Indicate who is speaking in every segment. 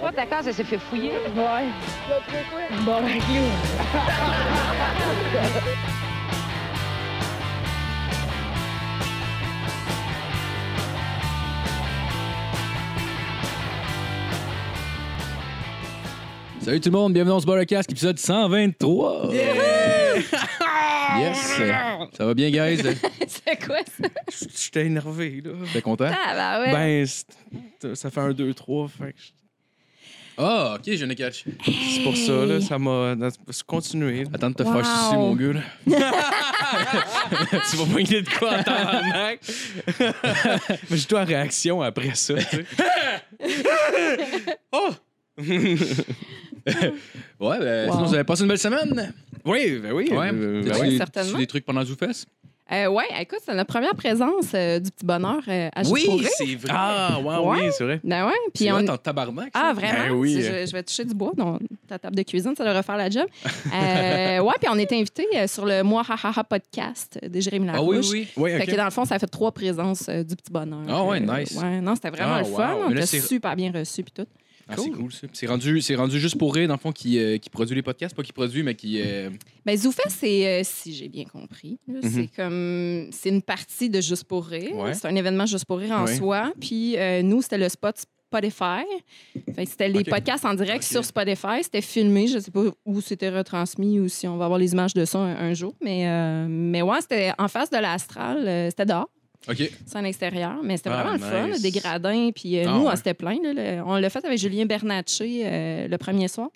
Speaker 1: Toi, ta case, elle s'est fait fouiller.
Speaker 2: Ouais. Bon, ben, clou.
Speaker 3: Salut tout le monde, bienvenue dans ce bar casque, épisode 123. yes! Ça va bien, guys?
Speaker 4: C'est quoi ça?
Speaker 5: J'étais énervé, là.
Speaker 3: T'es content?
Speaker 4: Ah, bah ouais.
Speaker 5: Ben, c'est- ça fait un, deux, trois. Fait que
Speaker 3: Ah, ok, je ne catch.
Speaker 5: c'est pour ça, là. Ça m'a. C'est continué.
Speaker 3: Attends de te
Speaker 4: Wow.
Speaker 3: fâcher dessus, mon gars. là.
Speaker 5: tu vas pogner de quoi en tabarnak? Mais je dois réaction après ça, tu sais. oh!
Speaker 3: Ouais, ben,
Speaker 4: Wow.
Speaker 3: sinon, vous avez passé une belle semaine?
Speaker 5: Oui, ben oui.
Speaker 3: Ouais,
Speaker 5: euh,
Speaker 3: T'as-tu
Speaker 4: oui.
Speaker 5: ben oui.
Speaker 3: des-
Speaker 4: certainement.
Speaker 3: t'as-tu des trucs pendant Zoufest?
Speaker 4: Euh, ouais, écoute, c'est notre première présence euh, du petit bonheur euh, à Juste pour rire.
Speaker 5: c'est vrai. Ah, ouais, oui, c'est vrai.
Speaker 4: Ben ouais, puis
Speaker 3: C'est
Speaker 4: on.
Speaker 3: on... en tabarnak. ça.
Speaker 4: Ah, vraiment?
Speaker 5: Ben oui.
Speaker 4: Si Je, je vais toucher du bois dans ta table de cuisine, ça devrait faire la job. Euh, ouais, puis on était invité euh, sur le Moi Ha Ha Ha podcast de Jérémy
Speaker 3: Ah oui,
Speaker 4: Larouche.
Speaker 3: oui, oui.
Speaker 5: Oui,
Speaker 4: Fait
Speaker 5: ok.
Speaker 4: que dans le fond, ça fait trois présences euh, du petit bonheur.
Speaker 3: Ah ouais,
Speaker 4: Euh,
Speaker 3: nice.
Speaker 4: ouais, non, c'était vraiment
Speaker 3: Ah,
Speaker 4: le fun.
Speaker 3: wow.
Speaker 4: On
Speaker 3: Mais là, c'est-
Speaker 4: était super bien reçus puis tout.
Speaker 3: Ah, c'est cool, ça. C'est rendu, c'est rendu juste pour rire, dans le fond, qui, euh, qui produit les podcasts. Pas qui produit, mais qui. euh,
Speaker 4: Ben, Zoufest, c'est, euh, si j'ai bien compris, là, c'est comme c'est une partie de Juste pour rire.
Speaker 3: Mhm. Ouais.
Speaker 4: C'est un événement Juste pour rire en
Speaker 3: Ouais.
Speaker 4: soi. Puis euh, nous, c'était le spot Spotify. Fait que c'était les
Speaker 5: Ok.
Speaker 4: podcasts en direct
Speaker 5: Ok.
Speaker 4: sur Spotify. C'était filmé. Je sais pas où c'était retransmis ou si on va avoir les images de ça un, un jour. Mais, euh, mais ouais, c'était en face de l'Astral. euh, c'était dehors.
Speaker 3: Ok.
Speaker 4: C'est en extérieur, mais c'était
Speaker 5: Ah,
Speaker 4: vraiment le fun,
Speaker 5: nice.
Speaker 4: là, des gradins. Puis euh,
Speaker 3: Ah,
Speaker 4: nous,
Speaker 3: ouais.
Speaker 4: on s'était plein. là, le- on l'a fait avec Julien Bernatchez euh, le premier soir,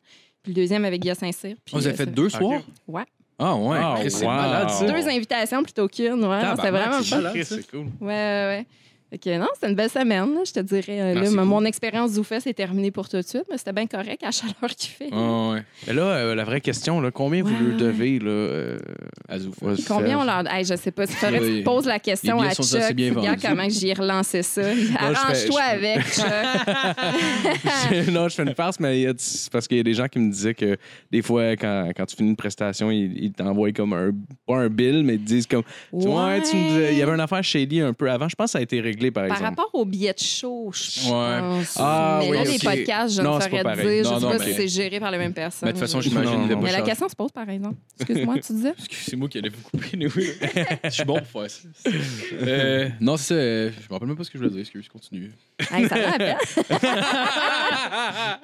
Speaker 4: puis le deuxième avec Guy Saint-Cyr. puis,
Speaker 3: On vous
Speaker 4: euh,
Speaker 3: avez fait
Speaker 4: ça-
Speaker 3: deux soirs?
Speaker 4: Ouais.
Speaker 3: Ah, ouais.
Speaker 5: Ah,
Speaker 3: Chris, C'est
Speaker 5: wow.
Speaker 3: malade, ça.
Speaker 5: Deux
Speaker 4: Deux invitations plutôt qu'une. Ouais, non, c'était
Speaker 3: Tabarnak,
Speaker 4: vraiment le
Speaker 3: c'est
Speaker 4: fun.
Speaker 3: malade, ça.
Speaker 5: C'est cool.
Speaker 4: Ouais, ouais, ouais. Fait que non, c'était une belle semaine, là, je te dirais. Euh,
Speaker 3: Ah,
Speaker 4: là,
Speaker 3: c'est
Speaker 4: mon-
Speaker 3: cool.
Speaker 4: Mon expérience Zoufest est terminée pour tout de suite, mais c'était bien correct à la chaleur qu'il fait.
Speaker 3: Ah, ouais.
Speaker 5: Mais là, euh, la vraie question, là, combien
Speaker 4: Ouais,
Speaker 5: vous lui
Speaker 4: ouais.
Speaker 5: devez, là? euh,
Speaker 3: À Zoufest.
Speaker 5: ouais,
Speaker 4: Puis Combien on leur. Hey, je sais pas. Tu ferais,
Speaker 3: Oui.
Speaker 4: tu poses la question
Speaker 3: Les billets
Speaker 4: à
Speaker 3: sont
Speaker 4: Chuck.
Speaker 3: assez bien
Speaker 4: Regarde
Speaker 3: vendus.
Speaker 4: comment j'y ai relancé ça.
Speaker 5: je
Speaker 4: Arrange-toi
Speaker 5: fais-
Speaker 4: avec, Chuck.
Speaker 5: Je- non, je fais une farce, mais il y a- c'est parce qu'il y a des gens qui me disaient que des fois, quand, quand tu finis une prestation, ils, ils t'envoient comme un, pas un bill, mais ils te disent comme. tu vois, Ouais, tu me disais- il y avait une affaire chez lui un peu avant. Je pense que ça a été réglé, par,
Speaker 4: Par
Speaker 5: exemple.
Speaker 4: rapport au billet de show, je
Speaker 3: Ouais.
Speaker 4: pense.
Speaker 5: Ah,
Speaker 4: mais
Speaker 5: oui,
Speaker 4: là,
Speaker 5: ok.
Speaker 4: les podcasts, je
Speaker 5: Non,
Speaker 4: ne
Speaker 5: c'est
Speaker 4: saurais
Speaker 5: pas
Speaker 4: te
Speaker 5: pareil.
Speaker 4: dire. Je
Speaker 3: Non,
Speaker 4: sais
Speaker 3: non,
Speaker 4: pas
Speaker 3: mais-
Speaker 4: si c'est géré par la même personne.
Speaker 3: Mais Bah, de toute façon,
Speaker 5: Non,
Speaker 3: j'imagine
Speaker 5: non.
Speaker 4: Mais la
Speaker 3: Charles.
Speaker 4: question se pose, par exemple. Excuse-moi, tu disais?
Speaker 3: Parce que c'est moi qui allais vous couper, nous. je suis bon pour faire ça. Euh, non, c'est ça. euh, Je me rappelle même pas ce que je voulais dire. Excuse, continue.
Speaker 4: Hey, ça va, hein? Abel?
Speaker 3: Je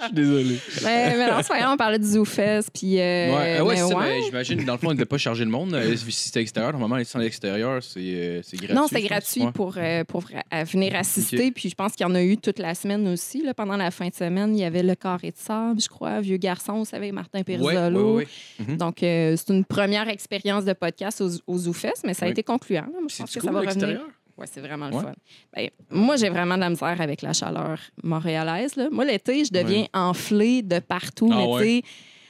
Speaker 3: suis désolé.
Speaker 4: Ouais, mais non, c'est pas grave, on parlait du ZooFest, puis... euh,
Speaker 3: ouais, ah ouais,
Speaker 4: mais
Speaker 3: c'est ça,
Speaker 4: ouais.
Speaker 3: mais j'imagine, dans le fond, ils ne devaient pas charger le monde. Euh, Si c'était extérieur, normalement, si c'est à l'extérieur, c'est euh, c'est gratuit.
Speaker 4: non,
Speaker 3: je
Speaker 4: c'est
Speaker 3: pense.
Speaker 4: gratuit
Speaker 3: Ouais.
Speaker 4: pour, euh, pour euh, venir assister. Puis je pense qu'il y en a eu toute la semaine aussi. Là, pendant la fin de semaine, il y avait le carré de sable, je crois, Vieux garçon aussi avec Martin
Speaker 3: Ouais, ouais,
Speaker 4: Pirzolo.
Speaker 3: ouais.
Speaker 4: Donc, euh, c'est une première expérience de podcast aux, aux ZooFest, mais ça a
Speaker 3: Oui.
Speaker 4: été concluant. là. Moi, je pense
Speaker 3: C'est-tu
Speaker 4: que
Speaker 3: cool,
Speaker 4: ça va revenir.
Speaker 3: l'extérieur?
Speaker 4: Ouais, c'est vraiment le
Speaker 3: Ouais.
Speaker 4: fun. Ben, moi, j'ai vraiment de la misère avec la chaleur montréalaise. là. Moi, l'été, je deviens enflée de partout.
Speaker 3: Ah
Speaker 4: mais
Speaker 3: ouais.
Speaker 4: tu sais,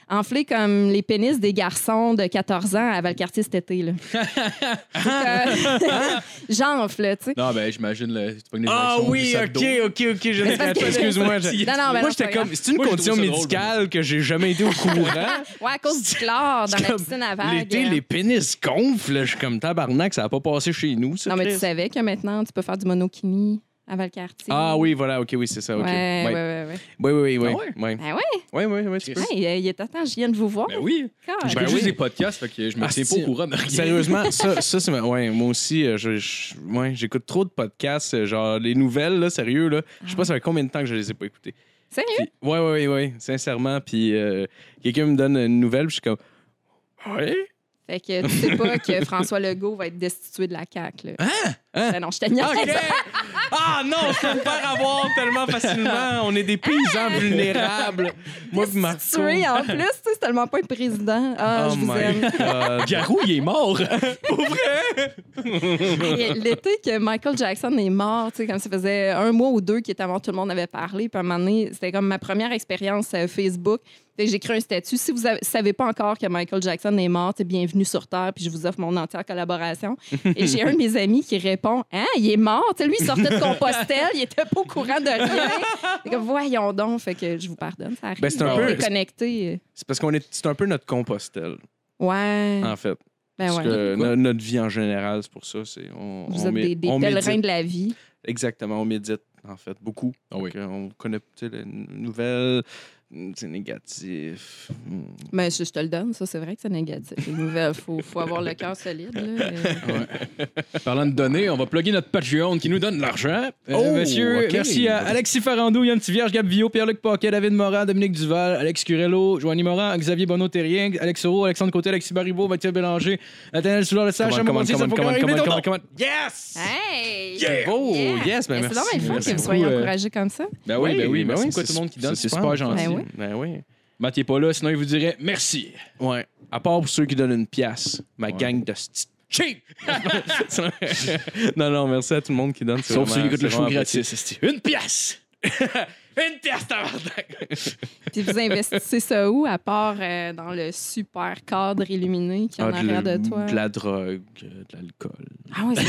Speaker 4: enflée comme les pénis des garçons de 14 ans à Valcartier cet été. là. C'est que- J'enfle, là, tu sais.
Speaker 3: Non, ben, j'imagine. le- tu pognes des
Speaker 5: Ah
Speaker 3: injections, des
Speaker 5: oui,
Speaker 3: sacs
Speaker 5: ok,
Speaker 3: d'eau.
Speaker 5: ok, ok, je
Speaker 4: Mais parce que-
Speaker 5: Excuse-moi. je-
Speaker 4: Non, non, mais
Speaker 5: moi,
Speaker 4: non,
Speaker 5: j'étais
Speaker 4: c'est pas
Speaker 5: comme. C'est une
Speaker 3: Moi, j'ai
Speaker 5: condition
Speaker 3: trouvé ça drôle,
Speaker 5: médicale que j'ai jamais été au courant.
Speaker 4: Ouais, à cause du chlore dans
Speaker 5: C'est
Speaker 4: la
Speaker 5: comme
Speaker 4: piscine à vagues.
Speaker 5: L'été, les pénis gonflent. Je suis comme tabarnak, ça n'a pas passé chez nous. ça,
Speaker 4: Non, mais tu
Speaker 5: Chris.
Speaker 4: savais que maintenant, tu peux faire du monokini à Valcartier.
Speaker 5: Ah oui, voilà, ok, oui, c'est ça. ok.
Speaker 4: Ouais, ouais,
Speaker 5: Ouais.
Speaker 4: ouais, ouais.
Speaker 5: Oui, oui, oui. oui.
Speaker 3: Ah
Speaker 5: ouais.
Speaker 4: Ben ouais,
Speaker 5: Oui, oui, oui, tu peux.
Speaker 4: hey, euh, il est temps, je viens de vous voir.
Speaker 3: Ben oui.
Speaker 4: Quand-
Speaker 3: Je
Speaker 5: Ben
Speaker 3: fais juste
Speaker 5: oui.
Speaker 3: des podcasts, fait que je me
Speaker 5: Ah,
Speaker 3: tiens pas
Speaker 5: si.
Speaker 3: au courant de rien.
Speaker 5: Sérieusement, ça, ça c'est. ma- Ouais, moi aussi, euh, je, je- ouais, j'écoute trop de podcasts, euh, genre les nouvelles, là, sérieux, là. Je sais pas, ça fait combien de temps que je les ai pas écoutées.
Speaker 4: Sérieux?
Speaker 5: Puis, ouais, ouais, ouais, ouais, sincèrement. Puis euh, quelqu'un me donne une nouvelle, puis je suis comme. Ouais?
Speaker 4: Fait que tu sais pas que François Legault va être destitué de la CAQ. Là.
Speaker 5: Hein?
Speaker 4: Ben non, je t'ai mis
Speaker 5: ah non, je peux me faire avoir tellement facilement. On est des paysans
Speaker 4: Ah!
Speaker 5: vulnérables. Moi, puis Marco.
Speaker 4: Tué en plus, tu sais, c'est tellement pas un président. Ah,
Speaker 5: Oh
Speaker 4: je vous
Speaker 5: my
Speaker 4: aime.
Speaker 5: God. Ben,
Speaker 3: Garou, il est mort.
Speaker 4: Et L'été que Michael Jackson est mort, tu sais, comme ça faisait un mois ou deux qu'il était avant, tout le monde avait parlé. Puis à un moment donné, c'était comme ma première expérience euh, Facebook. Fait que J'ai créé un statut. Si vous ne savez pas encore que Michael Jackson est mort, c'est bienvenue sur Terre, puis je vous offre mon entière collaboration. Et j'ai un de mes amis qui répond Ah, il est mort. Tu sais, lui, il sortait de Compostelle, il était pas au courant de rien. Fait que voyons donc, fait que je vous pardonne. Ça arrive.
Speaker 5: Ben, c'est un
Speaker 4: on
Speaker 5: peu-
Speaker 4: est connecté.
Speaker 5: C'est parce qu'on est. C'est un peu notre compostelle,
Speaker 4: Ouais.
Speaker 5: en fait.
Speaker 4: ben
Speaker 5: Ah, Parce
Speaker 4: ouais.
Speaker 5: que
Speaker 3: Quoi?
Speaker 5: no- notre vie en général, c'est pour ça. C'est, on,
Speaker 4: Vous
Speaker 5: on
Speaker 4: êtes
Speaker 5: mé-
Speaker 4: des, des
Speaker 5: on
Speaker 4: pèlerins
Speaker 5: médite.
Speaker 4: de la vie.
Speaker 5: Exactement, on médite. en fait, beaucoup.
Speaker 3: Ah oui.
Speaker 5: Fait que On connaît tu sais, les nouvelles, mm, c'est négatif. Hmm.
Speaker 4: Mais Ben, je, je te le donne, ça, c'est vrai que c'est négatif. Les nouvelles, faut, faut avoir le cœur solide. là. Euh,
Speaker 3: Parlant de données, on va plugger notre Patreon qui nous donne de l'argent. Euh,
Speaker 5: Oh,
Speaker 3: monsieur,
Speaker 5: ok.
Speaker 3: merci à Alexis Farandou, Yann Tivierge, Gab Villot, Pierre-Luc Paquet, David Morin, Dominique Duval, Alex Curello, Joanny Morin, Xavier Bonneau-Terrien, Alex Soro, Alexandre Côté, Alexis Baribeau, Mathieu Bélanger, Nathaniel Soulard-Lessage,
Speaker 5: Comment,
Speaker 3: Chameau
Speaker 5: comment,
Speaker 3: Montier,
Speaker 5: comment,
Speaker 3: Sylvain
Speaker 5: comment,
Speaker 3: Faucon,
Speaker 5: comment,
Speaker 3: Rémi
Speaker 5: comment,
Speaker 3: Dondon.
Speaker 5: comment- Yes!
Speaker 4: Hey!
Speaker 5: Oh, yes, ben
Speaker 4: Ah, Mais C'est donc bien le
Speaker 5: merci.
Speaker 4: fun que
Speaker 3: Merci
Speaker 4: vous soyez
Speaker 3: beaucoup, euh,
Speaker 4: encouragés comme ça.
Speaker 3: Ben oui, ben oui,
Speaker 5: ben
Speaker 3: merci beaucoup à
Speaker 5: c'est
Speaker 3: tout le monde qui
Speaker 5: su-
Speaker 3: donne, c'est super
Speaker 5: fun.
Speaker 3: gentil.
Speaker 4: Ben oui.
Speaker 5: Ben oui.
Speaker 3: Matt n'est pas là, sinon il vous dirait merci.
Speaker 5: Ouais. À part pour ceux qui donnent une pièce, ma
Speaker 3: Ouais.
Speaker 5: gang de sti-
Speaker 3: Cheap!
Speaker 5: non, non, merci à tout le monde qui donne. c'est
Speaker 3: Sauf
Speaker 5: vraiment-
Speaker 3: ceux qui écoutent le
Speaker 5: c'est
Speaker 3: show
Speaker 5: vraiment
Speaker 3: gratis. c'est-tu. Une pièce! Une pièce, tabarnak!
Speaker 4: Puis vous investissez ça où, à part euh, dans le super cadre illuminé qui est en
Speaker 5: Ah, de,
Speaker 4: arrière de toi?
Speaker 5: de la drogue, euh, de l'alcool.
Speaker 4: Ah oui, c'est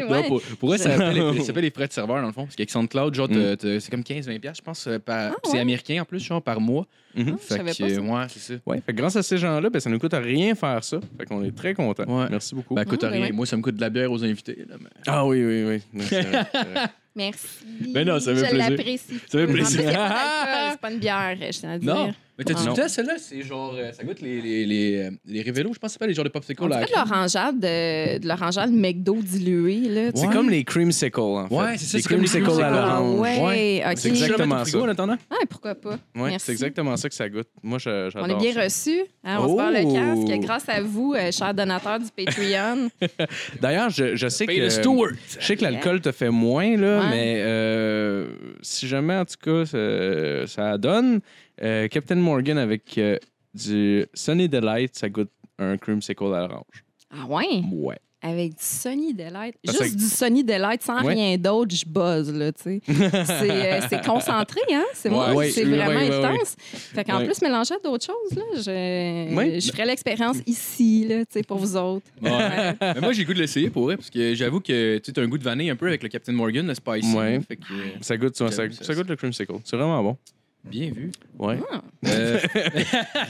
Speaker 4: vrai.
Speaker 3: Non,
Speaker 4: Ouais.
Speaker 3: pour, pour eux, ça s'appelle les- ça s'appelle les frais de serveur, dans le fond. Parce qu'avec SoundCloud, genre, t'as- t'as- c'est comme 15-20$, piastres, je pense. euh, Par, puis C'est
Speaker 4: Mm. Ah, ouais. Ah,
Speaker 3: américain, en plus, genre, par mois.
Speaker 5: Mhm.
Speaker 4: Je savais
Speaker 3: que,
Speaker 4: pas ça.
Speaker 3: euh, ouais, c'est ça.
Speaker 5: Ouais, fait que grâce à ces gens-là, ben, ça nous coûte à rien faire ça. Fait qu'on est très contents.
Speaker 3: Ouais.
Speaker 5: Merci beaucoup.
Speaker 3: Ben, coûte
Speaker 4: Ah, ben
Speaker 3: rien.
Speaker 4: ouais.
Speaker 3: Moi, ça me coûte de la bière aux invités. là, mais-
Speaker 5: ah oui, oui, oui. Non, c'est vrai, c'est vrai.
Speaker 4: Merci.
Speaker 3: Ben non, ça fait
Speaker 4: Je
Speaker 3: plaisir.
Speaker 4: l'apprécie.
Speaker 3: Ça fait
Speaker 4: En plus,
Speaker 3: plaisir.
Speaker 4: il y a pas d'alcool, C'est pas une bière, je tiens à dire.
Speaker 3: Non. Mais t'as-tu
Speaker 5: Non.
Speaker 3: goûté à celle-là? C'est genre, euh, ça goûte les, les, les, euh, les révélos, je pense que c'est pas les genres de popsicles.
Speaker 4: On
Speaker 3: là,
Speaker 4: dirait de l'orangeade, de, de l'orangeade McDo diluée. Là,
Speaker 5: C'est
Speaker 3: Ouais.
Speaker 5: comme les creamsicles, en fait.
Speaker 3: Ouais, c'est ça,
Speaker 5: Les
Speaker 3: c'est comme les
Speaker 5: creamsicles
Speaker 3: creamsicles.
Speaker 5: à l'orange.
Speaker 4: Ouais, ok.
Speaker 5: C'est
Speaker 3: Je vais le
Speaker 5: exactement
Speaker 3: mettre au frigo,
Speaker 5: ça.
Speaker 3: en attendant.
Speaker 4: Ah, pourquoi pas?
Speaker 5: Ouais,
Speaker 4: Merci.
Speaker 5: c'est exactement ça que ça goûte. Moi, je- j'adore.
Speaker 4: On est bien
Speaker 5: ça.
Speaker 4: reçus. hein, on
Speaker 5: Oh!
Speaker 4: se parle le casque. Grâce à vous, euh, chers donateurs du Patreon.
Speaker 5: D'ailleurs, je, je sais
Speaker 3: Paye le
Speaker 5: que.
Speaker 3: Stewart!
Speaker 5: Je sais que l'alcool te fait moins, là,
Speaker 4: Ouais.
Speaker 5: mais euh, si jamais, en tout cas, ça, ça donne, euh, Captain Morgan avec euh, du Sunny Delight, ça goûte un creamsicle à l'orange.
Speaker 4: ah ouais?
Speaker 5: Ouais.
Speaker 4: Avec du Sony Delight.
Speaker 5: Ça,
Speaker 4: Juste
Speaker 5: c'est-
Speaker 4: du Sony Delight sans
Speaker 5: Ouais.
Speaker 4: rien d'autre, je buzz, là, tu sais. c'est, euh, c'est concentré, hein? C'est, moi,
Speaker 5: Ouais,
Speaker 4: c'est
Speaker 5: ouais,
Speaker 4: vraiment
Speaker 5: ouais, ouais,
Speaker 4: intense. Fait qu'en
Speaker 5: Ouais.
Speaker 4: plus, mélanger à d'autres choses, là, je,
Speaker 5: Ouais.
Speaker 4: je ferais l'expérience ici, là, tu sais, pour vous autres. Ouais.
Speaker 3: Mais moi, j'ai le goût de l'essayer pour vrai, parce que j'avoue que tu sais, t'as un goût de vanille un peu avec le Captain Morgan, le spicy.
Speaker 5: Ouais.
Speaker 3: Fait que, euh,
Speaker 5: Ça goûte, ça, ça,
Speaker 3: J'aime ça,
Speaker 5: ça
Speaker 3: ça.
Speaker 5: goûte le creamsicle. C'est vraiment bon.
Speaker 3: bien vu.
Speaker 5: Ouais.
Speaker 4: Ah.
Speaker 3: Euh,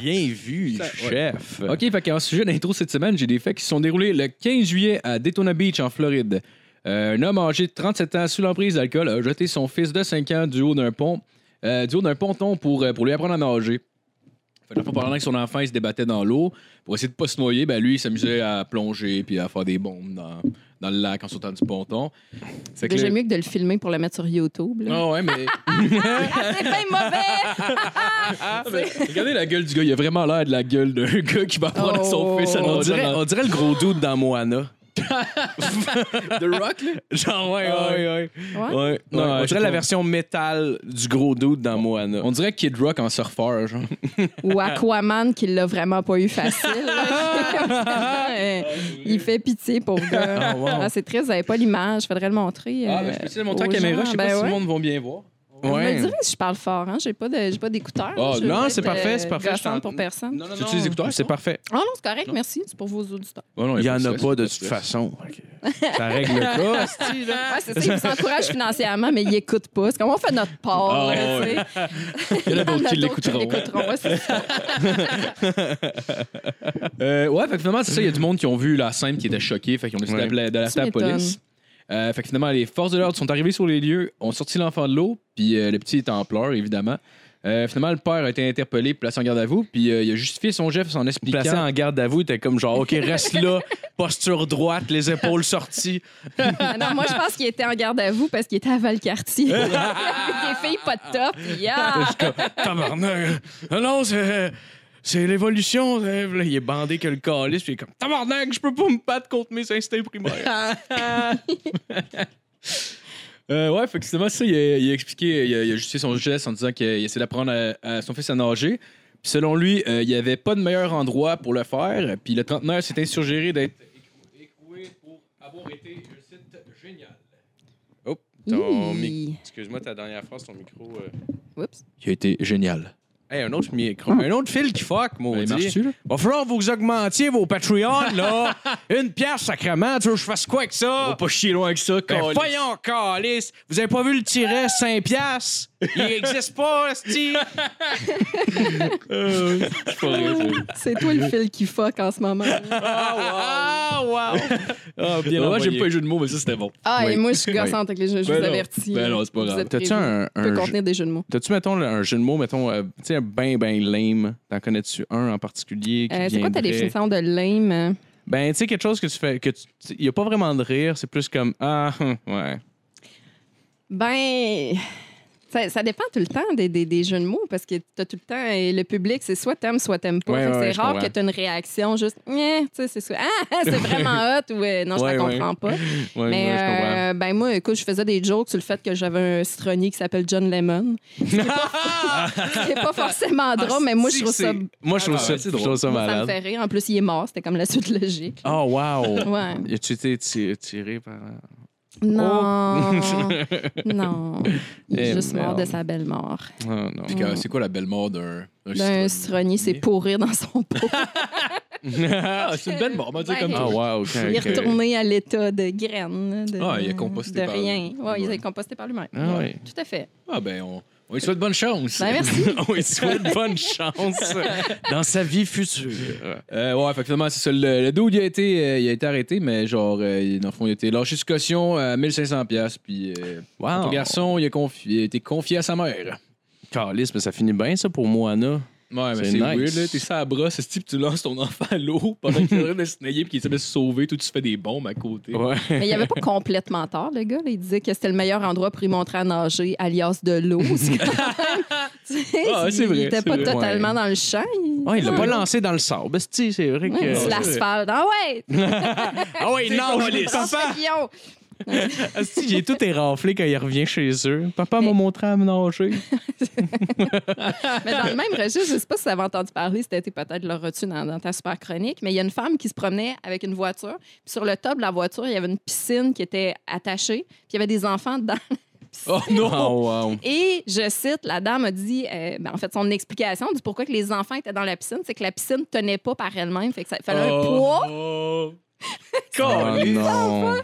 Speaker 5: Bien vu,
Speaker 3: Ça- ouais.
Speaker 5: chef.
Speaker 3: OK, fait qu'en sujet d'intro cette semaine, j'ai des faits qui se sont déroulés le 15 juillet à Daytona Beach, en Floride. Euh, un homme âgé de 37 ans, sous l'emprise d'alcool, a jeté son fils de 5 ans du haut d'un pont, euh, du haut d'un ponton pour, euh, pour lui apprendre à nager. Fait que, dans le fond, pendant que son enfant il se débattait dans l'eau, pour essayer de pas se noyer, ben, lui, il s'amusait à plonger puis à faire des bombes dans, dans le lac en sautant du ponton. C'est
Speaker 4: C'est déjà mieux que de le filmer pour le mettre sur YouTube. là.
Speaker 3: ouais, mais...
Speaker 4: Ah, c'est bien mauvais!
Speaker 3: Ah, mais regardez la gueule du gars, il a vraiment l'air de la gueule d'un gars qui va apprendre à son
Speaker 4: Oh.
Speaker 3: fils à
Speaker 5: On
Speaker 3: nager
Speaker 5: dirait,
Speaker 3: dans-
Speaker 5: on dirait le gros doute dans Moana.
Speaker 3: The Rock, là. Ah,
Speaker 5: Genre, ouais, ouais, ouais.
Speaker 4: Ouais.
Speaker 5: Ouais. Non,
Speaker 3: Ouais,
Speaker 5: on
Speaker 3: je sais
Speaker 5: dirait la
Speaker 3: pas.
Speaker 5: version métal du gros doute dans Moana.
Speaker 3: On dirait Kid Rock en surfeur, genre.
Speaker 4: Ou Aquaman qui l'a vraiment pas eu facile. là. Euh, il fait pitié pour le gars.
Speaker 5: Ah, wow.
Speaker 4: Ah, c'est triste, vous n'avez pas l'image. Faudrait le montrer.
Speaker 3: Ah,
Speaker 4: euh,
Speaker 3: ben, je peux-tu le montrer à
Speaker 4: aux
Speaker 3: la caméra? Je
Speaker 4: gens.
Speaker 3: sais
Speaker 4: Ben
Speaker 3: pas si
Speaker 4: ouais.
Speaker 3: le monde va bien voir.
Speaker 4: Je me
Speaker 5: Ouais.
Speaker 4: dirais si je parle fort, hein? J'ai pas de, j'ai pas d'écouteurs.
Speaker 5: Ah,
Speaker 4: Je veux
Speaker 5: non,
Speaker 4: pas
Speaker 5: c'est
Speaker 4: être,
Speaker 5: parfait,
Speaker 4: euh,
Speaker 5: c'est parfait,
Speaker 4: gossante
Speaker 5: je t'en-
Speaker 4: pour personne.
Speaker 3: Non, non,
Speaker 5: Tu utilises les écouteurs? C'est parfait.
Speaker 4: Ah non, c'est correct, merci. C'est pour vos auditeurs.
Speaker 5: Il n'y en a pas de toute façon. Ça règle le cas. hostie, là.
Speaker 4: Ouais, c'est ça, ils vous encouragent financièrement, mais ils n'écoutent pas. C'est comme on fait notre part.
Speaker 3: Ah,
Speaker 4: là,
Speaker 3: ouais.
Speaker 4: tu sais.
Speaker 3: Il y en a d'autres qui
Speaker 4: Il y en a d'autres
Speaker 3: l'écouteront.
Speaker 4: Ouais, c'est ça.
Speaker 3: Euh, ouais, fait que finalement, c'est ça. Il y a du monde qui ont vu la scène qui était choqué. Fait qu'ils ont décidé
Speaker 5: Ouais.
Speaker 3: d'appeler- de l'appeler à la
Speaker 4: Tu m'étonnes.
Speaker 3: police. Euh, fait que finalement, les forces de l'ordre sont arrivées sur les lieux, ont sorti l'enfant de l'eau, puis euh, le petit est en pleurs, évidemment. Euh, finalement, le père a été interpellé, placé en garde à vous, puis euh, il a justifié son geste en expliquant.
Speaker 5: Placé en garde à vous, t'es comme genre, OK, reste là, posture droite, les épaules sorties.
Speaker 4: Ah non, moi, je pense qu'il était en garde à vous parce qu'il était à Valcartier. Des filles pas de top. Yeah.
Speaker 5: Tabarnak! Non, non, c'est. C'est l'évolution. euh, là, Il est bandé que le calice, puis il est comme Tabarnak, je peux pas me battre contre mes instincts primaires.
Speaker 3: Euh, ouais, fait que finalement, ça, il a, il a expliqué, il a, il a justifié son geste en disant qu'il essayait d'apprendre à, à son fils à nager. Puis selon lui, euh, il n'y avait pas de meilleur endroit pour le faire. Puis le trentenaire s'est insurgéré d'être écroué pour avoir été, je cite, génial.
Speaker 5: Oh, ton micro.
Speaker 4: Hi.
Speaker 5: Excuse-moi, ta dernière phrase, ton micro. euh.
Speaker 4: Oups.
Speaker 3: Il a été génial.
Speaker 5: Hey, un autre micro. Un autre fil qui fuck,
Speaker 3: Il
Speaker 5: maudit.
Speaker 3: marche-tu, là?
Speaker 5: Va falloir vous augmentiez vos Patreons, là. Une pièce, sacrement. Tu veux que je fasse quoi avec ça?
Speaker 3: pas chier loin que ça,
Speaker 5: Ben, voyons, calice. Vous avez pas vu le tiret 5 piastres? Il existe pas, Steve!
Speaker 3: C'est pas vrai, c'est-
Speaker 4: C'est toi le fil qui fuck en ce moment.
Speaker 5: Ah, wow! Ah, bien
Speaker 3: Moi,
Speaker 5: envoyé.
Speaker 3: j'aime pas les jeux de mots, mais ça, c'était bon.
Speaker 4: Ah,
Speaker 5: Oui.
Speaker 4: et moi, je suis gossante avec les jeux, je
Speaker 3: Ben
Speaker 4: vous
Speaker 3: non.
Speaker 4: avertis.
Speaker 3: Ben non, c'est pas
Speaker 4: Vous
Speaker 3: grave.
Speaker 4: êtes
Speaker 5: T'as-tu
Speaker 4: prévenus.
Speaker 5: un,
Speaker 4: peut
Speaker 5: un jeu-
Speaker 4: contenir des jeux de mots.
Speaker 5: T'as-tu, mettons, le- un jeu de mots, mettons, euh, tu sais, un ben, ben lame? T'en connais-tu un en particulier? Qui
Speaker 4: Euh, c'est quoi ta
Speaker 5: viendrait?
Speaker 4: définition de lame? euh?
Speaker 5: Ben, tu sais, quelque chose que tu fais. que tu- tu- Il n'y a pas vraiment de rire, c'est plus comme Ah, hum, ouais.
Speaker 4: Ben, ça, ça dépend tout le temps des, des, des jeux de mots parce que t'as tout le temps et le public, c'est soit t'aimes, soit t'aimes pas.
Speaker 5: Ouais,
Speaker 4: Fait que
Speaker 5: ouais,
Speaker 4: c'est
Speaker 5: je
Speaker 4: rare
Speaker 5: comprends.
Speaker 4: que t'aies une réaction juste, Nyeh tu sais, c'est soit, ah, c'est vraiment hot ou euh, non, je
Speaker 5: Ouais,
Speaker 4: la
Speaker 5: ouais.
Speaker 4: comprends pas.
Speaker 5: Ouais,
Speaker 4: Mais
Speaker 5: ouais, je comprends.
Speaker 4: euh, ben moi, écoute, je faisais des jokes sur le fait que j'avais un citronnier qui s'appelle John Lemon. C'est pas forcément drôle, mais moi, je
Speaker 5: Ah, Si,
Speaker 4: trouve ça,
Speaker 5: c'est- Moi, je trouve
Speaker 3: Ah,
Speaker 5: ça,
Speaker 3: ouais, c'est
Speaker 5: je trouve
Speaker 3: drôle.
Speaker 5: ça
Speaker 4: moi, ça me
Speaker 5: malade.
Speaker 4: fait rire. En plus, il est mort, c'était comme la suite logique.
Speaker 5: Oh, wow!
Speaker 4: Ouais.
Speaker 5: As-tu été ti- tiré par. euh, Oh.
Speaker 4: Non. non. Il est
Speaker 5: Eh,
Speaker 4: juste mort
Speaker 5: merde.
Speaker 4: de sa belle mort.
Speaker 5: Ah, non.
Speaker 3: Puis que- C'est quoi la belle mort d'un d'un
Speaker 4: D'un
Speaker 3: citronnier?
Speaker 4: citronnier, c'est pourrir dans son pot.
Speaker 3: Ah, c'est une belle mort, on va dire comme
Speaker 5: Ah,
Speaker 3: ça.
Speaker 5: wow, ok.
Speaker 4: Il est
Speaker 5: ok.
Speaker 4: retourné à l'état de graines. De,
Speaker 3: Ah, il est composté
Speaker 4: de
Speaker 3: par-
Speaker 4: rien. Oui, il
Speaker 3: Ouais.
Speaker 4: est composté par lui-même.
Speaker 5: Ah, oui.
Speaker 4: Tout à fait.
Speaker 3: Ah, ben, on, on lui souhaite bonne chance.
Speaker 4: Ben, merci.
Speaker 5: On lui souhaite bonne chance dans sa vie future.
Speaker 3: Euh, ouais, fait que finalement, c'est ça. Le, le dude, il a, été, euh, il a été arrêté, mais genre, euh, il- dans le fond, il a été lâché sous caution à 1500$. Puis, euh,
Speaker 5: Wow!
Speaker 3: le garçon, il a, confi- il a été confié à sa mère.
Speaker 5: Calice, mais ça finit bien, ça, pour Moana.
Speaker 3: Ouais, mais
Speaker 5: C'est
Speaker 3: c'est
Speaker 5: nice.
Speaker 3: weird, là. T'es ça à bras, ce type, tu lances ton enfant à l'eau pendant qu'il est en train de se nailler puis qu'il essaie de se sauver, tout tu fais des bombes à côté.
Speaker 5: Ouais.
Speaker 4: Mais il avait pas complètement tort, le gars. là. Il disait que c'était le meilleur endroit pour lui montrer à nager, alias de l'eau. C'est quand même- Tu sais,
Speaker 3: Ah, c'est vrai,
Speaker 4: Il était
Speaker 3: c'est
Speaker 4: pas
Speaker 3: vrai.
Speaker 4: totalement dans le champ. Il...
Speaker 5: Ah, il l'a pas lancé dans le sable, c'est c'est vrai
Speaker 4: Ouais,
Speaker 5: que.
Speaker 4: c'est l'asphalte. Ah ouais!
Speaker 5: Ah ouais, non, papa!
Speaker 4: Papillon!
Speaker 5: Asti, il est tout éraflé quand il revient chez eux. Papa m'a montré à me nager.
Speaker 4: Mais dans le même registre, je sais pas si vous avez entendu parler, c'était peut-être le retu dans, dans ta super chronique, mais il y a une femme qui se promenait avec une voiture. Puis sur le top de la voiture, il y avait une piscine qui était attachée. Puis il y avait des enfants dedans.
Speaker 5: Oh non! wow.
Speaker 4: Et je cite, la dame a dit, euh, ben, en fait, son explication du pourquoi que les enfants étaient dans la piscine, c'est que la piscine tenait pas par elle-même. Fait que ça fallait un poids.
Speaker 3: Oh.
Speaker 5: Oh
Speaker 3: Calice.
Speaker 5: non!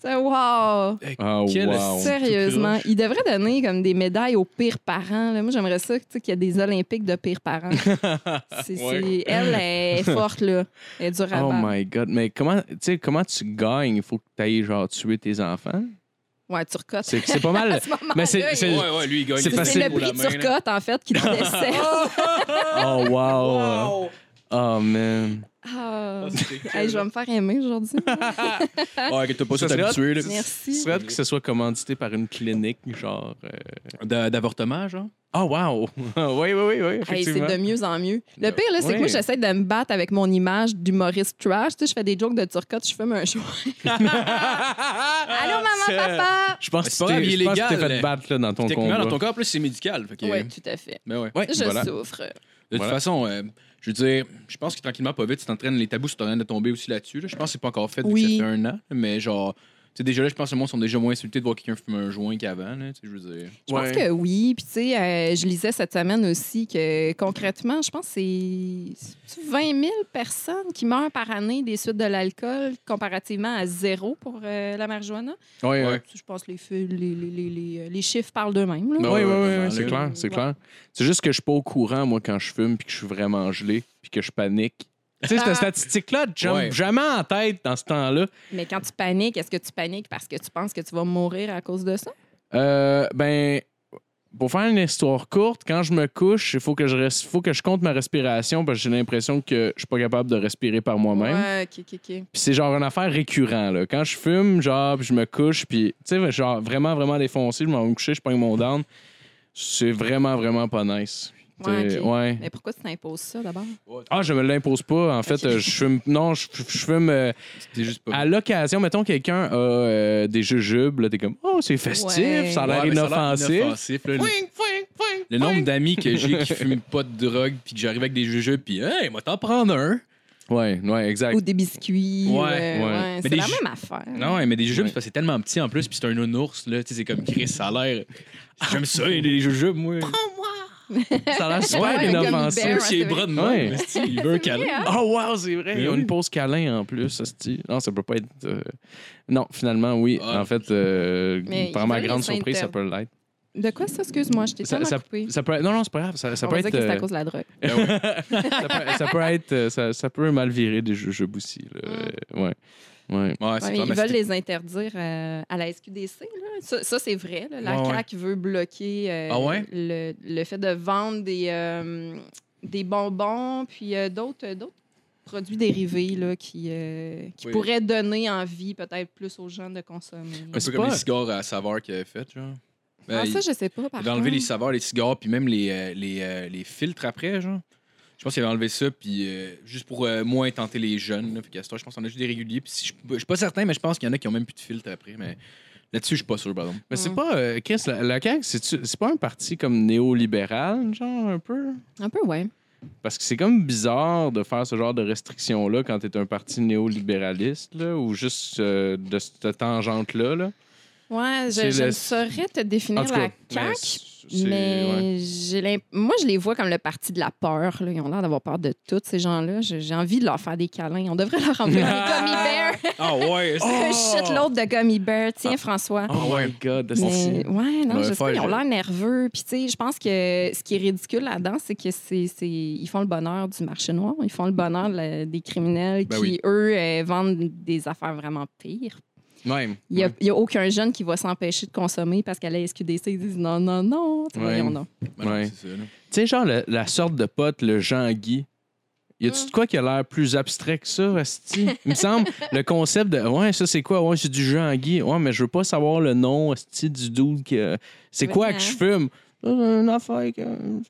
Speaker 4: C'est wow!
Speaker 5: Oh
Speaker 3: Quel
Speaker 5: wow!
Speaker 3: esti-
Speaker 4: Sérieusement,
Speaker 3: croche.
Speaker 4: il devrait donner comme des médailles aux pires parents. là. Moi, j'aimerais ça tu sais, qu'il y ait des Olympiques de pires parents. C'est- c'est-
Speaker 5: Ouais.
Speaker 4: Elle elle est forte, là. Elle est dure à
Speaker 5: Oh
Speaker 4: battre.
Speaker 5: my god! Mais comment, tu sais, comment tu gagnes? Il faut que tu ailles genre tuer tes enfants?
Speaker 4: Ouais, Turcotte.
Speaker 5: C'est c'est pas mal.
Speaker 4: À ce moment-là,
Speaker 5: Mais c'est-
Speaker 4: il-
Speaker 5: c'est-
Speaker 3: Ouais, ouais, lui, il gagne.
Speaker 5: C'est
Speaker 3: des
Speaker 5: facile
Speaker 4: c'est le
Speaker 3: pour la
Speaker 4: prix
Speaker 3: main, là.
Speaker 4: Turcotte, en fait, qui te dessert.
Speaker 5: Oh wow! Oh man!
Speaker 4: Ah.
Speaker 3: c'était
Speaker 4: Hey, je vais me faire aimer aujourd'hui.
Speaker 3: Ouais, que t'as pas ça
Speaker 5: Ça serait
Speaker 3: t'habituer, là.
Speaker 4: Merci.
Speaker 5: Ce serait hot que ce soit commandité par une clinique, genre. euh,
Speaker 3: D'a- D'avortement, genre?
Speaker 5: Oh wow! oui, oui, oui, oui.
Speaker 4: Hey, c'est
Speaker 5: Effectivement. Ben,
Speaker 4: de mieux en mieux. Le pire, là, c'est
Speaker 5: Ouais.
Speaker 4: que moi, j'essaie de me battre avec mon image d'humoriste trash. Tu sais, je fais des jokes de Turcotte, je fume un joint. Allô, maman,
Speaker 5: C'est-
Speaker 4: papa!
Speaker 5: Je pense
Speaker 3: Mais
Speaker 5: que
Speaker 3: c'est
Speaker 5: tu
Speaker 3: pas grave,
Speaker 5: t'es
Speaker 3: il est
Speaker 5: je pense que tu t'es
Speaker 3: légal.
Speaker 5: fait battre là, dans ton
Speaker 3: Techniquement,
Speaker 5: combat.
Speaker 3: dans ton corps, plus c'est médical. Fait que,
Speaker 4: Oui, tout à fait.
Speaker 3: Ben ouais.
Speaker 5: Ouais,
Speaker 4: Je
Speaker 5: voilà.
Speaker 4: souffre.
Speaker 3: De
Speaker 5: Voilà.
Speaker 3: toute façon, euh, je veux dire, je pense que tranquillement, pas vite, tu t'entraînes, les tabous sont en train de tomber aussi là-dessus. là. Je pense que c'est pas encore fait vu
Speaker 4: Oui.
Speaker 3: que ça fait un an, mais genre, tu sais, déjà là, je pense que le monde sont déjà moins insultés de voir quelqu'un fumer un joint qu'avant, là, tu sais, je veux dire.
Speaker 4: Je pense
Speaker 5: Ouais.
Speaker 4: que oui. Puis, tu sais, euh, je lisais cette semaine aussi que concrètement, je pense que c'est c'est-tu 20 000 personnes qui meurent par année des suites de l'alcool comparativement à zéro pour euh, la marijuana.
Speaker 5: Ouais,
Speaker 3: Ouais.
Speaker 5: ouais.
Speaker 4: Je pense que les, feux- les, les, les, les- euh, les chiffres parlent d'eux-mêmes. là.
Speaker 5: Oui,
Speaker 3: Ben
Speaker 5: oui,
Speaker 3: ouais,
Speaker 5: oui,
Speaker 3: vraiment,
Speaker 5: c'est
Speaker 3: là.
Speaker 5: clair, c'est
Speaker 4: Ouais.
Speaker 5: clair. C'est juste que je suis pas au courant, moi, quand je fume, puis que je suis vraiment gelé, puis que je panique. Tu sais,
Speaker 4: Ah.
Speaker 5: cette statistique-là, elle te jump
Speaker 3: Ouais.
Speaker 5: jamais en tête dans ce temps-là.
Speaker 4: Mais quand tu paniques, est-ce que tu paniques parce que tu penses que tu vas mourir à cause de ça?
Speaker 5: Euh, ben, pour faire une histoire courte, quand je me couche, il faut que je reste, faut que je compte ma respiration parce que j'ai l'impression que je suis pas capable de respirer par moi-même.
Speaker 4: Ouais, ok, ok, ok.
Speaker 5: Puis c'est genre une affaire récurrente. Là. Quand je fume, genre, puis je me couche, puis tu sais, genre vraiment, vraiment défoncé, je m'en vais me coucher, je pogne mon down. C'est vraiment, vraiment pas nice.
Speaker 4: Ouais,
Speaker 5: T'es-
Speaker 4: ok.
Speaker 5: ouais.
Speaker 4: Mais pourquoi tu t'imposes ça d'abord?
Speaker 5: Ah, je me l'impose pas. En fait,
Speaker 4: Ok.
Speaker 5: euh, je fume. Non, je, je fume euh,
Speaker 3: C'était juste pas.
Speaker 5: à l'occasion. Mettons, quelqu'un a euh, des jujubes. Là, t'es comme, oh, c'est festif,
Speaker 4: Ouais.
Speaker 5: ça a l'air
Speaker 3: Ouais, mais ça a l'air
Speaker 5: inoffensif.
Speaker 3: inoffensif, là. Le- Le nombre d'amis que j'ai qui fument pas de drogue, puis que j'arrive avec des jujubes, puis hey, moi t'en prendre un.
Speaker 5: Ouais, ouais, exact.
Speaker 4: Ou des biscuits.
Speaker 3: Ouais,
Speaker 4: euh,
Speaker 5: ouais.
Speaker 4: ouais.
Speaker 3: Mais
Speaker 4: C'est
Speaker 3: des
Speaker 4: la
Speaker 3: ju-
Speaker 4: même affaire.
Speaker 3: Non, ouais, mais des jujubes,
Speaker 5: Ouais.
Speaker 3: c'est parce que c'est tellement petit en plus, puis c'est un nounours, là. Tu sais, c'est comme Chris, ça a l'air. J'aime ça, les jujubes, moi.
Speaker 5: Ça a l'air Ah, super
Speaker 4: Ouais, comme
Speaker 5: inoffensif.
Speaker 4: Bear.
Speaker 3: Même s'il est bras de
Speaker 5: Ouais.
Speaker 3: main, mais si, il veut un câlin.
Speaker 4: hein?
Speaker 5: Oh, wow, c'est vrai.
Speaker 3: Mais
Speaker 5: Ils ont
Speaker 3: oui.
Speaker 5: une pause câlin en plus. hostie. Non, ça peut pas être. euh, Non, finalement, oui.
Speaker 3: Ah.
Speaker 5: En fait, euh,
Speaker 4: Mais
Speaker 5: par
Speaker 4: il
Speaker 5: ma
Speaker 4: veut
Speaker 5: grande
Speaker 4: les
Speaker 5: surprise, ça
Speaker 4: interdire.
Speaker 5: peut l'être.
Speaker 4: De quoi ça, excuse-moi, je t'ai
Speaker 5: Ça,
Speaker 4: tellement
Speaker 5: ça,
Speaker 4: coupé.
Speaker 5: ça peut être- non, non, c'est pas grave. Ça, ça
Speaker 4: On
Speaker 5: peut
Speaker 4: va
Speaker 5: être.
Speaker 4: dire que c'est à
Speaker 5: euh,
Speaker 4: cause de la drogue.
Speaker 5: ben oui. ça, peut, ça peut être. euh, Ça, ça peut mal virer des jeux, jeux boussis.
Speaker 4: Ah.
Speaker 5: là. Euh, Ouais.
Speaker 3: Ouais,
Speaker 5: Ouais.
Speaker 4: Ouais,
Speaker 3: c'est
Speaker 4: mais
Speaker 3: pas-
Speaker 4: ils
Speaker 3: mais
Speaker 4: veulent
Speaker 3: c'est-
Speaker 4: les interdire euh, à la SQDC. là. Ça, ça, c'est vrai. là. La
Speaker 3: Ouais, ouais.
Speaker 4: CAQ veut bloquer euh,
Speaker 3: Ah ouais?
Speaker 4: le, le fait de vendre des, euh, des bonbons puis euh, d'autres d'autres produits dérivés là, qui, euh, qui
Speaker 3: Oui.
Speaker 4: pourraient donner envie peut-être plus aux gens de consommer.
Speaker 3: Un peu
Speaker 5: C'est
Speaker 3: comme
Speaker 5: pas-
Speaker 3: les cigares à saveur qu'il avait fait, genre. Ben,
Speaker 4: Ah,
Speaker 3: il-
Speaker 4: ça, je sais pas. Par
Speaker 3: Il avait enlevé les
Speaker 4: contre.
Speaker 3: saveurs, les cigares, puis même les, euh, les, euh, les filtres après, genre. Je pense qu'il avait enlevé ça, puis euh, juste pour euh, moins tenter les jeunes. Là, fait qu'à ce temps, je pense qu'on a juste des réguliers. Puis si je je suis pas certain, mais je pense qu'il y en a qui ont même plus de filtre après. Mais là-dessus, je suis pas sûr, pardon.
Speaker 5: Mais c'est
Speaker 4: Mm.
Speaker 5: pas. euh, Chris, la, la CAQ, c'est-tu- c'est pas un parti comme néolibéral, genre, un peu?
Speaker 4: Un peu, ouais.
Speaker 5: Parce que c'est comme bizarre de faire ce genre de restrictions-là quand t'es un parti néolibéraliste, là, ou juste euh, de cette tangente-là. Là.
Speaker 4: Ouais, je,
Speaker 5: C'est
Speaker 4: je
Speaker 5: le-
Speaker 4: ne saurais te définir la
Speaker 5: mais
Speaker 4: CAQ,
Speaker 5: ben, c'est- c'est- ouais.
Speaker 4: Mais j'ai l'imp- moi, je les vois comme le parti de la peur. là. Ils ont l'air d'avoir peur de tous ces gens-là. Je- J'ai envie de leur faire des câlins. On devrait leur envoyer un gummy bear.
Speaker 3: Ah ouais! c'est-
Speaker 4: Un shitload de gummy bear. Tiens, François.
Speaker 5: Oh my god,
Speaker 4: Mais-
Speaker 5: c'est-
Speaker 4: ouais, non,
Speaker 3: Ouais,
Speaker 4: je sais pas, ils
Speaker 3: faire,
Speaker 5: euh,
Speaker 4: ont l'air nerveux. Puis, tu sais, je pense que ce qui est ridicule là-dedans, c'est que c'est, c'est- ils font le bonheur du marché noir. Ils font le bonheur de la- des criminels
Speaker 3: Ben
Speaker 4: qui,
Speaker 3: oui.
Speaker 4: eux, euh, vendent des affaires vraiment pires.
Speaker 5: Ouais.
Speaker 4: Il n'y a, il y a aucun jeune qui va s'empêcher de consommer parce qu'à la SQDC, ils disent non, non, non. Tu sais,
Speaker 5: Ouais.
Speaker 4: voyons donc.
Speaker 3: Ben non,
Speaker 5: Ouais.
Speaker 3: c'est ça, là.
Speaker 5: Tu sais, genre le- la sorte de pote, le Jean-Guy. Y a-tu
Speaker 4: Mm.
Speaker 5: de quoi qui a l'air plus abstrait que ça, Asti? Il me semble, le concept de Ouais, ça c'est quoi? Ouais, c'est du Jean-Guy. Ouais, mais je veux pas savoir le nom, Asti, du dude. Que... C'est
Speaker 4: Ouais,
Speaker 5: quoi
Speaker 4: hein?
Speaker 5: que je fume? Ah, c'est Une affaire que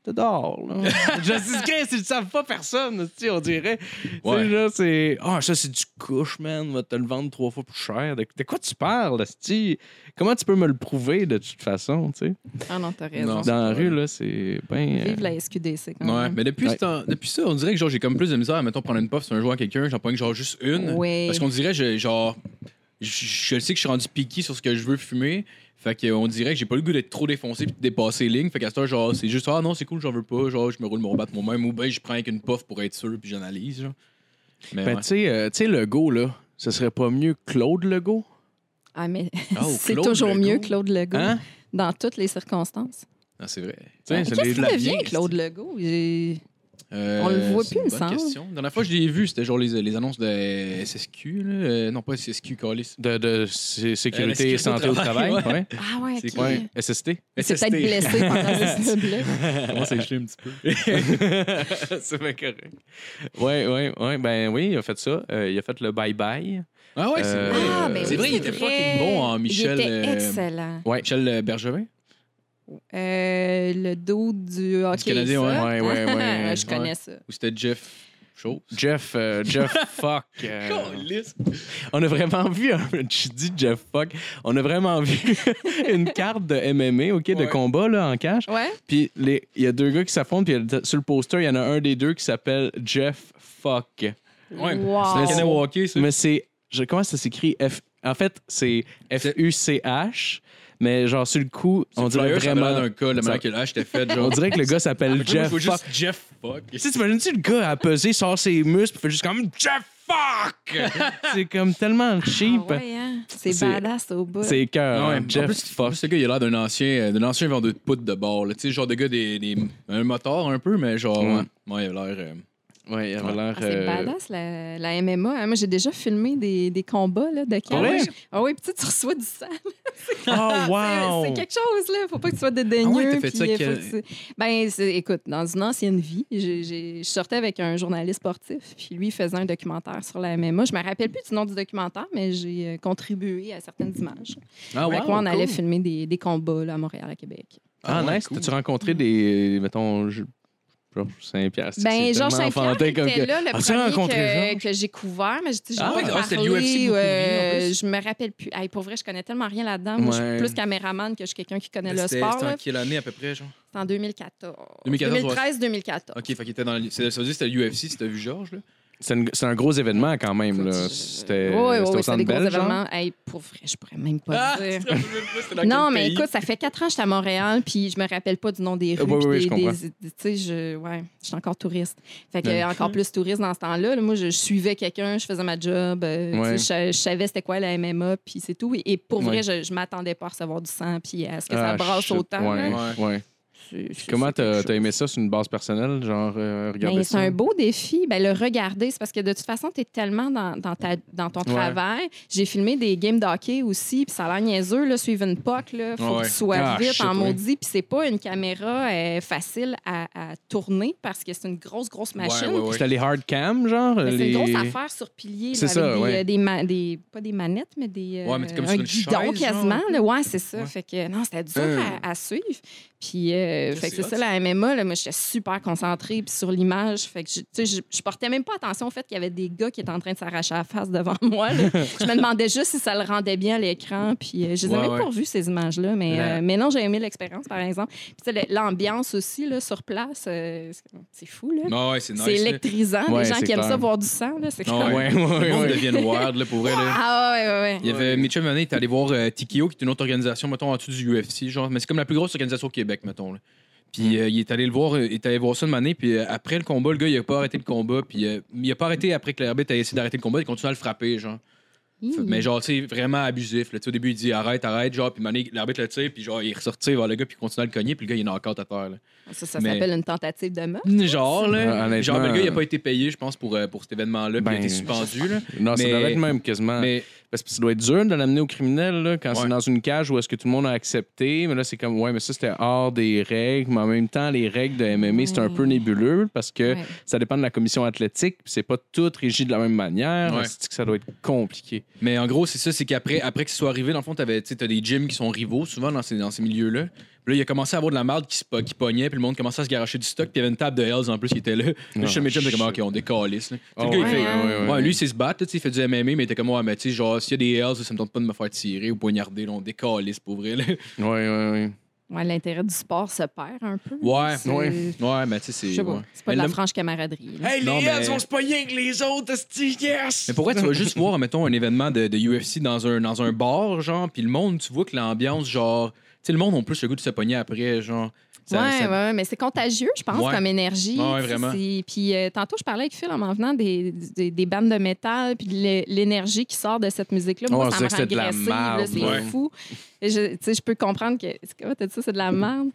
Speaker 5: je dors, là. je dis, Chris, ils le savent pas personne, Asti, on dirait.
Speaker 3: Ouais.
Speaker 5: Tu sais, là, c'est. Ah, ça c'est du couche, man. On va te le vendre trois fois plus cher. De, de quoi tu parles, Asti? Comment tu peux me le prouver de toute façon, tu sais?
Speaker 4: Ah non, t'as raison.
Speaker 3: Non.
Speaker 5: Dans la rue, là, c'est ben. euh,
Speaker 4: Vive la SQDC quand
Speaker 3: Ouais,
Speaker 4: même.
Speaker 3: mais depuis,
Speaker 5: Ouais.
Speaker 3: ce temps- depuis ça, on dirait que genre j'ai comme plus de misère à mettons prendre une puff sur un joint à quelqu'un, j'en prends genre juste une.
Speaker 4: Oui.
Speaker 3: Parce qu'on dirait je- genre je, je sais que je suis rendu piqué sur ce que je veux fumer. Fait que euh, on dirait que j'ai pas le goût d'être trop défoncé puis de dépasser les lignes. Fait qu'à ce temps, genre c'est juste ah non c'est cool j'en veux pas, genre je me roule mon rabat moi-même ou ben je prends avec une puff pour être sûr puis j'analyse genre. Mais
Speaker 5: Ben,
Speaker 3: ouais.
Speaker 5: tu sais, euh, tu sais, Legault, là, ce serait pas mieux Claude Legault?
Speaker 4: Ah, mais
Speaker 3: Oh,
Speaker 4: c'est
Speaker 3: Claude
Speaker 4: toujours
Speaker 3: Legault.
Speaker 4: mieux Claude Legault
Speaker 5: Hein?
Speaker 4: dans toutes les circonstances.
Speaker 3: Ah, c'est vrai.
Speaker 5: Tiens,
Speaker 4: Mais Ben,
Speaker 5: c'est
Speaker 4: Qu'est-ce
Speaker 5: des
Speaker 4: qui
Speaker 5: Flaviens,
Speaker 4: devient
Speaker 5: c'est-
Speaker 4: Claude Legault? J'ai-
Speaker 3: Euh,
Speaker 4: On le voit
Speaker 3: c'est
Speaker 4: plus,
Speaker 3: une
Speaker 4: me
Speaker 3: bonne
Speaker 4: semble.
Speaker 3: question. La dernière fois que je l'ai vu, c'était genre les, les annonces de SSQ, là. Euh, non pas SSQ, Calis.
Speaker 5: De, de sé-
Speaker 3: Euh, la
Speaker 5: sécurité
Speaker 3: sécurité
Speaker 5: et santé
Speaker 3: au
Speaker 5: au travail,
Speaker 3: travail,
Speaker 5: ouais.
Speaker 4: Ah ouais,
Speaker 3: C'est
Speaker 4: ok.
Speaker 3: quoi?
Speaker 5: Ouais, SST.
Speaker 4: Il s'est peut-être blessé pendant ce pub-là.
Speaker 3: Comment ça un petit peu?
Speaker 5: c'est bien correct. Ouais, ouais, ouais. Ben oui, il a fait ça. Euh, il a fait le bye-bye.
Speaker 3: Ah ouais, c'est
Speaker 5: Euh,
Speaker 3: vrai.
Speaker 4: Ah, ben
Speaker 3: c'est
Speaker 4: oui,
Speaker 3: vrai, il
Speaker 4: c'est
Speaker 3: était
Speaker 4: vrai.
Speaker 3: fucking bon en Michel.
Speaker 4: Il était
Speaker 3: euh,
Speaker 4: excellent.
Speaker 5: Ouais.
Speaker 3: Michel euh, Bergevin.
Speaker 4: Euh, le dos du hockey.
Speaker 3: Canadien,
Speaker 4: ça.
Speaker 5: ouais, ouais, ouais.
Speaker 4: Je connais ça.
Speaker 3: Ou c'était Jeff Chose.
Speaker 5: Jeff, euh, Jeff Fuck. euh, on a vraiment vu, un- je dis Jeff Fuck, on a vraiment vu une carte de MMA, OK, de
Speaker 3: Ouais.
Speaker 5: combat, là, en cash.
Speaker 4: Ouais?
Speaker 5: Puis les- il y a deux gars qui s'affrontent, puis il y a- sur le poster, il y en a un des deux qui s'appelle Jeff Fuck.
Speaker 3: Ouais,
Speaker 4: Wow.
Speaker 3: c'est le Canadien hockey, ça.
Speaker 5: Mais c'est. Je, comment ça s'écrit? F, en fait, c'est F-U-C-H, mais genre sur le coup, on dirait
Speaker 3: Ça
Speaker 5: vraiment.
Speaker 3: d'un cas, la
Speaker 5: ça-
Speaker 3: manière que le H était fait,
Speaker 5: On
Speaker 3: genre.
Speaker 5: dirait que le gars s'appelle
Speaker 3: Moi, je
Speaker 5: Jeff
Speaker 3: vois
Speaker 5: Fuck.
Speaker 3: juste Jeff Fuck. Euh,
Speaker 5: Tu sais, t'imagines-tu le gars à peser, sort ses muscles, puis fait juste comme Jeff Fuck! c'est comme
Speaker 4: Ah
Speaker 5: tellement
Speaker 3: ben,
Speaker 5: cheap.
Speaker 4: ouais, hein? C'est
Speaker 5: C'est-
Speaker 4: badass au bout.
Speaker 5: C'est cœur.
Speaker 3: Ah
Speaker 5: hein,
Speaker 3: Ouais,
Speaker 5: Jeff
Speaker 3: en plus, en
Speaker 5: Fuck.
Speaker 3: plus, ce gars, il a l'air d'un ancien, euh, d'un ancien vendeur de poudre de bord. là. Tu sais, genre de gars, des, des- un moteur un peu, mais genre.
Speaker 5: Ouais.
Speaker 3: Ouais, ouais, il a l'air. euh,
Speaker 5: Ouais, il avait l'air.
Speaker 4: Ah, c'est
Speaker 5: euh,
Speaker 4: badass, la, la MMA. hein. Moi, j'ai déjà filmé des, des combats là, de
Speaker 5: Ah
Speaker 4: cage.
Speaker 5: ouais?
Speaker 4: Ah oui, puis tu sais, tu reçois du sang.
Speaker 5: Oh,
Speaker 4: C'est-
Speaker 5: wow!
Speaker 4: C'est quelque chose, là. Faut pas que tu sois
Speaker 3: Ah ouais,
Speaker 4: dédaigneux.
Speaker 3: t'as fait
Speaker 4: puis,
Speaker 3: ça
Speaker 4: euh,
Speaker 3: que-
Speaker 4: faut que tu- Ben, c'est- écoute, dans une ancienne vie, j'ai- j'ai- je sortais avec un journaliste sportif, puis lui, il faisait un documentaire sur la MMA. Je me rappelle plus du nom du documentaire, mais j'ai euh, contribué à certaines images.
Speaker 3: Ah
Speaker 4: Fait
Speaker 3: ouais,
Speaker 4: que ouais, on allait filmer des, des combats là, à Montréal, à Québec.
Speaker 5: Ah,
Speaker 3: ouais,
Speaker 5: nice.
Speaker 3: cool.
Speaker 5: T'as-tu rencontré des. Mettons, je- Georges Saint-Pierre. c'est-
Speaker 4: Ben,
Speaker 5: c'est
Speaker 4: Georges
Speaker 5: tellement
Speaker 4: Saint-Pierre
Speaker 5: enfantin
Speaker 4: était
Speaker 5: comme que-
Speaker 4: là, le
Speaker 5: Ah, tu as rencontré
Speaker 4: premier
Speaker 5: Georges?
Speaker 4: que, que j'ai couvert, mais j'étais
Speaker 5: Ah,
Speaker 4: ah,
Speaker 5: ouais,
Speaker 4: parlé.
Speaker 3: ah, c'était le UFC beaucoup
Speaker 4: euh,
Speaker 3: mieux, en plus.
Speaker 4: je me rappelle plus. Hey, pour vrai, je connais tellement rien là-dedans. Moi, je
Speaker 5: Ouais.
Speaker 4: suis plus caméraman que je suis quelqu'un qui connaît le
Speaker 3: C'était-
Speaker 4: sport.
Speaker 3: C'était
Speaker 4: là.
Speaker 3: en quelle année à peu près, genre
Speaker 4: C'est en 2014.
Speaker 3: 2014,
Speaker 4: 2013-2014.
Speaker 3: Ok, fait qu'il était dans. le- c'est- Ça veut dire que c'était l'UFC, si t'as vu Georges, là.
Speaker 5: C'est une- c'est un gros événement quand même. là.
Speaker 4: Écoute, je-
Speaker 5: C'était
Speaker 4: Oui, oui,
Speaker 5: c'était
Speaker 4: oui,
Speaker 5: au
Speaker 4: c'était
Speaker 5: centre hein.
Speaker 4: des gros
Speaker 5: Bell, genre?
Speaker 4: événements. Hey, pour vrai, je pourrais même pas
Speaker 3: Ah,
Speaker 4: le dire.
Speaker 3: c'est- c'est dans
Speaker 4: Non,
Speaker 3: quel
Speaker 4: mais
Speaker 3: pays?
Speaker 4: écoute, ça fait quatre ans que je suis à Montréal, puis je me rappelle pas du nom des rues.
Speaker 5: oui,
Speaker 4: puis
Speaker 5: oui,
Speaker 4: des-
Speaker 5: je comprends. Ben,
Speaker 4: des- des- Tu sais, je, ouais, je suis encore touriste. Fait que,
Speaker 5: Ouais.
Speaker 4: euh, encore plus touriste dans ce temps-là. là. moi, je, je suivais quelqu'un, je faisais ma job, euh,
Speaker 5: Ouais.
Speaker 4: tu sais, je, je savais c'était quoi la MMA, puis c'est tout. Et, et pour
Speaker 5: Ouais.
Speaker 4: vrai, je, je m'attendais pas à recevoir du sang, puis à ce que
Speaker 5: Ah,
Speaker 4: ça brasse
Speaker 5: shit,
Speaker 4: autant.
Speaker 5: ouais,
Speaker 4: là.
Speaker 5: ouais.
Speaker 4: C'est- c'est-
Speaker 5: Comment
Speaker 4: c'est
Speaker 5: t'as
Speaker 4: quelque
Speaker 5: t'as
Speaker 4: chose.
Speaker 5: aimé ça sur une base personnelle? Genre, euh, regarder
Speaker 4: Ben,
Speaker 5: ça?
Speaker 4: c'est un beau défi. Ben, le regarder, c'est parce que de toute façon, tu es tellement dans, dans ta- dans ton
Speaker 5: Ouais.
Speaker 4: travail. J'ai filmé des games d'hockey aussi, puis ça a l'air niaiseux, là, suivre une POC. Là, faut
Speaker 3: Ouais.
Speaker 4: que tu sois
Speaker 5: Ah,
Speaker 4: vite
Speaker 5: shit,
Speaker 4: en
Speaker 5: oui.
Speaker 4: maudit, puis c'est pas une caméra euh, facile à, à tourner parce que c'est une grosse, grosse machine.
Speaker 3: ouais, ouais.
Speaker 5: C'était les hard cam, genre?
Speaker 4: Mais
Speaker 5: Hein, les-
Speaker 4: C'est une grosse affaire sur pilier, là,
Speaker 5: C'est
Speaker 4: avec
Speaker 5: ça,
Speaker 4: des,
Speaker 5: ouais.
Speaker 4: euh, des ma- des- pas des manettes, mais des
Speaker 3: Ouais, mais t'es comme
Speaker 4: euh,
Speaker 3: sur
Speaker 4: un
Speaker 3: une
Speaker 4: guidon
Speaker 3: chaise, genre,
Speaker 4: quasiment.
Speaker 3: un peu.
Speaker 4: là. Ouais, c'est ça.
Speaker 3: Ouais.
Speaker 4: Fait que non, c'était dur
Speaker 5: Euh.
Speaker 4: à, à suivre. Puis euh,
Speaker 3: Qu'est-ce
Speaker 4: fait que
Speaker 3: que
Speaker 4: c'est
Speaker 3: c'est
Speaker 4: ça, la MMA, là, moi, j'étais super concentrée puis sur l'image. Fait que je, tu sais, je, je portais même pas attention au fait qu'il y avait des gars qui étaient en train de s'arracher la face devant moi. là. je me demandais juste si ça le rendait bien à l'écran. Puis euh, je les ai
Speaker 3: Ouais,
Speaker 4: même
Speaker 3: ouais.
Speaker 4: pas revus, ces images-là. Mais,
Speaker 5: La-
Speaker 4: euh, mais non, j'ai aimé l'expérience, par exemple. Puis tu sais, le- l'ambiance aussi, là, sur place, euh, c'est- c'est fou, là.
Speaker 3: Non, Ah ouais, c'est nice.
Speaker 4: C'est
Speaker 3: là.
Speaker 4: électrisant.
Speaker 5: Ouais,
Speaker 4: les gens
Speaker 5: c'est
Speaker 4: qui aiment
Speaker 5: clair.
Speaker 4: ça, voir du sang, là, c'est
Speaker 3: Ah
Speaker 4: comme-
Speaker 5: Ouais,
Speaker 3: Le
Speaker 5: ouais,
Speaker 3: monde
Speaker 5: ouais.
Speaker 3: devient wild, là, pour vrai. Là.
Speaker 4: Ah ouais, ouais,
Speaker 3: Il y
Speaker 4: ouais.
Speaker 3: avait Mitchell Manet, il était allé voir euh, TKO, qui est une autre organisation, mettons, en dessous du UFC, genre, mais c'est comme la plus grosse organisation au Québec, mettons. là. Puis euh, il est allé le voir, euh, il est allé voir ça une année, puis euh, après le combat, le gars, il a pas arrêté le combat, puis euh, il a pas arrêté après que l'arbitre a essayé d'arrêter le combat, il continue à le frapper, genre. Fait-
Speaker 4: Hi.
Speaker 3: Mais genre, tu sais, vraiment abusif. là. Tu sais, au début, il dit arrête, arrête, genre, puis Mané, l'arbitre le tire, puis genre, il ressortit vers le gars, puis il continue à le cogner, puis le gars, il est knock-out à terre. là.
Speaker 4: Ça, ça
Speaker 3: mais-
Speaker 4: s'appelle une tentative de meurtre.
Speaker 3: Genre, là.
Speaker 5: Ah, honnêtement,
Speaker 3: genre, ben, le gars, il a pas été payé, je pense, pour, euh, pour cet événement-là, puis il a
Speaker 5: Ben,
Speaker 3: été suspendu, là.
Speaker 5: Non, ça
Speaker 3: Mais-
Speaker 5: doit être même quasiment.
Speaker 3: Mais
Speaker 5: Parce que ça doit être dur de l'amener au criminel là, quand
Speaker 3: Ouais.
Speaker 5: c'est dans une cage où est-ce que tout le monde a accepté. Mais là, c'est comme, ouais, mais ça, c'était hors des règles. Mais en même temps, les règles de MMA, c'est
Speaker 4: Ouais.
Speaker 5: un peu nébuleux parce que
Speaker 4: Ouais.
Speaker 5: ça dépend de la commission athlétique. Puis c'est pas tout régi de la même manière.
Speaker 3: Ouais.
Speaker 5: C'est que ça doit être compliqué.
Speaker 3: Mais en gros, c'est ça, c'est qu'après après que ce soit arrivé, dans le fond, t'avais- tu sais, t'as des gyms qui sont rivaux souvent dans ces, dans ces milieux-là. Puis là, il a commencé à avoir de la marde qui, se po- qui pognait, puis le monde commençait à se garracher du stock, puis il y avait une table de Hells en plus qui était là. Là,
Speaker 5: Ah,
Speaker 3: chez mes gyms, t'es comme, OK,
Speaker 5: shit.
Speaker 3: on décalisse. là. Tu sais,
Speaker 5: Ah,
Speaker 3: le gars, il
Speaker 4: ouais,
Speaker 3: fait-
Speaker 4: hein.
Speaker 3: ouais, lui, c'est se battre, là, tu sais, il fait du MMA, mais t'es comme, ouais, mais tu sais, genre, s'il y a des Hells, ça me tente pas de me faire tirer ou poignarder, là, on décalisse pour vrai. là.
Speaker 5: Ouais, ouais, ouais.
Speaker 4: Ouais, l'intérêt du sport se perd un peu.
Speaker 3: Ouais,
Speaker 4: C'est-
Speaker 5: ouais.
Speaker 3: Ouais, mais tu sais, c'est.
Speaker 4: Je sais
Speaker 3: ouais.
Speaker 4: pas. C'est pas
Speaker 3: Mais
Speaker 4: de la
Speaker 3: le-
Speaker 4: franche camaraderie. là.
Speaker 5: Hey,
Speaker 3: les Non, Hells mais- vont se
Speaker 5: pogner avec les autres, yes!
Speaker 3: Mais pourquoi tu vas juste voir, mettons, un événement de, de UFC dans un, dans un bar, genre, puis le monde, tu vois que l'ambiance, genre, tu sais, le monde ont plus le goût de se pogner après, genre. Ça-
Speaker 4: ouais,
Speaker 3: ça-
Speaker 4: ouais, mais c'est contagieux, je pense,
Speaker 3: Ouais.
Speaker 4: comme énergie.
Speaker 3: Ouais, ouais,
Speaker 4: Tu sais,
Speaker 3: vraiment.
Speaker 4: c'est- Puis euh, tantôt, je parlais avec Phil en m'en venant des, des, des bandes de métal, puis de l'é- l'énergie qui sort de cette musique-là. Moi,
Speaker 5: Ouais,
Speaker 4: ça
Speaker 5: c'est
Speaker 4: me
Speaker 5: que
Speaker 4: rend
Speaker 5: c'est de la
Speaker 4: agressive,
Speaker 5: marde,
Speaker 4: là, c'est
Speaker 5: ouais.
Speaker 4: fou. Et Je, tu sais, je peux comprendre que. c'est- Comment t'as dit ça? C'est de la merde?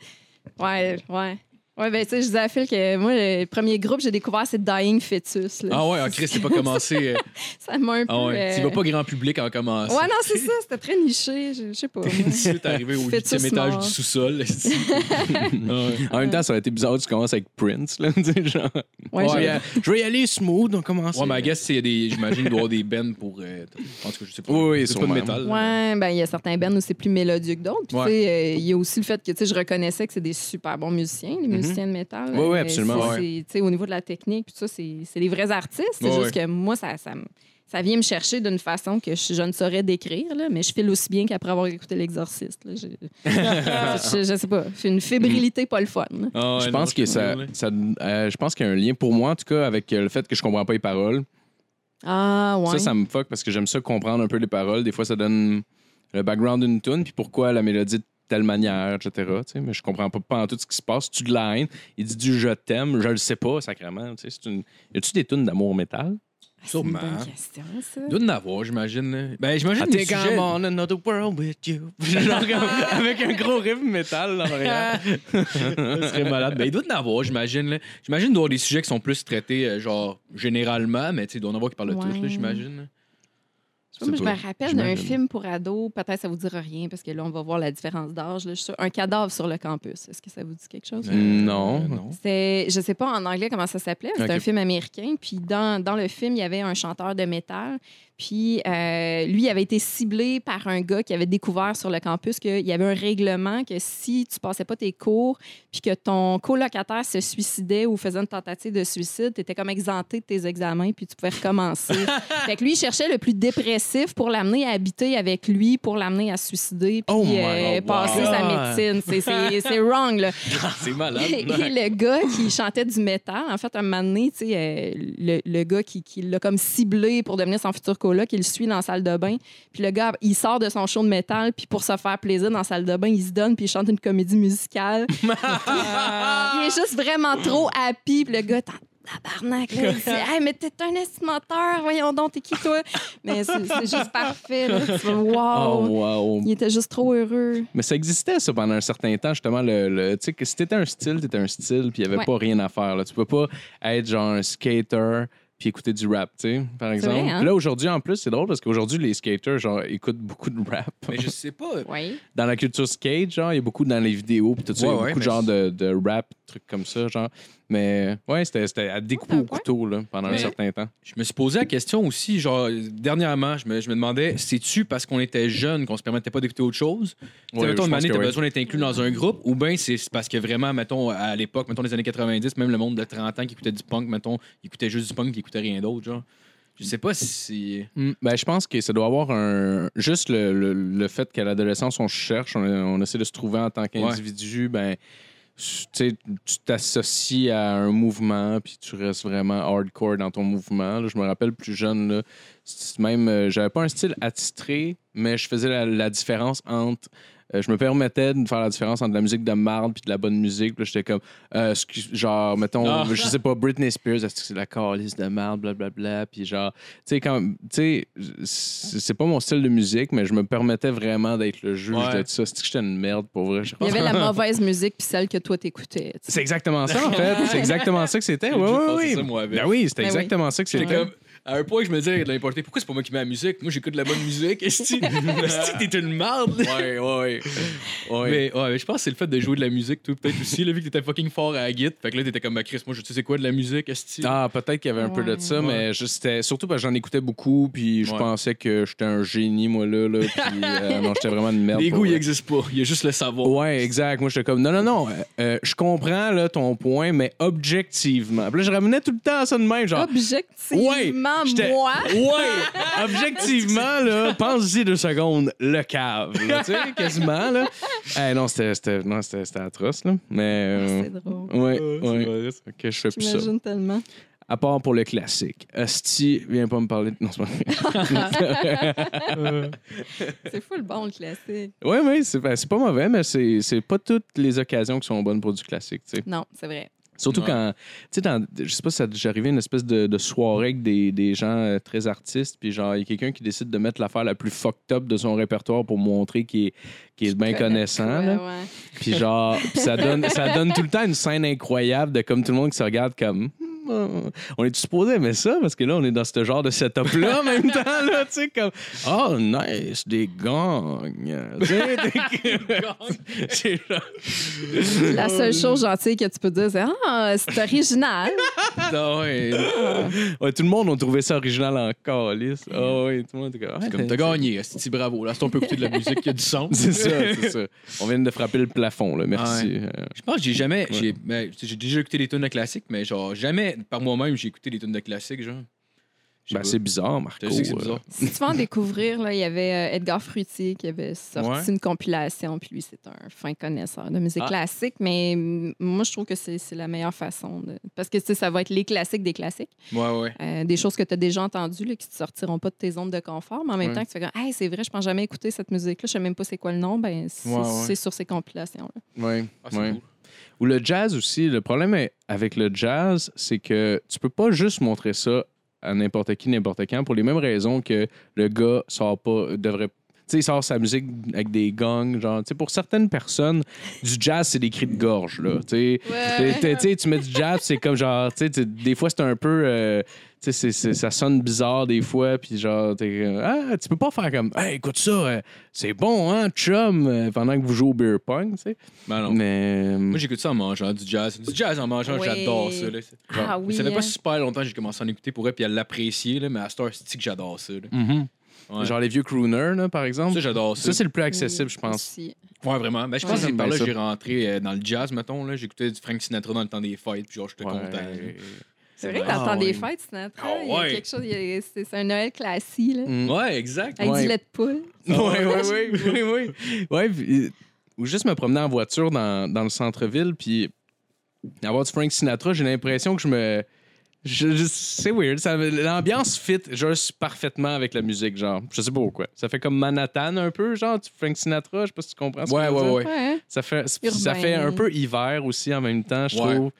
Speaker 4: Ouais, ouais. Ouais, ben, tu sais, je disais à Phil que moi, le premier groupe que j'ai découvert, c'est Dying Fetus. là.
Speaker 3: Ah ouais, ah, Chris, c'est pas commencé. euh,
Speaker 4: Ça m'a un peu.
Speaker 3: Ah ouais, tu
Speaker 4: euh,
Speaker 3: vas pas grand public en commençant.
Speaker 4: Ouais, non, c'est ça. C'était très niché. Je je sais pas. moi.
Speaker 3: D'ici, t'es arrivé au
Speaker 4: Fais-tu
Speaker 3: 8e
Speaker 4: ce
Speaker 3: étage
Speaker 4: mort.
Speaker 3: du sous-sol. Ouais.
Speaker 5: En même temps, ça aurait été bizarre, tu commences avec Prince, là, tu sais, genre.
Speaker 4: Ouais,
Speaker 5: Ouais,
Speaker 4: j'ai-
Speaker 5: euh, je vais y aller smooth, on commence.
Speaker 3: Ouais, mais I guess, c'est des- j'imagine, il doit y avoir des bennes pour. euh, en tout cas, je sais pas.
Speaker 5: Oui, oui,
Speaker 3: c'est pas de
Speaker 5: sûrement.
Speaker 3: métal. là.
Speaker 4: Ouais, ben il y a certains bands où c'est plus mélodieux que d'autres. Puis,
Speaker 3: Ouais.
Speaker 4: tu sais, euh, il y a aussi le fait que tu sais, je reconnaissais que c'est des super bons musiciens, les
Speaker 5: Mhm.
Speaker 4: musiciens de métal.
Speaker 5: Ouais, ouais,
Speaker 4: Euh,
Speaker 5: absolument,
Speaker 4: c'est-
Speaker 3: ouais.
Speaker 4: c'est- tu sais, Au niveau de la technique, puis ça, c'est c'est des vrais artistes. C'est
Speaker 3: Ouais,
Speaker 4: juste
Speaker 3: ouais.
Speaker 4: que moi, ça, ça, me- ça vient me chercher d'une façon que je, je ne saurais décrire, là, mais je file aussi bien qu'après avoir écouté L'Exorciste. là. Je, je, je sais pas. C'est une fébrilité pas le fun. là.
Speaker 3: Ah ouais,
Speaker 5: Je
Speaker 3: non,
Speaker 5: pense que ça,
Speaker 3: comprends, là.
Speaker 5: ça- euh, je pense qu'il y a un lien pour moi en tout cas avec euh, le fait que je comprends pas les paroles.
Speaker 4: Ah, ouais.
Speaker 5: Ça, ça me fuck parce que j'aime ça comprendre un peu les paroles. Des fois, ça donne le background d'une tune puis pourquoi la mélodie de telle manière, etc. tu sais. mais je comprends pas, pas en tout ce qui se passe. Tu de la haine. Il dit du je t'aime. Je le sais pas, sacrément. Tu sais, c'est une... Y a-tu des tunes d'amour métal?
Speaker 4: Ah, c'est une
Speaker 3: Sûrement.
Speaker 4: bonne question, ça.
Speaker 3: Il doit y en avoir, j'imagine. là. Ben, j'imagine.
Speaker 5: I
Speaker 3: des
Speaker 5: think
Speaker 3: sujets-
Speaker 5: I'm Ah, on another world with you. Genre comme- avec un gros riff métal dans l'oreille.
Speaker 3: Ça serait malade. Ben, il doit en avoir, j'imagine. là. J'imagine d'avoir des sujets qui sont plus traités, euh, genre, généralement, mais tu sais, il doit en avoir qui parlent de tout, là,
Speaker 4: Ouais.
Speaker 3: j'imagine. là.
Speaker 4: Tu vois, Moi,
Speaker 5: C'est
Speaker 4: je
Speaker 5: pas-
Speaker 4: me rappelle d'un
Speaker 5: j'imagine.
Speaker 4: film pour ados. Peut-être ça vous dira rien parce que là, on va voir la différence d'âge. là, je suis sûre. Un cadavre sur le campus. Est-ce que ça vous dit quelque chose?
Speaker 3: Euh,
Speaker 5: Non.
Speaker 3: non.
Speaker 4: C'était, je sais pas en anglais comment ça s'appelait. C'était
Speaker 5: Ok.
Speaker 4: un film américain. Puis dans, dans le film, il y avait un chanteur de métal. Puis euh, lui, il avait été ciblé par un gars qui avait découvert sur le campus qu'il y avait un règlement que si tu passais pas tes cours, puis que ton colocataire se suicidait ou faisait une tentative de suicide, tu étais comme exempté de tes examens, puis tu pouvais recommencer. fait que lui, il cherchait le plus dépressif pour l'amener à habiter avec lui, pour l'amener à se suicider, puis
Speaker 5: Oh my
Speaker 4: euh,
Speaker 5: God.
Speaker 4: passer sa médecine. C'est- c'est- C'est wrong, là.
Speaker 3: C'est malade.
Speaker 4: Et le gars qui chantait du métal, en fait, un moment donné, tu sais, euh, le, le gars qui, qui l'a comme ciblé pour devenir son futur coloc, il le suit dans la salle de bain. Puis le gars, il sort de son show de métal, puis pour se faire plaisir dans la salle de bain, il se donne, puis il chante une comédie musicale. euh, il est juste vraiment trop happy. Puis le gars, t'en- tabarnak, là, il dit, hey, mais t'es un estimateur, voyons donc, t'es qui toi? Mais c'est c'est juste parfait, là. Tu fais,
Speaker 3: Ah,
Speaker 5: Oh,
Speaker 4: wow.
Speaker 5: wow.
Speaker 4: Il était juste trop heureux.
Speaker 5: Mais ça existait, ça, pendant un certain temps, justement. Le, le- tu sais, que si t'étais un style, t'étais un style, puis il n'y avait
Speaker 4: Ouais.
Speaker 5: pas rien à faire. Là. Tu peux pas être genre un skater puis écouter du rap, tu sais, par exemple.
Speaker 4: vrai, hein?
Speaker 5: Puis là, aujourd'hui, en plus, c'est drôle parce qu'aujourd'hui, les skaters, genre, écoutent beaucoup de rap.
Speaker 3: Mais je sais pas.
Speaker 4: Oui.
Speaker 5: Dans la culture skate, genre, il y a beaucoup dans les vidéos, puis tout ça, il y
Speaker 3: Ouais,
Speaker 5: a
Speaker 3: ouais,
Speaker 5: beaucoup de
Speaker 3: mais
Speaker 5: genre de, de rap, trucs comme ça, genre. Mais ouais, c'était c'était à découper
Speaker 4: t'as un
Speaker 5: au
Speaker 4: point.
Speaker 5: couteau, là, pendant un
Speaker 3: Mais-
Speaker 5: certain temps.
Speaker 3: Je me suis posé la question aussi, genre, dernièrement, je me, je me demandais, c'est-tu parce qu'on était jeune qu'on se permettait pas d'écouter autre chose? Tu sais,
Speaker 5: Ouais,
Speaker 3: mettons,
Speaker 5: je
Speaker 3: une
Speaker 5: pense
Speaker 3: année,
Speaker 5: que
Speaker 3: t'as
Speaker 5: ouais.
Speaker 3: besoin d'être inclus dans un groupe, ou bien c'est c'est parce que vraiment, mettons, à l'époque, mettons, les années 90, même le monde de 30 ans qui écoutait du punk, mettons, il écoutait juste du punk qui écoutait rien d'autre, genre. Je sais pas si.
Speaker 5: Mm. Ben, je pense que ça doit avoir un. Juste le, le- le fait qu'à l'adolescence, on cherche, on, on essaie de se trouver en tant qu'individu, ben. tu sais, tu t'associes à un mouvement, puis tu restes vraiment hardcore dans ton mouvement. là. je me rappelle plus jeune, là, c'est- même, euh, j'avais pas un style attitré, mais je faisais la, la différence entre. euh, je me permettais de faire la différence entre de la musique de marde puis de la bonne musique. Puis là, J'étais comme, euh, excuse- genre, mettons,
Speaker 3: Ah.
Speaker 5: je sais pas, Britney Spears, est-ce que c'est de la calice de marde, blablabla. Puis genre, tu sais, quand, tu sais, c'est c'est pas mon style de musique, mais je me permettais vraiment d'être le juge
Speaker 3: Ouais.
Speaker 5: de ça. C'est que j'étais une merde pour vrai. je
Speaker 4: Il y
Speaker 5: pense.
Speaker 4: avait la mauvaise musique, puis celle que toi, t'écoutais. tu sais.
Speaker 5: C'est exactement ça, en fait. C'est exactement ça que c'était.
Speaker 3: J'ai
Speaker 5: Oui,
Speaker 3: juste
Speaker 5: oui,
Speaker 3: pensé
Speaker 5: oui.
Speaker 3: ça, moi, avec.
Speaker 5: Ben oui, c'était
Speaker 4: Ben oui.
Speaker 5: exactement ça que
Speaker 3: C'est
Speaker 5: c'était.
Speaker 3: comme. À un point que je me disais de l'importer, pourquoi c'est pas moi qui mets la musique? Moi, j'écoute de la bonne musique. Est-ce que t'es une merde?
Speaker 5: Ouais, ouais, ouais. Ouais.
Speaker 3: Mais, ouais, mais je pense que c'est le fait de jouer de la musique, tout peut-être aussi, là, vu que t'étais fucking fort à la guitare. Fait que là, t'étais comme, Ah, Chris, moi, je tu sais quoi de la musique, est
Speaker 5: Ah, peut-être qu'il y avait un peu de ça,
Speaker 3: Ouais.
Speaker 5: mais je- c'était surtout parce que j'en écoutais beaucoup, puis je
Speaker 3: Ouais.
Speaker 5: pensais que j'étais un génie, moi, là. là puis euh, non, j'étais vraiment une merde.
Speaker 3: Les
Speaker 5: pour
Speaker 3: goûts, ils
Speaker 5: vrai.
Speaker 3: existent pas. Il y a juste le savoir.
Speaker 5: Ouais, exact. Moi, j'étais comme, non, non, non, euh, euh, je comprends là, ton point, mais objectivement. Puis là, je ramenais tout le temps à ça de même, genre,
Speaker 4: Objectivement,
Speaker 5: j'étais- Oh.
Speaker 4: moi.
Speaker 5: Ouais, objectivement, là, pense-y deux secondes, le cave, là, tu sais, quasiment, là. Eh, non, c'était, c'était, non, c'était, c'était atroce, là, mais...
Speaker 4: C'est drôle.
Speaker 5: euh, ouais, ouais, ok, je fais plus ça.
Speaker 4: Ah, J'imagine tellement.
Speaker 5: À part pour le classique. Asti, viens pas me parler... de- Non, c'est pas
Speaker 4: C'est fou le bon, le classique.
Speaker 5: Ouais, ouais, c'est, ben, c'est pas mauvais, mais c'est, c'est pas toutes les occasions qui sont bonnes pour du classique, tu sais.
Speaker 4: Non, c'est vrai.
Speaker 5: Surtout
Speaker 3: Ouais.
Speaker 5: quand, tu sais, dans- je sais pas si ça j'arrivais une espèce de, de soirée avec des, des gens euh, très artistes, puis genre, il y a quelqu'un qui décide de mettre l'affaire la plus fucked up de son répertoire pour montrer qu'il est, qu'il est bien connaissant,
Speaker 4: Ouais,
Speaker 5: là.
Speaker 4: ouais.
Speaker 5: Puis genre, puis ça, donne, ça donne tout le temps une scène incroyable de comme tout le monde qui se regarde comme. Hmm, euh, On est supposé aimer ça parce que là, on est dans ce genre de setup-là en même temps, là, tu sais, comme. Oh, nice, des gangs. Tu sais, des- c'est genre-
Speaker 4: La seule chose gentille que tu peux dire, c'est Ah, c'est original.
Speaker 3: Ah ouais.
Speaker 5: Ouais, tout le monde a trouvé ça original en calice. Ah oui, tout le monde était comme.
Speaker 3: C'est
Speaker 5: ouais,
Speaker 3: comme, t'as gagné, Asti, bravo. Là, si on peut écouter de la musique qui a du son.
Speaker 5: C'est ça, c'est ça. On vient de frapper le plafond, là. Merci. Euh,
Speaker 3: Je pense que j'ai jamais. J'ai ben, j'ai déjà écouté des tunes de classique, mais genre, jamais par moi-même, j'ai écouté des tunes de classique, genre. Je sais
Speaker 5: ben,
Speaker 3: pas.
Speaker 5: c'est bizarre, Marco.
Speaker 3: Je sais que c'est
Speaker 5: euh.
Speaker 3: bizarre.
Speaker 4: si tu veux en découvrir, là, il y avait euh, Edgar Fruitier qui avait sorti
Speaker 5: Ouais.
Speaker 4: une compilation, puis lui, c'est un fin connaisseur de musique
Speaker 5: Ah.
Speaker 4: classique, mais mm, moi, je trouve que c'est c'est la meilleure façon. De... Parce que tu sais, ça va être les classiques des classiques.
Speaker 5: hein.
Speaker 3: Ouais, ouais.
Speaker 4: Euh, des choses que tu as déjà entendues là, qui ne te sortiront pas de tes zones de confort, mais en même
Speaker 5: Ouais.
Speaker 4: temps que tu fais comme, hey, c'est vrai, je pense jamais écouter cette musique-là, je sais même pas c'est quoi le nom, ben, c'est
Speaker 5: Ouais, ouais.
Speaker 4: c'est sur ces compilations-là.
Speaker 5: Ouais,
Speaker 3: Ah, c'est
Speaker 5: ouais.
Speaker 3: cool.
Speaker 5: Ou le jazz aussi. Le problème est- avec le jazz, c'est que tu peux pas juste montrer ça à n'importe qui, n'importe quand, pour les mêmes raisons que le gars sort pas, euh, devrait sais, il sort sa musique avec des gongs. Genre, tu sais, pour certaines personnes, du jazz, c'est des cris de gorge. Là, tu sais.
Speaker 4: Ouais.
Speaker 5: T'es- t'es- tu sais, tu mets du jazz, c'est comme genre, tu sais, tu- des fois, c'est un peu. euh, tu sais, c'est- c'est- ça sonne bizarre des fois, puis genre, t'es, euh, ah, tu peux pas faire comme, hey, écoute ça, euh, c'est bon, hein, chum, euh, pendant que vous jouez au beer pong, tu sais.
Speaker 3: Ben non.
Speaker 5: Mais.
Speaker 3: Moi, j'écoute ça en mangeant, du jazz. Du jazz en mangeant,
Speaker 4: Oui.
Speaker 3: j'adore ça. Là. C'est-
Speaker 4: Ah
Speaker 3: genre,
Speaker 4: oui,
Speaker 3: Ça fait pas
Speaker 4: hein.
Speaker 3: super longtemps que j'ai commencé à en écouter pour elle puis à l'apprécier, là, mais à Star City que j'adore ça. là.
Speaker 5: Mhm.
Speaker 3: Ouais.
Speaker 5: Genre les vieux crooners, là, par exemple.
Speaker 3: Ça, j'adore ça.
Speaker 5: Ça, c'est le plus accessible, je pense.
Speaker 4: Aussi.
Speaker 3: Ouais, vraiment. Ben, je
Speaker 4: Ouais.
Speaker 3: pense que
Speaker 5: J'aime
Speaker 3: par
Speaker 5: bien
Speaker 3: là,
Speaker 5: ça.
Speaker 3: j'ai rentré euh, dans le jazz, mettons. là. J'écoutais du Frank Sinatra dans le temps des fêtes, puis genre, j'étais
Speaker 5: Ouais.
Speaker 3: content. là.
Speaker 4: C'est vrai que
Speaker 5: Ah
Speaker 4: dans le temps
Speaker 5: ouais.
Speaker 4: des fêtes, Sinatra,
Speaker 3: Ah
Speaker 4: il y a
Speaker 3: ouais.
Speaker 4: quelque chose, il y a- c'est c'est un Noël classique, là.
Speaker 5: Mm.
Speaker 3: Ouais, exact.
Speaker 4: Avec
Speaker 5: Ouais.
Speaker 4: du lait de poule.
Speaker 5: Oui, oui, oui, oui, oui. Ouais, puis, euh, ou juste me promener en voiture dans, dans le centre-ville, puis avoir du Frank Sinatra, j'ai l'impression que je me... je- je- c'est weird. ça me- L'ambiance fit juste parfaitement avec la musique, genre. Je sais pas pourquoi. Ça fait comme Manhattan un peu, genre, du Frank Sinatra. Je sais pas si tu comprends ce que
Speaker 3: Ouais,
Speaker 5: je veux
Speaker 3: ouais,
Speaker 5: dire.
Speaker 3: ouais.
Speaker 4: Ouais. hein.
Speaker 5: Ça fait,
Speaker 4: Urbain.
Speaker 5: ça fait un peu hiver aussi en même temps, je
Speaker 3: Ouais.
Speaker 5: trouve.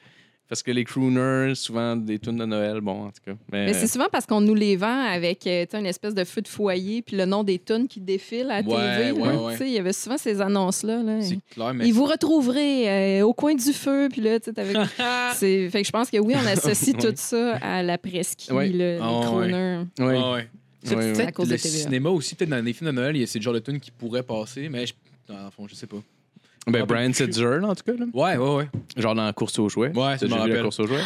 Speaker 5: Parce que les crooners, souvent des tunes de Noël, bon, en tout cas. Mais,
Speaker 4: Mais c'est souvent parce qu'on nous les vend avec euh, tu sais, une espèce de feu de foyer puis le nom des tunes qui défilent à la
Speaker 3: Ouais,
Speaker 4: TV. là.
Speaker 3: ouais, ouais.
Speaker 4: Tu sais, Il y avait souvent ces annonces-là. là.
Speaker 3: C'est clair, mais.
Speaker 4: Ils vous retrouverez euh, au coin du feu. Puis là, tu sais, t'avais- c'est Fait que je pense que oui, on associe tout ça à la presqu'île,
Speaker 5: Ouais.
Speaker 4: là, les
Speaker 3: Ah, ouais.
Speaker 4: crooners.
Speaker 5: Ouais.
Speaker 3: Ah, ouais.
Speaker 5: Ouais, ouais.
Speaker 3: Peut-être
Speaker 4: À cause
Speaker 3: le
Speaker 4: de TVA.
Speaker 3: cinéma aussi, peut-être dans les films de Noël, il y a c'est le genre de tune qui pourrait passer, mais je... dans le fond, je sais pas.
Speaker 5: Ben, Brian Setzer, là, en tout cas, là.
Speaker 3: Ouais, ouais, ouais.
Speaker 5: genre dans la course aux jouets.
Speaker 3: Ouais, ça,
Speaker 5: T'as
Speaker 3: je
Speaker 5: déjà
Speaker 3: m'en
Speaker 5: vu la
Speaker 3: rappelle.
Speaker 5: course aux jouets.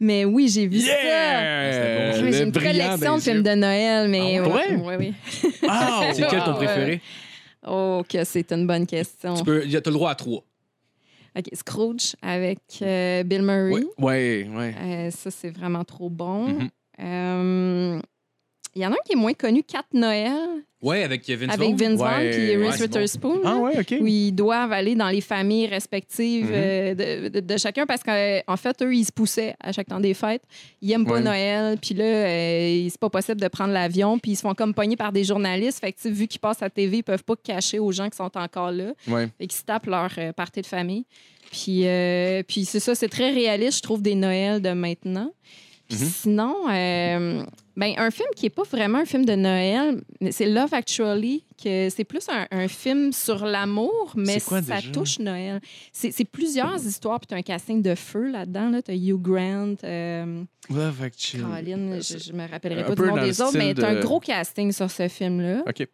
Speaker 4: Mais oui, j'ai vu
Speaker 3: C'était
Speaker 4: ça.
Speaker 3: bon.
Speaker 4: J'ai
Speaker 5: Le
Speaker 4: une
Speaker 5: brillant
Speaker 4: collection
Speaker 5: des
Speaker 4: de films
Speaker 5: yeux.
Speaker 4: de Noël, mais
Speaker 5: Ah ouais?
Speaker 4: ouais, ouais.
Speaker 5: Ah,
Speaker 3: C'est quel ton
Speaker 4: ouais.
Speaker 3: préféré?
Speaker 4: Oh, que c'est une bonne question.
Speaker 3: Tu peux... y a- T'as le droit à trois.
Speaker 4: OK, Scrooge avec euh, Bill Murray.
Speaker 5: Ouais, ouais, ouais.
Speaker 4: Euh, ça, c'est vraiment trop bon.
Speaker 5: Mhm.
Speaker 4: Euh, Il y en a un qui est moins connu, Quatre Noël,
Speaker 3: Ouais, avec euh, Vince
Speaker 4: avec
Speaker 3: Vaughn.
Speaker 4: Vince Vaughn
Speaker 5: Ouais,
Speaker 4: et
Speaker 3: ouais,
Speaker 4: Reese
Speaker 3: c'est bon.
Speaker 4: Witherspoon. là,
Speaker 5: Ah ouais, ok.
Speaker 4: Où ils doivent aller dans les familles respectives
Speaker 5: Mhm.
Speaker 4: euh, de, de- de chacun parce qu'en fait, eux, ils se poussaient à chaque temps des fêtes. Ils aiment pas
Speaker 5: Ouais.
Speaker 4: Noël, puis là, euh, c'est pas possible de prendre l'avion, puis ils se font comme pogner par des journalistes. Fait que, tu sais, vu qu'ils passent à la TV, ils peuvent pas cacher aux gens qui sont encore là.
Speaker 5: Ouais.
Speaker 4: Fait qu'ils se tapent leur euh, party de famille. Puis, euh, puis c'est ça, c'est très réaliste, je trouve, des Noëls de maintenant. Puis
Speaker 5: Mhm.
Speaker 4: sinon, euh, ben, un film qui n'est pas vraiment un film de Noël, mais c'est Love Actually, que c'est plus un, un film sur l'amour, mais
Speaker 5: C'est quoi
Speaker 4: ça
Speaker 5: déjà?
Speaker 4: touche Noël. C'est c'est plusieurs histoires, puis tu as un casting de feu là-dedans. Là. Tu as Hugh Grant, euh,
Speaker 5: Love Actually.
Speaker 4: Caroline, je ne me rappellerai
Speaker 5: euh, Un
Speaker 4: pas du
Speaker 5: peu
Speaker 4: nom
Speaker 5: dans le
Speaker 4: des autres,
Speaker 5: style
Speaker 4: mais tu as un
Speaker 5: de-
Speaker 4: gros casting sur ce film-là.
Speaker 5: Ok.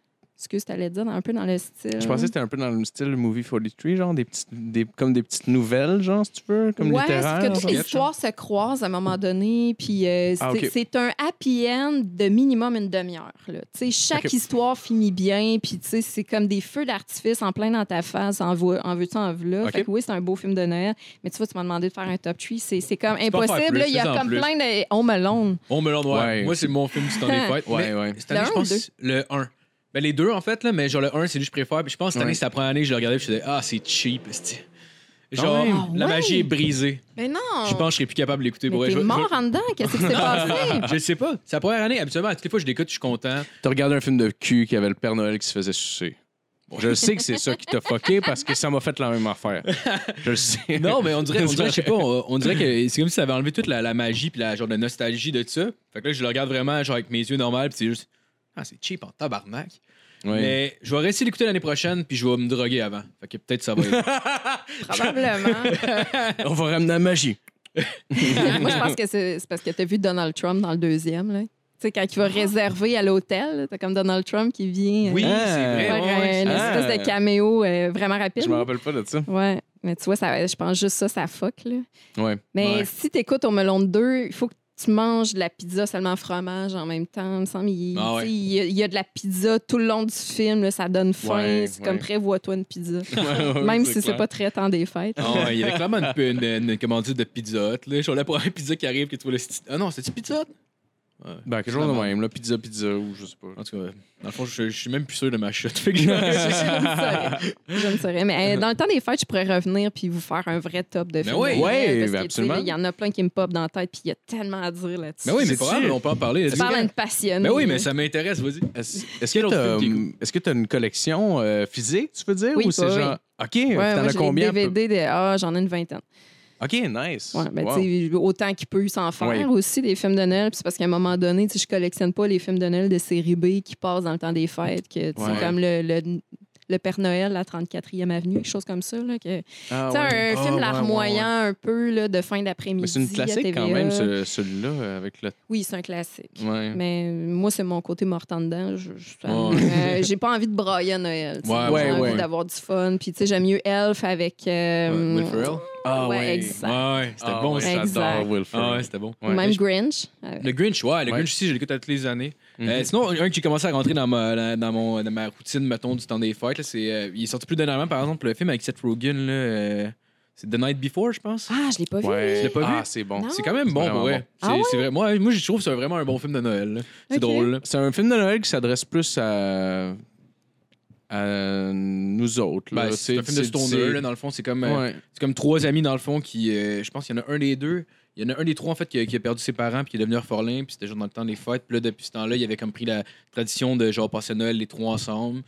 Speaker 4: Ce que tu allais dire, un peu dans le style.
Speaker 5: Je pensais que c'était un peu dans le style movie 43, genre des petites, des, comme des petites nouvelles, genre si tu veux, comme
Speaker 4: ouais,
Speaker 5: littéraires.
Speaker 4: c'est que toutes
Speaker 5: genre.
Speaker 4: les histoires se croisent à un moment donné, puis euh, c'est
Speaker 5: Ah, ok.
Speaker 4: c'est un happy end de minimum une demi-heure. là. Tu sais, Chaque
Speaker 5: Ok.
Speaker 4: histoire finit bien, puis tu sais, c'est comme des feux d'artifice en plein dans ta face, en, vo- en veux-tu, en veux-là.
Speaker 5: Ok.
Speaker 4: Fait que oui, c'est un beau film de Noël, mais tu vois, tu m'as demandé de faire un top 3, c'est c'est comme
Speaker 3: peux en faire
Speaker 4: impossible.
Speaker 3: plus,
Speaker 4: là, Il y
Speaker 3: fais-en
Speaker 4: a comme
Speaker 3: plus.
Speaker 4: plein de... On me l'onde.
Speaker 3: On me l'a
Speaker 5: Ouais.
Speaker 3: Moi, c'est mon film du temps des fêtes.
Speaker 5: Ouais,
Speaker 3: mais
Speaker 5: ouais.
Speaker 3: Cette année,
Speaker 4: Le
Speaker 3: je
Speaker 4: un ou
Speaker 3: pense le 1. Ben, les deux, en fait, là, mais genre le 1, c'est lui que je préfère. Puis je pense que cette année,
Speaker 5: Ouais.
Speaker 3: c'est la première année que je le regardais. Puis je disais, ah, c'est cheap. c'ti.
Speaker 5: Quand
Speaker 3: Genre,
Speaker 5: même.
Speaker 4: Ah
Speaker 3: la
Speaker 4: ouais?
Speaker 3: magie est brisée.
Speaker 4: Mais non!
Speaker 3: Je pense que je serais plus capable de l'écouter.
Speaker 4: mais
Speaker 3: pour vrai.
Speaker 4: t'es
Speaker 3: Je- je-
Speaker 4: mort hein? en dedans, qu'est-ce qui s'est passé?
Speaker 3: Je le sais pas. C'est la première année. Habituellement, à toutes les fois que je l'écoute, je suis content.
Speaker 5: T'as regardé un film de cul qui avait le Père Noël qui se faisait sucer. Je le sais que c'est ça qui t'a fucké parce que ça m'a fait la même affaire. Je le sais.
Speaker 3: Non, mais on dirait, on dirait, je sais pas, on, on dirait que c'est comme si ça avait enlevé toute la, la magie puis la genre de nostalgie de ça. Fait que là, je le regarde vraiment genre avec mes yeux normaux puis c'est juste ah, c'est cheap en tabarnak.
Speaker 5: Ouais.
Speaker 3: Mais je vais essayer d'écouter l'année prochaine puis je vais me droguer avant. Fait que peut-être ça va aider.
Speaker 4: Probablement.
Speaker 5: On va ramener la magie.
Speaker 4: Moi, je pense que c'est c'est parce que tu as vu Donald Trump dans le deuxième. Là. Tu sais, quand il va réserver à l'hôtel, tu as comme Donald Trump qui vient euh,
Speaker 3: oui,
Speaker 5: Ah.
Speaker 3: c'est vrai.
Speaker 4: faire
Speaker 3: ouais, ouais,
Speaker 4: euh, une
Speaker 5: c'est ça.
Speaker 4: espèce de caméo euh, vraiment rapide.
Speaker 5: Je me rappelle pas de ça.
Speaker 4: Ouais. Mais tu vois, ça, je pense juste ça, ça fuck. Là.
Speaker 5: Ouais.
Speaker 4: Mais
Speaker 3: Ouais.
Speaker 4: si tu écoutes au melon de deux, il faut que tu manges de la pizza seulement fromage en même temps. Il me semble il,
Speaker 3: Ah
Speaker 4: tu
Speaker 3: ouais.
Speaker 4: sais, il y a- il y a de la pizza tout le long du film. là, ça donne faim.
Speaker 5: Ouais,
Speaker 4: c'est
Speaker 5: ouais.
Speaker 4: comme prévois-toi une pizza.
Speaker 5: Ouais,
Speaker 4: même si c'est
Speaker 5: clair.
Speaker 4: pas très temps des fêtes.
Speaker 3: Ah ouais, il y avait clairement une, pi- une, une commandite de pizza Hut, là. Genre la première pizza qui arrive que tu vois le sti- Ah non, c'est-tu pizza Hut? Ouais.
Speaker 5: Ben, quelque chose de même, là. Pizza, pizza, ou je sais pas.
Speaker 3: En tout cas, dans le fond, je, je suis même plus sûr de ma chute. Fait que je-
Speaker 4: je ne saurais. Je ne saurais. Mais euh, dans le temps des fêtes, je pourrais revenir puis vous faire un vrai top de films.
Speaker 3: oui.
Speaker 4: de Noël,
Speaker 5: Oui,
Speaker 4: parce que, tu
Speaker 5: ben
Speaker 4: sais, là,
Speaker 5: absolument. Ben
Speaker 4: Il y en a plein qui me pop dans la tête puis il y a tellement à dire là-dessus.
Speaker 3: Mais Ben oui, mais
Speaker 5: C'est Ben
Speaker 3: pas grave,
Speaker 5: sûr.
Speaker 3: on peut en parler.
Speaker 4: Tu parles à une passionnée.
Speaker 3: Mais oui, mais ça m'intéresse, vas-y.
Speaker 5: Est-ce est-ce
Speaker 3: Quel
Speaker 5: que
Speaker 3: autre
Speaker 5: tu
Speaker 3: film qui
Speaker 5: as, une collection euh, physique, tu veux dire?
Speaker 4: Oui,
Speaker 5: ou c'est
Speaker 4: bah oui.
Speaker 5: genre. OK,
Speaker 4: Ouais,
Speaker 5: t'en
Speaker 4: moi,
Speaker 5: as
Speaker 4: j'ai les
Speaker 5: combien? à peu-
Speaker 4: DVD de... Ah, j'en ai une vingtaine.
Speaker 5: OK, nice.
Speaker 4: Ouais, ben,
Speaker 5: Wow.
Speaker 4: tu sais, Autant qu'il peut s'en faire
Speaker 5: Ouais.
Speaker 4: aussi des films de Noël. Puis c'est parce qu'à un moment donné, tu sais, je collectionne pas les films de Noël de série B qui passent dans le temps des fêtes, que, tu sais,
Speaker 5: Ouais.
Speaker 4: comme le, le- le Père Noël à 34e Avenue, quelque chose comme ça. Là, que, tu
Speaker 5: Ah,
Speaker 4: sais,
Speaker 5: ouais.
Speaker 4: un
Speaker 5: Ah,
Speaker 4: film
Speaker 5: ouais,
Speaker 4: larmoyant
Speaker 5: ouais, ouais.
Speaker 4: un peu là, de fin d'après-midi.
Speaker 5: Mais c'est une
Speaker 4: à
Speaker 5: classique
Speaker 4: TVA.
Speaker 5: quand même, ce- celui-là, euh, avec le.
Speaker 4: Oui, c'est un classique.
Speaker 5: Ouais.
Speaker 4: Mais euh, moi, c'est mon côté mortant dedans. Je- je- ça-
Speaker 5: Ouais.
Speaker 4: euh, J'ai pas envie de brailler à Noël. tu sais.
Speaker 5: Ouais,
Speaker 4: J'ai
Speaker 5: ouais,
Speaker 4: envie
Speaker 5: ouais.
Speaker 4: d'avoir du fun. Puis, tu sais, j'aime mieux Elf avec. euh,
Speaker 5: Will Ferrell?
Speaker 4: ouais,
Speaker 5: Ah,
Speaker 4: exact.
Speaker 3: Ouais, c'était
Speaker 5: Ah,
Speaker 3: bon.
Speaker 5: ouais,
Speaker 3: ça.
Speaker 5: J'adore
Speaker 4: Exact.
Speaker 3: Ah,
Speaker 5: Will
Speaker 3: ouais,
Speaker 5: Ferrell.
Speaker 3: c'était bon.
Speaker 5: Ouais.
Speaker 4: Même
Speaker 5: Et je-
Speaker 4: Grinch. euh,
Speaker 3: Le Grinch, ouais, le
Speaker 5: Ouais.
Speaker 3: Grinch aussi, je l'écoute toutes les années.
Speaker 5: Mhm.
Speaker 4: Mm-hmm.
Speaker 3: Euh, sinon, un qui commençait à rentrer dans ma, la- dans, mon, dans ma routine, mettons, du temps des fêtes, là, c'est, euh, il est sorti plus dernièrement, par exemple, le film avec Seth Rogen, là, euh, c'est The Night Before, je pense.
Speaker 4: Ah, je l'ai pas
Speaker 5: Ouais.
Speaker 3: Tu l'as pas vu?
Speaker 5: Ah, c'est bon.
Speaker 4: Non.
Speaker 3: C'est quand même bon,
Speaker 5: C'est vraiment
Speaker 3: ouais.
Speaker 5: bon.
Speaker 3: C'est,
Speaker 4: Ah ouais?
Speaker 3: c'est vrai- moi, moi, je trouve que c'est vraiment un bon film de Noël. là. C'est
Speaker 4: Ok.
Speaker 3: drôle. là.
Speaker 5: C'est un film de Noël qui s'adresse plus à. à nous autres. là.
Speaker 3: Ben, c'est, un film de
Speaker 5: c'est-
Speaker 3: Stoner,
Speaker 5: c'est-
Speaker 3: là, dans le fond. C'est comme, euh,
Speaker 5: Ouais.
Speaker 3: c'est comme trois amis, dans le fond, qui. euh, je pense qu'il y en a un des deux. Il y en a un des trois, en fait, qui a, qui a perdu ses parents, puis qui est devenu orphelin, puis c'était genre dans le temps des fêtes. Puis là, depuis ce temps-là, il avait comme pris la tradition de genre passer Noël les trois ensemble.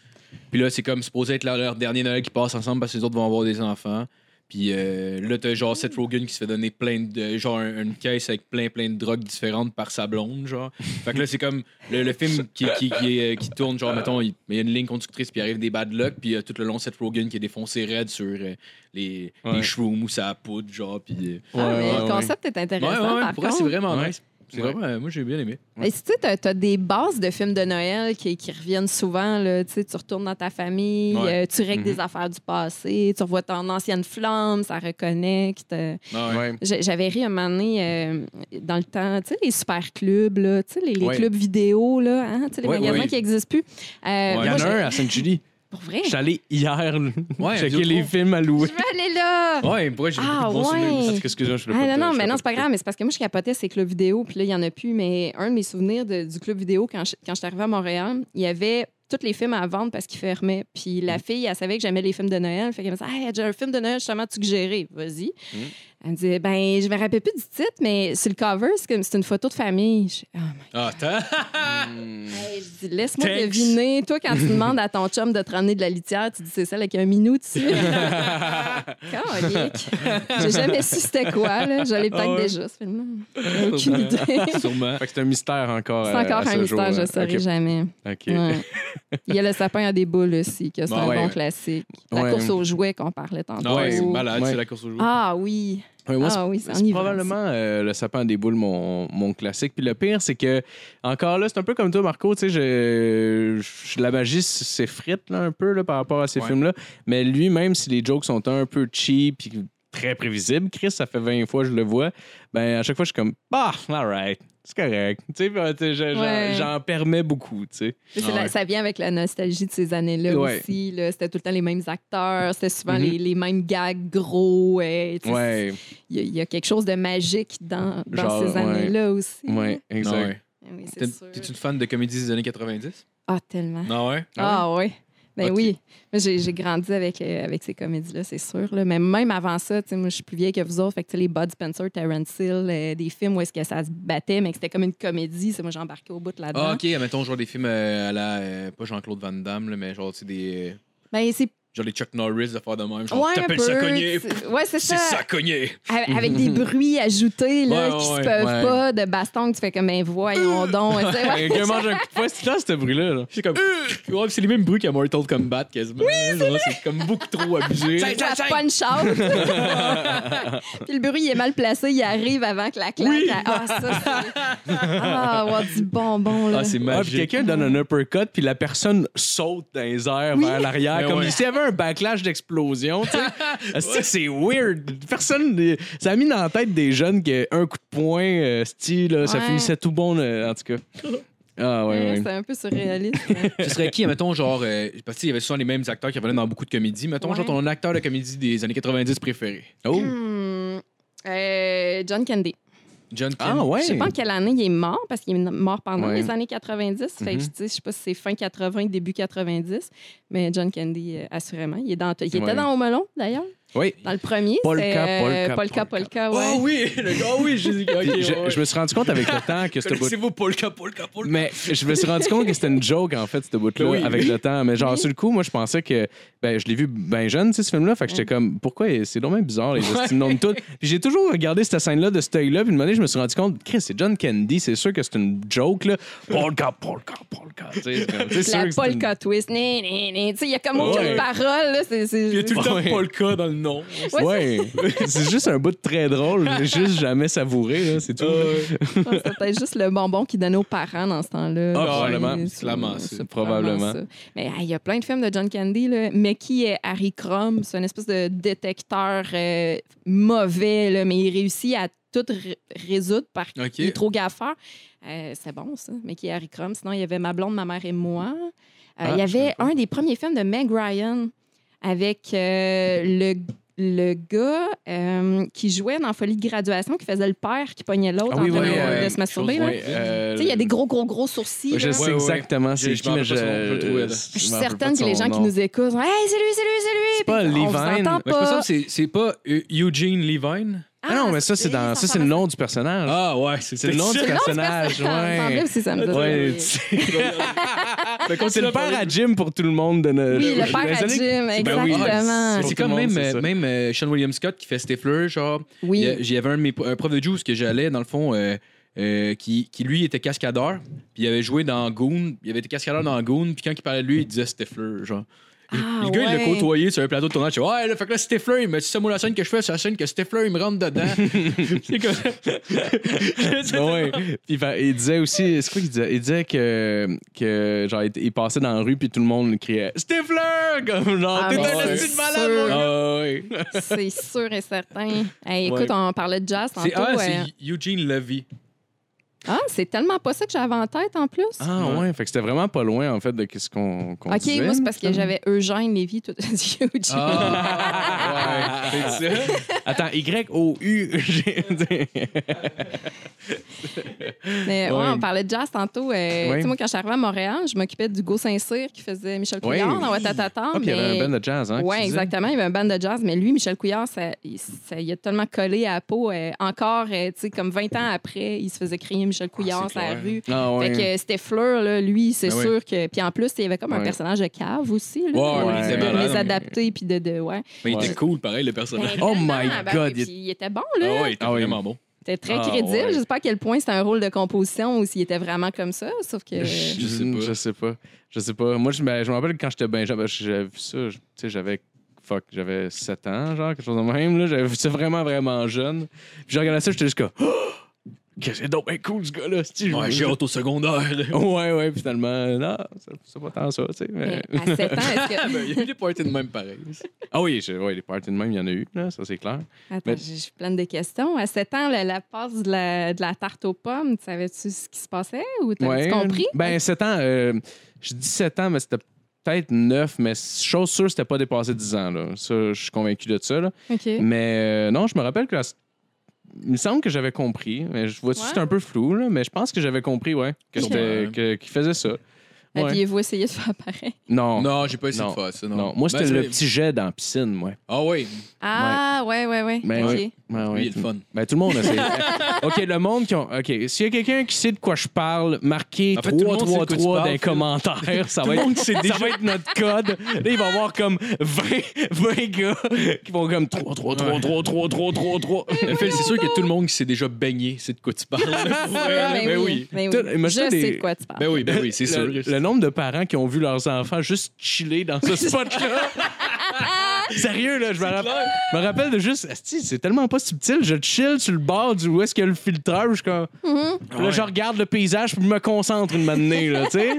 Speaker 3: Puis là, c'est comme supposé être leur, leur dernier Noël qui passe ensemble parce que les autres vont avoir des enfants. Puis euh, là, t'as genre Seth Rogen qui se fait donner plein de. genre un- une caisse avec plein, plein de drogues différentes par sa blonde, genre. Fait que là, c'est comme le, le film qui, qui, qui, est- qui tourne, genre, mettons, il il y a une ligne conductrice, puis il arrive des bad luck, puis euh, tout le long, Seth Rogen qui est défoncé raide sur euh, les,
Speaker 5: Ouais.
Speaker 3: les shrooms ou sa poudre, genre, puis. euh,
Speaker 4: Ah,
Speaker 5: Ouais,
Speaker 4: mais
Speaker 5: ouais,
Speaker 4: le
Speaker 5: ouais.
Speaker 4: concept est
Speaker 3: Ouais,
Speaker 4: intéressant.
Speaker 3: ouais,
Speaker 4: par
Speaker 3: pour vrai,
Speaker 4: contre.
Speaker 3: c'est vraiment
Speaker 5: Ouais.
Speaker 3: nice. C'est
Speaker 5: Ouais.
Speaker 3: vraiment, euh, moi, j'ai bien aimé.
Speaker 4: Mais si tu as, des bases de films de Noël qui, qui reviennent souvent, là, tu sais, tu retournes dans ta famille,
Speaker 3: Ouais.
Speaker 4: euh, tu règles
Speaker 5: Mhm.
Speaker 4: des affaires du passé, tu revois ton ancienne flamme, ça reconnecte. euh.
Speaker 3: Ah
Speaker 5: Ouais.
Speaker 4: J'ai- J'avais ri un moment donné euh, dans le temps, tu sais, les super clubs, là, tu sais, les, les
Speaker 5: Ouais.
Speaker 4: clubs vidéo, là, hein, tu sais, les
Speaker 5: Ouais,
Speaker 4: magasins
Speaker 5: ouais.
Speaker 4: qui n'existent plus. Euh,
Speaker 5: Il
Speaker 3: Ouais.
Speaker 5: y
Speaker 4: moi,
Speaker 5: en a
Speaker 4: j'ai-
Speaker 5: un à Sainte-Julie.
Speaker 4: Pour vrai,
Speaker 5: Je suis allé hier
Speaker 3: Ouais,
Speaker 5: checker
Speaker 3: vidéo
Speaker 5: les
Speaker 3: trois.
Speaker 5: films à louer.
Speaker 4: je vais aller là!
Speaker 3: Ouais, pour vrai, j'ai
Speaker 4: Ah,
Speaker 3: beaucoup de bons souvenirs.
Speaker 4: ouais.
Speaker 5: Parce que, excuse-moi, je voulais
Speaker 4: Ah
Speaker 5: pas
Speaker 4: non,
Speaker 5: te-
Speaker 4: non,
Speaker 5: je
Speaker 4: mais
Speaker 5: voulais
Speaker 4: non, c'est pas
Speaker 5: te-
Speaker 4: grave, mais c'est parce que moi, je capotais ces clubs vidéo, puis là, il n'y en a plus, mais un de mes souvenirs de- du club vidéo, quand je- quand j'étais arrivée à Montréal, il y avait tous les films à vendre parce qu'ils fermaient. Puis
Speaker 5: Mm.
Speaker 4: la fille, elle savait que j'aimais les films de Noël, fait qu'elle me disait « Hey, j'ai un film de Noël justement suggéré, vas-y.
Speaker 5: Mm.
Speaker 4: Elle me disait « Ben, je me rappelle plus du titre, mais sur le cover, c'est comme- c'est une photo de famille. » Je- Ah,
Speaker 3: Ah, t'as-
Speaker 5: Hmm.
Speaker 4: Hey, je dis, laisse-moi
Speaker 3: Tex.
Speaker 4: deviner. Toi, quand tu demandes à ton chum de te ramener de la litière, tu dis c'est celle avec un minou dessus. Calique. J'ai jamais su c'était quoi. Là. Je l'ai peut-être
Speaker 3: Ah ouais.
Speaker 4: déjà, ce film-là. J'ai Aucune idée.
Speaker 3: Sûrement.
Speaker 5: Fait que c'est un mystère encore.
Speaker 4: C'est
Speaker 5: à- à
Speaker 4: encore
Speaker 5: ce
Speaker 4: un
Speaker 5: jour,
Speaker 4: mystère, je
Speaker 5: là.
Speaker 4: ne saurais
Speaker 5: Ok,
Speaker 4: jamais.
Speaker 5: ok.
Speaker 4: Ouais. Il y a le sapin à des boules aussi, que c'est
Speaker 3: Bah
Speaker 4: un
Speaker 5: ouais.
Speaker 4: bon classique. La
Speaker 5: Ouais. Ah
Speaker 4: course aux jouets qu'on parlait tantôt. Oh.
Speaker 3: Non, ouais, c'est malade,
Speaker 5: Ouais.
Speaker 3: c'est la course au jouet.
Speaker 4: ah oui.
Speaker 5: Ouais, moi,
Speaker 4: ah oui, c'est
Speaker 5: c'est-
Speaker 4: un
Speaker 5: c'est
Speaker 4: hiver,
Speaker 5: probablement euh, le sapin des boules, mon, mon classique. Puis le pire, c'est que, encore là, c'est un peu comme toi, Marco, tu sais, je, je- la magie s'effrite là, un peu là, par rapport à ces
Speaker 3: Ouais.
Speaker 5: films-là. Mais lui, même si les jokes sont un peu cheap puis très prévisibles, Chris, ça fait 20 fois que je le vois, ben à chaque fois, je suis comme, bah, alright, c'est correct. Tu sais, ben, tu sais, je- j'en
Speaker 4: Ouais.
Speaker 5: j'en permets beaucoup, tu sais.
Speaker 4: Mais c'est la-
Speaker 3: Ah Ouais.
Speaker 4: ça vient avec la nostalgie de ces années-là
Speaker 5: Ouais.
Speaker 4: aussi. là. C'était tout le temps les mêmes acteurs, c'était souvent
Speaker 3: Mm-hmm.
Speaker 5: Mhm.
Speaker 4: les, les mêmes gags gros. et tu sais,
Speaker 5: Ouais,
Speaker 4: Il y, a- il y a quelque chose de magique dans, dans
Speaker 5: Genre,
Speaker 4: ces
Speaker 5: ouais.
Speaker 4: années-là aussi.
Speaker 5: ouais,
Speaker 3: Non,
Speaker 5: exact.
Speaker 3: ouais.
Speaker 4: Ah Oui, c'est sûr.
Speaker 3: T'es- T'es-tu une fan de comédies des années 90?
Speaker 4: Ah, tellement.
Speaker 3: Non, ouais.
Speaker 4: Ah, oui. Ben
Speaker 3: Ok.
Speaker 4: oui. Moi, j'ai j'ai grandi avec, euh, avec ces comédies-là, c'est sûr. là. Mais même avant ça, tu sais, moi, je suis plus vieille que vous autres. Fait que tu sais, les Bud Spencer, Terrence Hill, euh, des films où est-ce que ça se battait, mais que c'était comme une comédie. c'est Moi, j'embarquais au bout là-dedans.
Speaker 3: Ah, ok, mettons genre des films euh, à la. euh, pas Jean-Claude Van Damme, là, mais genre, tu sais, des. euh,
Speaker 4: Ben, c'est
Speaker 3: Genre les Chuck Norris de faire de même. Genre,
Speaker 4: ouais, un peu.
Speaker 3: t'appelles ça cogné.
Speaker 4: c'est- Ouais, c'est
Speaker 3: C'est ça cogné.
Speaker 4: Avec avec des bruits ajoutés là,
Speaker 3: Ouais,
Speaker 4: qui
Speaker 3: ouais,
Speaker 4: se peuvent
Speaker 5: ouais.
Speaker 4: pas, de baston que tu fais comme un voyons donc. C'est- ouais.
Speaker 5: Quelqu'un mange un coup de poing, c'est là, ce bruit-là. là.
Speaker 3: C'est comme. Ouais, pis c'est les mêmes bruits qu'à Mortal Kombat quasiment. Oui, c'est comme beaucoup trop abusé.
Speaker 4: Ça punch out. Puis le bruit il est mal placé, il arrive avant que la claque. elle- Ah, ça, c'est. Ah, ouais, du bonbon, là.
Speaker 3: Ah, c'est
Speaker 5: Ah, puis
Speaker 3: magique.
Speaker 5: quelqu'un donne un uppercut, puis la personne saute dans les airs vers l'arrière,
Speaker 3: Ben
Speaker 5: comme
Speaker 3: ouais.
Speaker 5: s'il y avait un backlash d'explosion. tu sais. Asti que C'est weird. Personne. Ça a mis dans la tête des jeunes qu'un coup de poing, euh, sti, là, ça
Speaker 4: Ouais.
Speaker 5: finissait tout bon, là, en tout cas. Ah, ouais,
Speaker 4: Ouais,
Speaker 5: ouais.
Speaker 4: c'est un peu surréaliste. hein.
Speaker 3: Ce serait qui, mettons, genre. euh, parce qu'il y avait souvent les mêmes acteurs qui revenaient dans beaucoup de comédies. Mettons,
Speaker 4: Ouais.
Speaker 3: genre ton acteur de comédie des années 90 préféré.
Speaker 5: Oh.
Speaker 4: Hmm, euh, John Candy.
Speaker 3: John Kim.
Speaker 5: Ah, ouais.
Speaker 4: Je sais pas en quelle année il est mort, parce qu'il est mort pendant
Speaker 5: Ouais.
Speaker 4: les années 90. Fait que
Speaker 5: Mhm.
Speaker 4: je dis, je sais pas si c'est fin 80, début 90, mais John Candy, euh, assurément. Il, est dans, il était
Speaker 5: Ouais.
Speaker 4: dans Home Alone, d'ailleurs.
Speaker 5: Oui.
Speaker 4: Dans le premier,
Speaker 5: Polka,
Speaker 4: c'était euh,
Speaker 5: polka, Oh
Speaker 4: polka, polka, ouais.
Speaker 3: Ah oui, le gars, oui, j'ai dit.
Speaker 5: Puis
Speaker 3: ok,
Speaker 5: je,
Speaker 3: ouais.
Speaker 5: je me suis rendu compte avec le temps que ce bout
Speaker 3: Connaissez-vous Polka, Polka, Polka?
Speaker 5: Mais je me suis rendu compte que c'était une joke, en fait, ce bout-là,
Speaker 3: Oui.
Speaker 5: avec le temps. Mais genre, sur le coup, moi, je pensais que. Ben, je l'ai vu ben jeune, tu sais, ce film-là. Fait que j'étais comme, pourquoi c'est dommage bizarre, les petits noms de tout. Puis j'ai toujours regardé cette scène-là de cet œil-là. Puis une année, je me suis rendu compte, Chris, c'est John Candy, c'est sûr que c'est une joke, là. Polka, polka, polka. Tu sais, c'est comme- c'est sûr
Speaker 4: La
Speaker 5: que c'est une- Oh
Speaker 4: polka twist. né, né, né. Tu sais, il y a comme aucune
Speaker 3: Ouais.
Speaker 4: parole. Là, c'est, c'est-
Speaker 3: Il y a tout le temps
Speaker 5: Ouais.
Speaker 3: Polka dans le nom.
Speaker 5: Ouais. c'est juste un bout de très drôle. J'ai juste jamais savouré, là. C'est tout. là.
Speaker 3: Euh,
Speaker 4: Je pense que c'est peut-être juste le bonbon qu'ils donnaient aux parents dans ce temps-là.
Speaker 5: Ah, probablement.
Speaker 4: Oui,
Speaker 3: Clairement, c'est
Speaker 5: probablement.
Speaker 4: ça. Mais ah, il y a plein de films de John Candy. Là. Mickey et Harry Crumb, c'est une espèce de détecteur euh, mauvais, là, mais il réussit à tout ré- résoudre par
Speaker 3: Ok.
Speaker 4: il est trop gaffeur. Euh, c'est bon, ça. Mickey et Harry Crumb. Sinon, il y avait Ma blonde, ma mère et moi. Euh,
Speaker 5: Ah,
Speaker 4: il y avait un des premiers films de Meg Ryan avec euh, le le gars euh, qui jouait dans Folie de graduation, qui faisait le père, qui pognait l'autre
Speaker 5: Ah oui,
Speaker 4: en train
Speaker 5: oui,
Speaker 4: de-
Speaker 5: euh,
Speaker 4: de se masturber.
Speaker 3: chose,
Speaker 4: là.
Speaker 3: oui.
Speaker 5: euh,
Speaker 4: Tu sais, il y a des gros, gros, gros sourcils.
Speaker 5: Je
Speaker 4: là.
Speaker 5: sais
Speaker 3: Ouais, ouais,
Speaker 5: exactement c'est
Speaker 3: Je- je
Speaker 5: qui,
Speaker 3: m'en
Speaker 5: mais je.
Speaker 3: rappelle pas son nom, je le trouvais, là.
Speaker 4: Je suis
Speaker 5: me rappelle
Speaker 4: certaine
Speaker 5: pas
Speaker 4: que les
Speaker 5: son
Speaker 4: gens qui
Speaker 5: nom.
Speaker 4: nous écoutent, hey, c'est lui, c'est lui, c'est lui.
Speaker 5: C'est pas
Speaker 4: Puis on vous
Speaker 5: Levine.
Speaker 4: entend
Speaker 5: Ouais,
Speaker 3: Mais je me
Speaker 4: pas.
Speaker 3: semble que c'est- c'est pas euh, Eugene Levine.
Speaker 5: Ah non, mais ça, c'est dans. Ça, c'est le nom du personnage.
Speaker 3: Ah ouais, c'est
Speaker 5: C'est le nom du
Speaker 4: du personnage.
Speaker 5: personnage,
Speaker 4: Ça me semblait
Speaker 5: ouais.
Speaker 4: aussi, ça me
Speaker 5: Ouais,
Speaker 4: disait.
Speaker 5: tu- c'est le père à Jim pour tout le monde de notre.
Speaker 4: Oui, le père à Jim,
Speaker 3: Ben oui.
Speaker 4: exactement.
Speaker 3: Mais c'est
Speaker 5: Pour tout
Speaker 3: comme
Speaker 5: le
Speaker 3: même,
Speaker 5: monde, c'est
Speaker 3: euh,
Speaker 5: ça.
Speaker 3: même euh, Sean William Scott qui fait Stifler, genre, il y
Speaker 4: Oui.
Speaker 3: a- j'y avais un de mes pro- un prof de juice que j'allais, dans le fond, euh, euh, qui, qui, lui était cascadeur, puis il avait joué dans Goon, il avait été cascadeur dans Goon, puis quand il parlait de lui, il disait Stifler, genre. Et-
Speaker 4: Ah,
Speaker 3: le gars, il l'a
Speaker 4: ouais.
Speaker 3: côtoyé sur un plateau de tournage. il dit, Ouais, là, fait que là, Stifler, il me dit ça, moi, la scène que je fais, c'est la scène que Stifler, il me rentre dedans. c'est comme.
Speaker 5: Ouais. Puis il fa- il disait aussi, c'est quoi qu'il disait? Il disait que, que genre, il, il passait dans la rue puis tout le monde criait Stifler! Comme genre,
Speaker 4: Ah,
Speaker 5: t'es
Speaker 4: mais
Speaker 5: un
Speaker 3: c'est
Speaker 5: esti de malade!
Speaker 4: sûr.
Speaker 5: mon gars! Ah, ouais.
Speaker 4: C'est sûr et certain. Hey,
Speaker 5: Ouais.
Speaker 4: écoute, on parlait de jazz
Speaker 3: C'est
Speaker 4: tantôt.
Speaker 3: ah,
Speaker 4: euh,
Speaker 3: c'est Eugene Levy.
Speaker 4: Ah, c'est tellement pas ça que j'avais en tête en plus.
Speaker 5: Ah ouais. fait que c'était vraiment pas loin en fait de ce qu'on qu'on
Speaker 4: OK,
Speaker 5: disait.
Speaker 4: moi, c'est parce que j'avais Eugène Lévy, tout Eugene.
Speaker 3: Ah, ouais, c'est ça.
Speaker 5: Attends, Y-O-U-G.
Speaker 4: Mais ouais,
Speaker 5: Ouais.
Speaker 4: on parlait de jazz tantôt. euh, tu sais, Moi, quand je suis arrivée à Montréal, je m'occupais d'Hugo Saint-Cyr qui faisait Michel
Speaker 5: Ouais.
Speaker 4: Couillard dans Watatata.
Speaker 5: Ah, puis il y avait un band de jazz, hein?
Speaker 4: Oui, exactement. Il y avait un band de jazz, mais lui, Michel Couillard, ça, il, ça- il a tellement collé à la peau. euh, encore, euh, tu sais, comme 20 ans après, il se faisait crier Michel Couillard sur la
Speaker 3: clair.
Speaker 4: rue.
Speaker 5: Ah ouais.
Speaker 4: Fait que c'était Fleur, là, lui, c'est
Speaker 3: Ben oui.
Speaker 4: sûr que. Puis en plus, il y avait comme un
Speaker 5: Ouais.
Speaker 4: personnage de cave aussi. Là,
Speaker 3: Ouais,
Speaker 5: ouais, il était
Speaker 4: de
Speaker 3: malade.
Speaker 4: les adapter, puis de. de ouais.
Speaker 3: Mais il était
Speaker 5: Ouais.
Speaker 3: cool, pareil, le personnage.
Speaker 5: Oh
Speaker 4: Ben,
Speaker 5: my
Speaker 4: ben,
Speaker 5: God,
Speaker 4: puis
Speaker 5: il-
Speaker 4: il était bon,
Speaker 3: Ah
Speaker 4: là.
Speaker 3: ouais, il était
Speaker 5: Ah ouais.
Speaker 3: vraiment bon.
Speaker 4: C'était très
Speaker 5: Ah,
Speaker 4: crédible.
Speaker 5: ouais.
Speaker 4: Je sais pas à quel point c'était un rôle de composition ou s'il était vraiment comme ça, sauf que.
Speaker 5: Je
Speaker 3: Je sais
Speaker 5: sais,
Speaker 3: pas.
Speaker 5: pas. Je sais pas. Moi, je, me- je me rappelle quand j'étais bien jeune, ben, j'avais vu ça, je- tu sais, j'avais fuck, j'avais 7 ans, genre, quelque chose de même. là. J'avais vu ça vraiment, vraiment jeune. Puis je regardais ça, j'étais juste comme, oh, que c'est donc bien cool, ce gars-là. c'est-tu, je-
Speaker 3: Ouais, j'ai hâte au secondaire.
Speaker 5: Ouais, ouais, puis finalement, non, c'est- c'est pas tant ça, tu sais. mais-
Speaker 4: Mais à 7 ans, est-ce
Speaker 3: Ah,
Speaker 4: que.
Speaker 3: ben, il n'est pas été de même pareil.
Speaker 5: Ah oui, je- ouais, les parties de même, il y en a eu, là, ça c'est clair.
Speaker 4: Attends,
Speaker 5: Mais-
Speaker 4: j'ai j'ai plein de questions. À 7 ans, la, la passe de la, de la tarte aux pommes, tu savais-tu ce qui se passait ou t'as
Speaker 5: Ouais.
Speaker 4: compris?
Speaker 5: Ben, 7 ans, euh, je dis 7 ans, mais c'était peut-être 9, mais chose sûre, c'était pas dépassé 10 ans, là. Ça, je suis convaincu de ça, là.
Speaker 4: OK.
Speaker 5: Mais euh, non, je me rappelle que. la- Il me semble que j'avais compris, mais je vois
Speaker 4: Ouais.
Speaker 5: c'est un peu flou, là, mais je pense que j'avais compris, ouais, que
Speaker 4: Ok.
Speaker 5: c'était- que- qu'il faisait ça. Ouais.
Speaker 4: Aviez-vous essayé de faire pareil?
Speaker 5: Non, non,
Speaker 3: Non, j'ai pas essayé
Speaker 5: Oh. Non.
Speaker 3: de faire ça. Non,
Speaker 5: Moi,
Speaker 3: Ben,
Speaker 5: c'était
Speaker 3: c'est-
Speaker 5: le petit jet dans la piscine, moi.
Speaker 3: Ah oui,
Speaker 4: Ah, ouais, ouais, ouais.
Speaker 5: Ben,
Speaker 4: OK.
Speaker 5: oui. Ouais, ouais.
Speaker 3: lui, il est le fun.
Speaker 5: Ben, tout le monde a essayé. OK, le monde qui ont. OK, s'il y a quelqu'un qui sait de quoi je parle, marquez
Speaker 3: En fait, tout le monde sait de quoi tu
Speaker 5: 333 dans
Speaker 3: parles,
Speaker 5: les
Speaker 3: Phil.
Speaker 5: commentaires. Ça, va, être, ça va être notre code. Là, il va y avoir comme 20, 20 gars qui vont comme 3, 3, 3, 3, 3, 3, 3, 3.
Speaker 3: En fait, c'est sûr que tout le monde qui s'est déjà baigné c'est de quoi tu parles.
Speaker 4: Ben, oui. Ben
Speaker 5: Tout-
Speaker 4: oui. Je sais
Speaker 5: imagine des-
Speaker 4: de quoi tu parles.
Speaker 3: ben oui, ben oui, c'est sûr.
Speaker 5: le, le nombre de parents qui ont vu leurs enfants juste chiller dans ce spot-là. Sérieux, là, je me rappelle, je me rappelle de juste, Asti, c'est tellement pas subtil. Je chill sur le bord du où est-ce qu'il y a le filtreur. puis Je, suis comme- Puis là,
Speaker 3: Mm-hmm. Ouais.
Speaker 5: je regarde le paysage puis je me concentre une matinée, là, tu sais.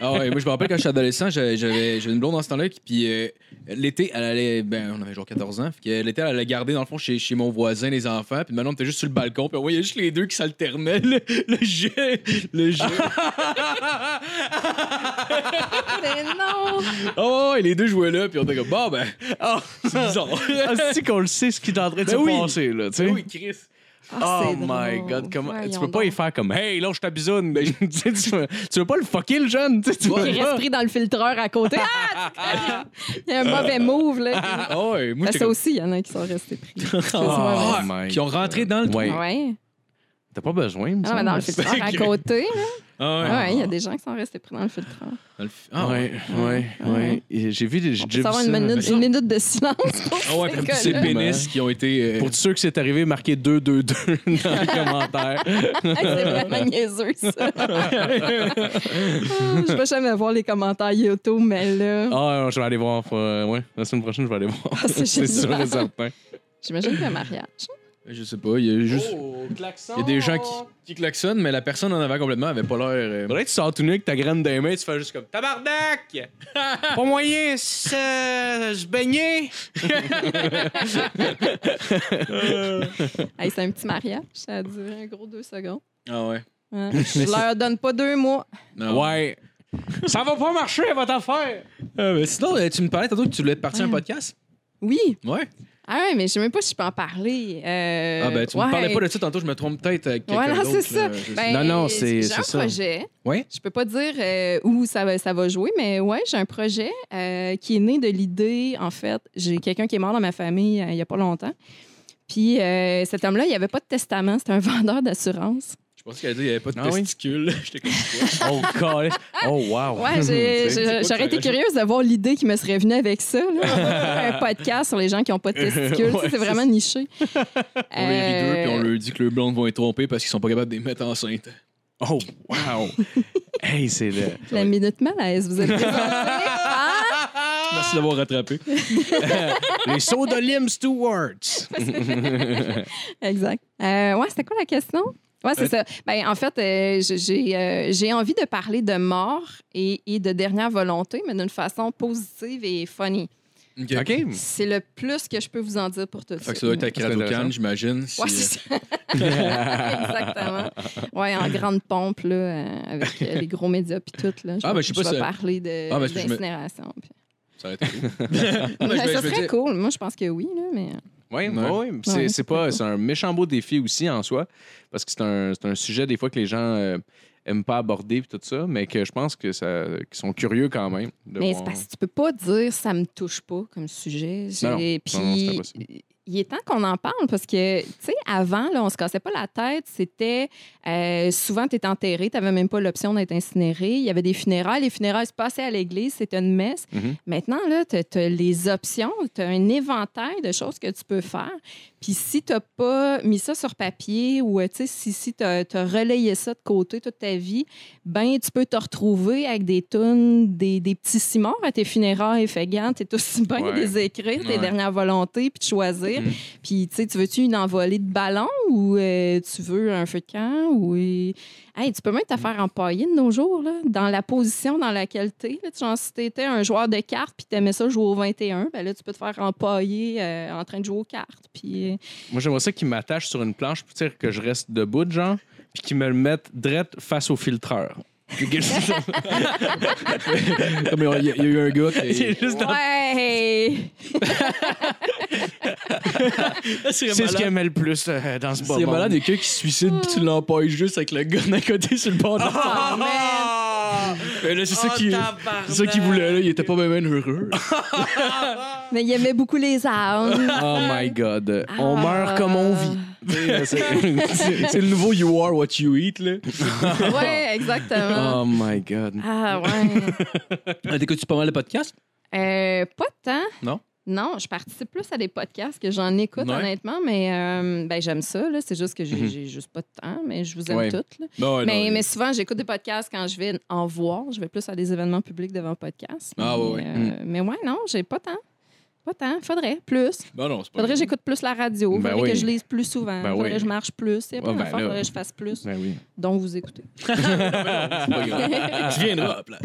Speaker 3: Ah ouais, moi, je me rappelle quand j'étais adolescent, j'avais j'avais- j'avais une blonde dans ce temps-là, qui- puis euh, l'été, elle allait. Ben, on avait genre 14 ans, puis que l'été, elle allait garder, dans le fond, chez, chez mon voisin, les enfants, puis maintenant, on était juste sur le balcon, puis on voyait juste les deux qui s'alternaient, le, le jeu. Le jeu.
Speaker 4: Ah, Mais non!
Speaker 3: oh, ouais, les deux jouaient là, puis on était comme, bon, ben,
Speaker 5: Ah,
Speaker 3: c'est bizarre.
Speaker 4: Ah,
Speaker 5: Asti, qu'on le sait ce qui est en train de
Speaker 3: Ben
Speaker 5: se
Speaker 3: oui.
Speaker 5: passer, là, tu sais.
Speaker 3: Ben oui, Chris.
Speaker 4: Ah,
Speaker 5: oh
Speaker 4: c'est
Speaker 5: my
Speaker 4: drôle.
Speaker 5: god, comment tu
Speaker 4: Voyons
Speaker 5: peux pas
Speaker 4: donc.
Speaker 5: y faire comme Hey, lâche ta bisoune. Ben, tu, sais, tu veux- tu veux pas le fucker le jeune, tu sais, tu
Speaker 4: Qui
Speaker 5: veux
Speaker 4: reste
Speaker 5: pas.
Speaker 4: pris dans le filtreur à côté. Ah! Il y a un mauvais move, là.
Speaker 3: Ah ouais, moi,
Speaker 4: Ah,
Speaker 3: j'étais
Speaker 4: ça
Speaker 3: comme-
Speaker 4: aussi, il y en a qui sont restés pris.
Speaker 5: Oh
Speaker 4: Excuse-moi, mais-
Speaker 5: my
Speaker 3: Qui ont rentré dans le
Speaker 5: God.
Speaker 3: trou.
Speaker 5: Ouais.
Speaker 4: Ouais.
Speaker 5: T'as pas besoin, il me
Speaker 4: Non, Ah, mais dans le
Speaker 5: semble.
Speaker 4: filtreur à côté. là.
Speaker 3: Ah ouais.
Speaker 4: Ouais, il y a des gens qui sont restés pris dans le filtreur.
Speaker 3: Dans le fi- Ah ouais.
Speaker 5: ouais, ouais,
Speaker 4: Ah.
Speaker 5: ouais. Et J'ai vu des. j'ai
Speaker 4: Ça
Speaker 5: déjà
Speaker 4: va
Speaker 5: vu
Speaker 4: une
Speaker 5: ça.
Speaker 4: minute,
Speaker 3: ça-
Speaker 4: une minute de silence pour
Speaker 3: Ah ouais, pour tous
Speaker 4: ces
Speaker 3: ces
Speaker 4: gars-là.
Speaker 3: pénis qui ont été. euh,
Speaker 5: Pour tous ceux que c'est arrivé, marquez 2-2-2 dans les commentaires.
Speaker 4: Ah, C'est vraiment niaiseux, ça. Ah, Je vais jamais voir les commentaires YouTube, mais là,
Speaker 5: Ah, je vais aller voir. faut- euh, ouais, la semaine prochaine, je vais aller voir.
Speaker 4: Ah, c'est
Speaker 5: c'est sûr
Speaker 4: génial.
Speaker 5: et certain.
Speaker 4: j'imagine qu'un mariage.
Speaker 3: Je sais pas, il y a juste. Il y a des gens qui, qui klaxonnent, mais la personne en avant complètement avait pas l'air. euh,
Speaker 5: Faudrait que tu sors tout nu avec ta graine dans les mains, tu fais juste comme Tabarnak! pas moyen, c'est, euh, je baignais!
Speaker 4: Hey, c'est un petit mariage, ça a duré un gros deux secondes.
Speaker 3: Ah ouais.
Speaker 4: Hein? Je leur donne pas deux mois.
Speaker 3: Non.
Speaker 5: Ah. Ouais. Ça va pas marcher, votre affaire!
Speaker 3: Euh, mais sinon, euh, tu me parlais tantôt que tu voulais partir un
Speaker 4: Ouais.
Speaker 3: podcast.
Speaker 4: Oui.
Speaker 3: Ouais.
Speaker 4: Ah ouais, mais je sais même pas si je peux en parler. Euh,
Speaker 3: ah ben, tu
Speaker 4: ouais.
Speaker 3: me parlais pas de ça tantôt, je me trompe peut-être avec quelqu'un
Speaker 4: Voilà,
Speaker 3: d'autre.
Speaker 4: c'est ça.
Speaker 3: là, je sais-
Speaker 4: Ben,
Speaker 5: Non, non, c'est-
Speaker 4: J'ai
Speaker 5: c'est
Speaker 4: un
Speaker 5: ça.
Speaker 4: projet.
Speaker 3: Ouais.
Speaker 4: Je peux pas dire euh, où ça va, ça va jouer, mais ouais, j'ai un projet euh, qui est né de l'idée, en fait. J'ai quelqu'un qui est mort dans ma famille euh, il y a pas longtemps. Puis euh, cet homme-là, il n'y avait pas de testament, c'était un vendeur d'assurance.
Speaker 3: Je pensais qu'elle dit qu'il n'y avait pas de
Speaker 4: ben
Speaker 5: Ah oui?
Speaker 3: testicules. J'étais comme quoi?
Speaker 5: Oh, God! Oh, wow!
Speaker 4: Ouais, j'ai-
Speaker 5: Tu sais,
Speaker 4: j'ai-
Speaker 3: quoi
Speaker 4: j'aurais
Speaker 3: que
Speaker 4: été curieuse de voir l'idée qui me serait venue avec ça. là. On va faire un podcast sur les gens qui n'ont pas de testicules, Tu sais,
Speaker 5: Ouais,
Speaker 4: c'est
Speaker 5: c'est
Speaker 4: vraiment niché.
Speaker 3: On les rit d'eux,
Speaker 4: Euh,
Speaker 3: puis on leur dit que le blonde vont être trompés parce qu'ils sont pas capables de les mettre enceintes.
Speaker 5: Oh, wow! hey, c'est le.
Speaker 4: La minute malaise, vous êtes Ah!
Speaker 3: Merci d'avoir rattrapé.
Speaker 5: Les sauts de Lim Stewarts!
Speaker 4: Exact. Euh, ouais, c'était quoi la question? Ouais, c'est ça. Ben, en fait, euh, j'ai- j'ai euh, j'ai envie de parler de mort et, et de dernière volonté, mais d'une façon positive et funny.
Speaker 3: OK.
Speaker 5: OK?
Speaker 4: C'est le plus que je peux vous en dire pour tout de
Speaker 3: Hmm. Fait que
Speaker 4: suite.
Speaker 3: ça doit être à Kradokan,
Speaker 5: intéressant.
Speaker 3: j'imagine. si-
Speaker 4: Ouais, c'est ça.
Speaker 3: hein.
Speaker 4: Exactement. Ouais, en grande pompe, là, euh, avec euh, les gros médias puis tout. Là, je
Speaker 3: Ah,
Speaker 4: vais-
Speaker 3: ben, je sais pas
Speaker 4: je vais
Speaker 3: si-
Speaker 4: parler de-
Speaker 3: Ah, ben, c'est parce que je me-
Speaker 4: d'incinération. puis-
Speaker 3: Ça va être cool. Non, mais je
Speaker 4: Ben,
Speaker 3: veux-
Speaker 4: ça
Speaker 3: je veux
Speaker 4: serait
Speaker 3: dire-
Speaker 4: cool. Moi, je pense que oui, là, mais... euh,
Speaker 5: Oui,
Speaker 3: Ouais.
Speaker 4: Ouais,
Speaker 5: c'est c'est pas
Speaker 4: cool.
Speaker 5: c'est un méchant beau défi aussi en soi parce que c'est un, c'est un sujet des fois que les gens euh, aiment pas aborder puis tout ça, mais que je pense que ça qu'ils sont curieux quand même. de
Speaker 4: Mais c'est
Speaker 5: voir.
Speaker 4: parce que tu peux pas dire ça me touche pas comme sujet. J'ai-
Speaker 5: Non, non, non, c'est
Speaker 4: Puis
Speaker 5: impossible.
Speaker 4: il est temps qu'on en parle parce que, tu sais, avant, là, on se cassait pas la tête. C'était euh, souvent, tu étais enterré, tu même pas l'option d'être incinéré. Il y avait des funérailles. Les funérailles se passaient à l'église, c'était une messe.
Speaker 5: Mhm.
Speaker 4: Maintenant, là, tu as, les options, tu as un éventail de choses que tu peux faire. Puis si tu pas mis ça sur papier ou, euh, tu sais, si, si tu as, relayé ça de côté toute ta vie, ben tu peux te retrouver avec des tunes, des, des petits ciments à tes funérailles. Fait gant, t'es aussi bien
Speaker 5: Ouais.
Speaker 4: de les écrire, tes
Speaker 3: Ouais.
Speaker 4: dernières volontés, puis de choisir.
Speaker 5: Mhm.
Speaker 4: Puis, tu sais, tu veux-tu une envolée de ballon ou euh, tu veux un feu de camp ou... euh, Hey, tu peux même te faire empailler de nos jours, là, dans la position dans laquelle t'es. Là, Tu sais, genre, si t'étais un joueur de cartes puis t'aimais ça jouer au 21, ben là, tu peux te faire empailler euh, en train de jouer aux cartes. Puis, euh,
Speaker 5: Moi, j'aimerais ça qu'ils m'attachent sur une planche pour dire que je reste debout, genre, puis qu'ils me le mettent direct face au filtreur.
Speaker 3: Non, mais Il y a il y a eu un gars
Speaker 5: Il est
Speaker 3: qui.
Speaker 5: juste dans-
Speaker 4: Ouais!
Speaker 5: C'est ce qu'il aimait le plus euh, dans ce moment.
Speaker 3: C'est malade, il y a quelqu'un qui se suicide puis tu
Speaker 4: Ah.
Speaker 3: l'empêches juste avec le gars d'à côté sur le bord de la
Speaker 4: Oh, man! Oh,
Speaker 3: Mais là, c'est
Speaker 4: Ah,
Speaker 3: ça qui c'est ça qu'il voulait, là. Il était pas même heureux.
Speaker 4: Mais il aimait beaucoup les armes.
Speaker 5: Oh my god. On
Speaker 4: Ah.
Speaker 5: meurt comme on vit.
Speaker 3: c'est c'est le nouveau You Are What You Eat, là.
Speaker 4: Ouais, exactement.
Speaker 5: Oh my god.
Speaker 4: Ah ouais.
Speaker 3: Ah, T'écoutes-tu pas mal de podcasts?
Speaker 4: Euh, pas tant.
Speaker 3: Non?
Speaker 4: Non, je participe plus à des podcasts que j'en écoute,
Speaker 3: Ouais.
Speaker 4: honnêtement, mais euh, ben, j'aime ça. là. C'est juste que j'ai j'ai juste pas de temps, mais je vous aime
Speaker 5: Ouais.
Speaker 4: toutes. là.
Speaker 3: Non, ouais,
Speaker 4: mais,
Speaker 3: non,
Speaker 4: mais souvent, j'écoute des podcasts quand je vais en voir. Je vais plus à des événements publics devant podcast.
Speaker 3: Ah,
Speaker 4: mais,
Speaker 3: ouais, ouais.
Speaker 4: euh, Mais ouais, non, j'ai pas tant. Pas tant. Faudrait plus.
Speaker 3: Non, non, c'est pas.
Speaker 4: Faudrait que j'écoute plus la radio.
Speaker 5: Ben
Speaker 4: Faudrait
Speaker 5: oui.
Speaker 4: que je lise plus souvent.
Speaker 5: Ben
Speaker 4: faudrait
Speaker 5: oui.
Speaker 4: que je marche plus. Il y a plein
Speaker 5: Ouais, ben
Speaker 4: d'affaires,
Speaker 5: là.
Speaker 4: faudrait que je fasse plus.
Speaker 5: Ben oui.
Speaker 4: dont vous écoutez.
Speaker 3: pas grave. Tu viendras à la place.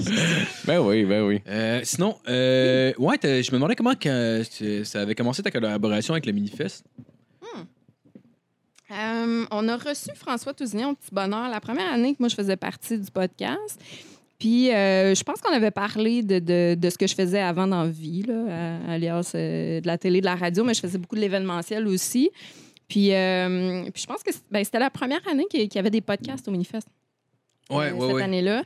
Speaker 5: Ben oui, ben oui.
Speaker 3: Euh, sinon, euh, ouais, t'as- je me demandais comment que, tu- ça avait commencé ta collaboration avec le Minifest.
Speaker 4: Euh, on a reçu François Tousignan au Petit Bonheur la première année que moi je faisais partie du podcast. Puis euh, je pense qu'on avait parlé de, de- de ce que je faisais avant dans la vie, là, à- alias euh, de la télé, de la radio, mais je faisais beaucoup de l'événementiel aussi. Puis, euh, puis je pense que c'est- ben, c'était la première année qu'il qu'il y avait des podcasts au Minifest
Speaker 3: Ouais,
Speaker 4: euh,
Speaker 3: ouais,
Speaker 4: cette
Speaker 3: ouais.
Speaker 4: année-là.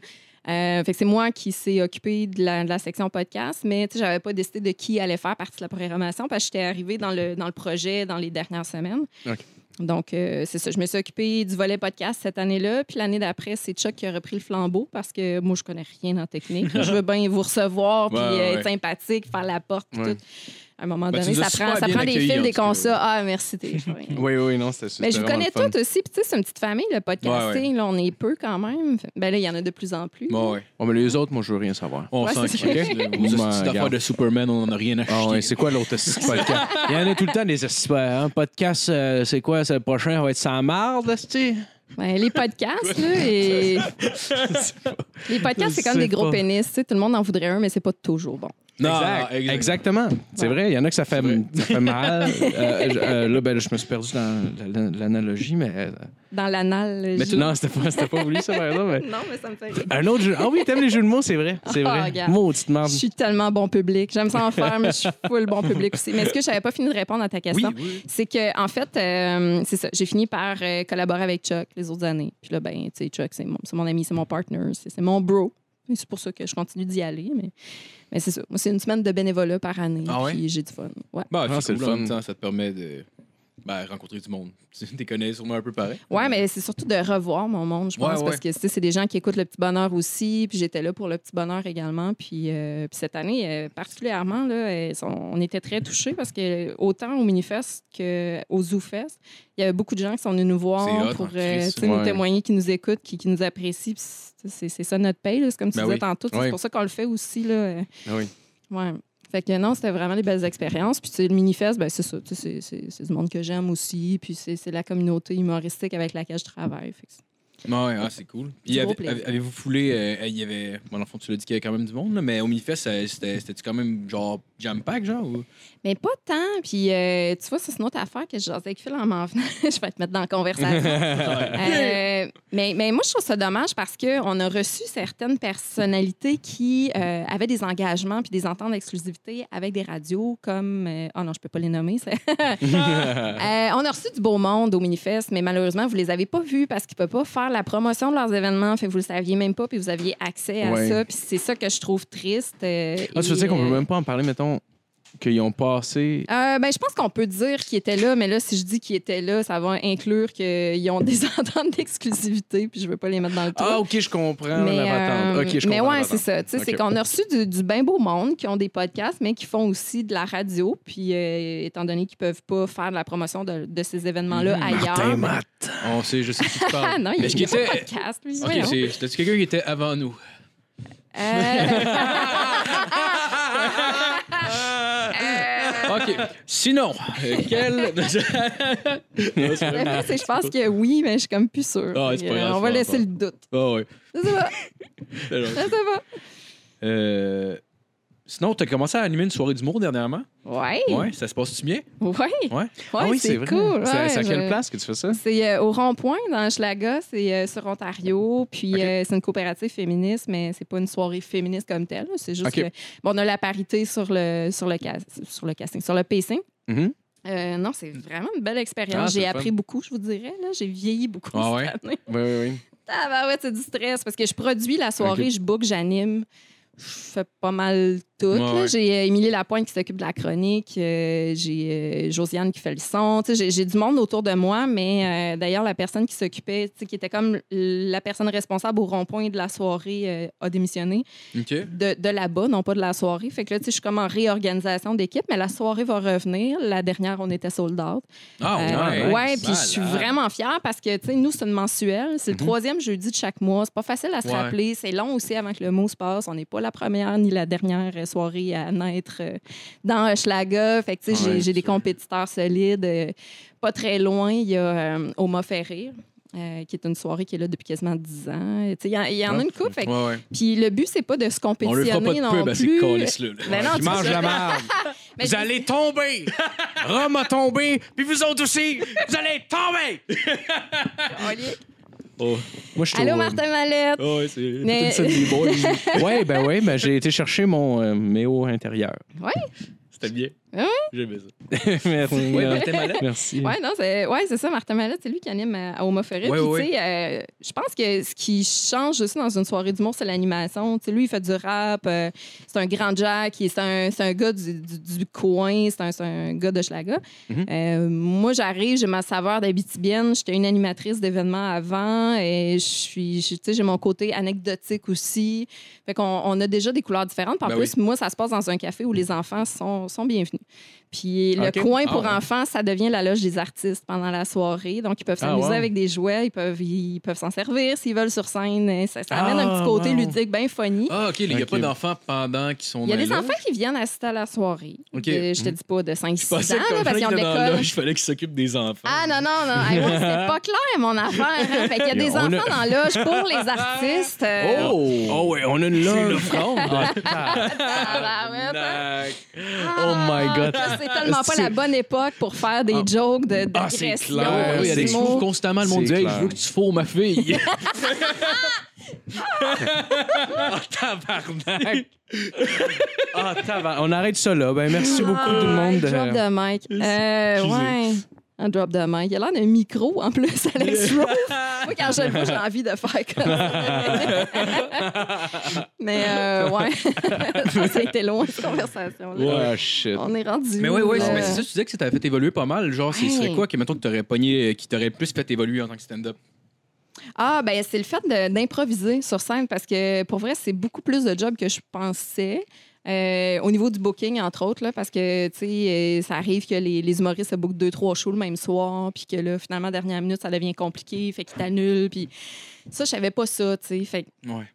Speaker 4: Euh, fait que c'est moi qui s'est occupée de la, de la section podcast, mais je n'avais pas décidé de qui allait faire partie de la programmation parce que j'étais arrivée dans le, dans le projet dans les dernières semaines.
Speaker 3: OK.
Speaker 4: Donc, euh, c'est ça. Je me suis occupée du volet podcast cette année-là. Puis l'année d'après, c'est Chuck qui a repris le flambeau parce que moi, je connais rien en technique. je veux bien vous recevoir, puis
Speaker 3: Ouais, ouais, ouais.
Speaker 4: euh, être sympathique, faire la porte, puis
Speaker 5: Ouais.
Speaker 4: tout. À un moment
Speaker 3: Ben, tu
Speaker 4: donné,
Speaker 3: nous as
Speaker 4: ça prend,
Speaker 3: super
Speaker 4: ça
Speaker 3: bien
Speaker 4: prend des
Speaker 3: accueillis, en
Speaker 4: fils, des
Speaker 3: tout cas.
Speaker 4: consoles. Ah, merci, t'es gentil.
Speaker 5: Oui, oui, non, c'était
Speaker 4: Ben,
Speaker 5: c'était
Speaker 4: je vous
Speaker 5: vraiment
Speaker 4: connais
Speaker 5: le fun.
Speaker 4: toutes aussi. Puis, tu sais, c'est une petite famille, le podcasting. Là, on est peu quand même. Fait- Ben là, il y en a de plus en plus.
Speaker 3: Bon, ouais.
Speaker 5: Oh, mais les autres, moi, je veux rien savoir.
Speaker 3: On
Speaker 4: Ouais,
Speaker 3: s'en
Speaker 4: c'est
Speaker 3: crisse.
Speaker 4: ça.
Speaker 3: là. Aux
Speaker 5: Ouais,
Speaker 3: astuces d'affaires
Speaker 5: regarde.
Speaker 3: de Superman, on n'en a rien acheté.
Speaker 5: Ah ouais, c'est quoi l'autre hostie de podcast? Il y en a tout le temps des hosties de podcast. Un podcast, euh, c'est quoi? C'est le prochain, ça va être sans marde, hostie?
Speaker 4: Ben, les podcasts, là, et... les podcasts, c'est comme des
Speaker 5: sais
Speaker 4: gros
Speaker 5: pas.
Speaker 4: pénis. tu sais, tout le monde en voudrait un, mais c'est pas toujours bon.
Speaker 3: Non,
Speaker 5: Exact.
Speaker 3: exact.
Speaker 5: Exactement. C'est vrai, il y en a que ça fait, ça fait mal. Euh, je- euh, là, ben, je me suis perdu dans la- la- l'analogie, mais. euh,
Speaker 4: Dans l'anal.
Speaker 5: mais
Speaker 4: j'ai-
Speaker 5: tu- non, c'était pas, c'était pas voulu, ça, par exemple. mais-
Speaker 4: non, mais ça me fait rire.
Speaker 5: Un autre jeu. Ah oui, t'aimes les jeux de mots, c'est vrai. C'est
Speaker 4: Ah,
Speaker 5: vrai.
Speaker 4: regarde.
Speaker 5: Maudite
Speaker 4: Je
Speaker 5: marde.
Speaker 4: suis tellement bon public. J'aime ça en faire, mais je suis full bon public aussi. Mais est-ce que j'avais pas fini de répondre à ta
Speaker 3: Oui,
Speaker 4: question?
Speaker 3: oui.
Speaker 4: C'est que, en fait, euh, c'est ça. J'ai fini par euh, collaborer avec Chuck les autres années. Puis là, ben, tu sais, Chuck, c'est mon, c'est mon ami, c'est mon partner, c'est c'est mon bro. Et C'est pour ça que je continue d'y aller. Mais, mais c'est ça. Moi, c'est une semaine de bénévolat par année.
Speaker 3: Ah ouais?
Speaker 4: Puis j'ai du fun. Ouais.
Speaker 3: Bah,
Speaker 5: Ah,
Speaker 3: c'est
Speaker 5: c'est
Speaker 3: cool,
Speaker 5: le
Speaker 3: en
Speaker 5: fun.
Speaker 3: même temps, ça te permet de ben, rencontrer du monde. Tu les connais sûrement un peu pareil.
Speaker 4: Ouais, mais c'est surtout de revoir mon monde, je
Speaker 3: Ouais,
Speaker 4: pense,
Speaker 3: ouais.
Speaker 4: parce que tu sais, c'est des gens qui écoutent le petit bonheur aussi, puis j'étais là pour le petit bonheur également, puis, euh, puis cette année euh, particulièrement là, elles sont- on était très touchés parce que autant au Minifest que au ZooFest, il y avait beaucoup de gens qui sont venus nous voir
Speaker 3: C'est hot, hein,
Speaker 4: pour
Speaker 3: en
Speaker 4: euh,
Speaker 3: Christ.
Speaker 4: tu sais, nous
Speaker 5: Ouais.
Speaker 4: témoigner, qui nous écoutent, qui, qui nous apprécient, puis c'est- c'est c'est ça notre paye, là. c'est comme tu
Speaker 3: Ben
Speaker 4: disais
Speaker 3: oui.
Speaker 4: tantôt, c'est
Speaker 5: Ouais.
Speaker 4: pour ça qu'on le fait aussi là. euh,
Speaker 5: Ah oui.
Speaker 4: Ouais. Fait que non, c'était vraiment des belles expériences. Puis tu sais, le Minifest, ben, c'est ça. Tu sais, C'est, c'est, c'est du monde que j'aime aussi. Puis c'est, c'est la communauté humoristique avec laquelle je travaille. Fait que c'est-
Speaker 3: Ouais, ah, c'est cool. Puis
Speaker 4: Du gros
Speaker 3: avez-
Speaker 4: plaisir.
Speaker 3: avez- avez-vous foulé. euh, Il y avait. Bon, dans le fond, tu l'as dit qu'il y avait quand même du monde, là, mais au Minifest, ça- c'était- c'était-tu quand même genre jam-pack, genre ou-
Speaker 4: Mais pas tant. Puis euh, tu vois, ça, c'est une autre affaire que je jasais avec Phil en m'en venant. je vais te mettre dans la conversation. Euh, mais, mais moi, je trouve ça dommage parce qu'on a reçu certaines personnalités qui euh, avaient des engagements puis des ententes d'exclusivité avec des radios comme... euh, oh non, je peux pas les nommer. c'est- Euh, on a reçu du beau monde au Minifest, mais malheureusement, vous les avez pas vus parce qu'ils ne peuvent pas faire la promotion de leurs événements. Fait que vous le saviez même pas, puis vous aviez accès à
Speaker 5: Ouais.
Speaker 4: ça. Puis c'est ça que je trouve triste. euh,
Speaker 5: Ah, tu
Speaker 4: et,
Speaker 5: veux dire qu'on
Speaker 4: euh,
Speaker 5: peut même pas en parler, mettons, qu'ils ont passé.
Speaker 4: euh, ben, je pense qu'on peut dire qu'ils étaient là, mais là, si je dis qu'ils étaient là, ça va inclure qu'ils ont des ententes d'exclusivité, puis je veux pas les mettre dans le trou.
Speaker 5: Ah, ok, je comprends
Speaker 4: Mais,
Speaker 5: la patente.
Speaker 4: euh,
Speaker 5: Ok, je
Speaker 4: mais
Speaker 5: comprends la
Speaker 4: ouais,
Speaker 5: patente.
Speaker 4: c'est ça. Tu sais, C'est
Speaker 5: Ok.
Speaker 4: qu'on a reçu du, du bien beau monde qui ont des podcasts, mais qui font aussi de la radio. Puis euh, étant donné qu'ils peuvent pas faire de la promotion de, de ces événements-là
Speaker 3: Mhm.
Speaker 4: ailleurs.
Speaker 5: Mmh, Martin Matt.
Speaker 3: On sait, je sais qui tu
Speaker 4: Ah
Speaker 3: parles.
Speaker 4: non, il y a
Speaker 3: mais ce qui
Speaker 4: pas de
Speaker 3: était.
Speaker 4: podcast, lui.
Speaker 3: Ok,
Speaker 4: voyons.
Speaker 3: c'est- c'était-tu quelqu'un qui était avant nous?
Speaker 4: Euh,
Speaker 3: Ok. Sinon, euh, quel.
Speaker 4: Euh, ben, c'est- je pense que oui, mais je suis comme plus sûre.
Speaker 3: Ah, c'est pas
Speaker 4: Fait que,
Speaker 3: grave,
Speaker 4: euh,
Speaker 3: c'est
Speaker 4: on va
Speaker 3: pas
Speaker 4: laisser
Speaker 3: grave.
Speaker 4: le doute.
Speaker 3: Ah ouais.
Speaker 4: Ça va, ça va.
Speaker 3: Euh, Sinon, tu as commencé à animer une soirée d'humour dernièrement.
Speaker 4: Ouais. Ouais.
Speaker 3: Ouais, ça se passe-tu bien?
Speaker 4: Ouais,
Speaker 3: Ouais.
Speaker 5: Ah oui, c'est
Speaker 4: c'est
Speaker 5: vrai.
Speaker 4: cool.
Speaker 5: C'est
Speaker 4: ouais,
Speaker 5: c'est à quelle
Speaker 4: je-
Speaker 5: place que tu fais ça?
Speaker 4: C'est euh, au rond-point dans Schlaga, c'est euh, sur Ontario, puis
Speaker 5: Ok.
Speaker 4: euh, c'est une coopérative féministe, mais c'est pas une soirée féministe comme telle. là. C'est juste
Speaker 5: Ok.
Speaker 4: que bon, on a la parité sur le sur le cas- sur le casting, sur le pacing.
Speaker 5: Mhm.
Speaker 4: Euh, non, c'est vraiment une belle
Speaker 5: Ah,
Speaker 4: expérience.
Speaker 5: c'est
Speaker 4: J'ai
Speaker 5: le fun.
Speaker 4: appris beaucoup, je vous dirais. là. J'ai vieilli beaucoup
Speaker 3: Ah ouais?
Speaker 4: cette année.
Speaker 5: Oui, oui, oui.
Speaker 4: Ah bah ouais, c'est du stress parce que je produis la soirée, je book, j'anime. Je fais pas mal tout.
Speaker 3: Ouais,
Speaker 4: là.
Speaker 3: ouais.
Speaker 4: J'ai euh, Émilie Lapointe qui s'occupe de la chronique. euh, j'ai euh, Josiane qui fait le son. Tu sais, J'ai j'ai du monde autour de moi, mais euh, d'ailleurs, la personne qui s'occupait, tu sais, qui était comme la personne responsable au rond-point de la soirée, euh, a démissionné
Speaker 3: Ok.
Speaker 4: de, de là-bas, non pas de la soirée. Fait que là, tu sais, je suis comme en réorganisation d'équipe, mais la soirée va revenir. La dernière, on était sold out.
Speaker 3: Ah
Speaker 4: Euh,
Speaker 3: ouais. hein.
Speaker 4: ouais, puis je suis
Speaker 3: Malade.
Speaker 4: vraiment fière parce que, tu sais, nous, c'est une mensuelle. C'est le troisième jeudi de chaque mois. C'est pas facile à se
Speaker 3: Mhm. Ouais.
Speaker 4: rappeler. C'est long aussi avant que le mot se passe. On n'est pas la première ni la dernière euh, soirée à naître euh, dans Hochelaga. Fait que, tu sais, j'ai-
Speaker 5: Ouais,
Speaker 4: j'ai des compétiteurs solides. Euh, pas très loin, il y a euh, Oma Ferrir. euh, qui est une soirée qui est là depuis quasiment 10 ans. Tu sais, Il y, en- il y en a une coupe. fait que-
Speaker 3: Ouais, ouais.
Speaker 4: Puis le but, c'est pas de se
Speaker 3: On
Speaker 4: compétitionner
Speaker 3: le fera pas de
Speaker 4: non
Speaker 3: pub à ces
Speaker 4: plus.
Speaker 3: câlisses-là, là.
Speaker 4: Ben non, Ben,
Speaker 5: Je
Speaker 4: tu
Speaker 5: mange
Speaker 4: sais,
Speaker 5: la marde.
Speaker 4: mais
Speaker 5: Vous allez tomber. Rome a tombé, puis vous autres aussi, vous allez tomber.
Speaker 3: Oh.
Speaker 5: Moi, je suis
Speaker 4: Allô,
Speaker 5: au- euh,
Speaker 4: Martin Mallette!
Speaker 3: Ah ouais, c'est. toute
Speaker 4: Mais-
Speaker 3: une scène des boys.
Speaker 5: Ouais, ben ouais, ben j'ai été chercher mon euh, méo intérieur.
Speaker 3: C'était bien.
Speaker 4: Ouais.
Speaker 3: J'aimais ça.
Speaker 5: Merci.
Speaker 3: Ouais,
Speaker 5: euh,
Speaker 3: Martin Mallette.
Speaker 5: Merci.
Speaker 4: Ouais, non, c'est ouais, c'est ça, Martin Mallette, c'est lui qui anime euh, à Homophorie.
Speaker 3: Ouais,
Speaker 4: Puis,
Speaker 3: ouais,
Speaker 4: tu sais, euh, je pense que ce qui change aussi dans une soirée d'humour, c'est l'animation. Tu sais, lui, il fait du rap, euh, c'est un grand Jack, il- c'est un, c'est un gars du, du- du coin, c'est un, c'est un gars de Schlaga.
Speaker 3: Mm-hmm.
Speaker 5: Mhm.
Speaker 4: Euh, moi, j'arrive, j'ai ma saveur d'habitibienne, j'étais une animatrice d'événements avant, et je suis, je- tu sais, j'ai mon côté anecdotique aussi. Fait qu'on on a déjà des couleurs différentes. Puis En
Speaker 3: Ben
Speaker 4: plus, moi, ça se passe dans un café où les enfants sont, sont bienvenus. Puis le
Speaker 3: Ok.
Speaker 4: coin pour
Speaker 3: Ah, ouais.
Speaker 4: enfants, ça devient la loge des artistes pendant la soirée. Donc, ils peuvent
Speaker 5: Ah,
Speaker 4: s'amuser
Speaker 5: wow.
Speaker 4: avec des jouets, ils peuvent ils peuvent s'en servir s'ils veulent sur scène. Et Ça, ça
Speaker 5: Ah,
Speaker 4: amène un petit côté
Speaker 5: wow.
Speaker 4: ludique, bien funny.
Speaker 3: Ah, OK, il n'y a
Speaker 5: Ok.
Speaker 3: pas d'enfants pendant qu'ils sont
Speaker 4: Il y a
Speaker 3: dans
Speaker 4: des
Speaker 3: la
Speaker 4: enfants
Speaker 3: loge.
Speaker 4: qui viennent assister à la soirée.
Speaker 3: Ok.
Speaker 4: De- je te dis pas de
Speaker 3: Je
Speaker 4: 5-6 ans,
Speaker 3: pensais que
Speaker 4: là, parce qu'ils ont de l'école.
Speaker 3: Il fallait qu'ils s'occupent des enfants.
Speaker 4: Ah non, non, non. Hey, moi, c'était pas clair, mon affaire. hein. Fait qu'il y a des
Speaker 5: On a-
Speaker 4: enfants dans la loge pour les artistes. Euh,
Speaker 3: Oh!
Speaker 5: Oh ouais, on a une loge.
Speaker 3: l'offrande.
Speaker 4: tabarouette, hein.
Speaker 5: Oh my God.
Speaker 4: Ah, C'est tellement pas
Speaker 5: C'est-
Speaker 4: la bonne époque pour faire des jokes de
Speaker 5: Ah, c'est
Speaker 4: d'agression.
Speaker 5: clair.
Speaker 3: Ah oui,
Speaker 5: Ouais,
Speaker 3: elle
Speaker 5: c'est
Speaker 3: explique
Speaker 4: d'humour.
Speaker 3: constamment le monde dit
Speaker 5: C'est
Speaker 3: Hey,
Speaker 5: clair.
Speaker 3: je veux que tu fourres ma fille. Ah, tabarnak!
Speaker 5: Ah, tabarnak. on arrête ça là. Ben,
Speaker 4: Ah,
Speaker 5: merci beaucoup tout le monde.
Speaker 4: Un drop de mic. Euh, ouais. Un drop de mic. Il a l'air d'un micro en plus, Alex Rose. Moi, quand je le vois, j'ai envie de faire comme ça. Mais euh, ouais, ça, ça a été loin, cette conversation-là.
Speaker 5: Oh shit.
Speaker 4: On est rendu.
Speaker 3: Mais ouais, ouais,
Speaker 4: là.
Speaker 3: c'est mais c'est ça, tu disais que ça t'a fait évoluer pas mal. Genre, c'est
Speaker 4: Ouais.
Speaker 3: serait quoi que, mettons, que t'aurais pogné, euh, qui t'aurait plus fait évoluer en tant que stand-up?
Speaker 4: Ah, ben c'est le fait de- d'improviser sur scène parce que pour vrai, c'est beaucoup plus de job que je pensais. Euh, au niveau du booking, entre autres, là, parce que tu sais, euh, ça arrive que les, les humoristes se bookent deux, trois shows le même soir, puis que là, finalement, dernière minute, ça devient compliqué, fait qu'ils t'annulent, puis ça, je savais pas ça, tu sais. Fait que
Speaker 3: Ouais.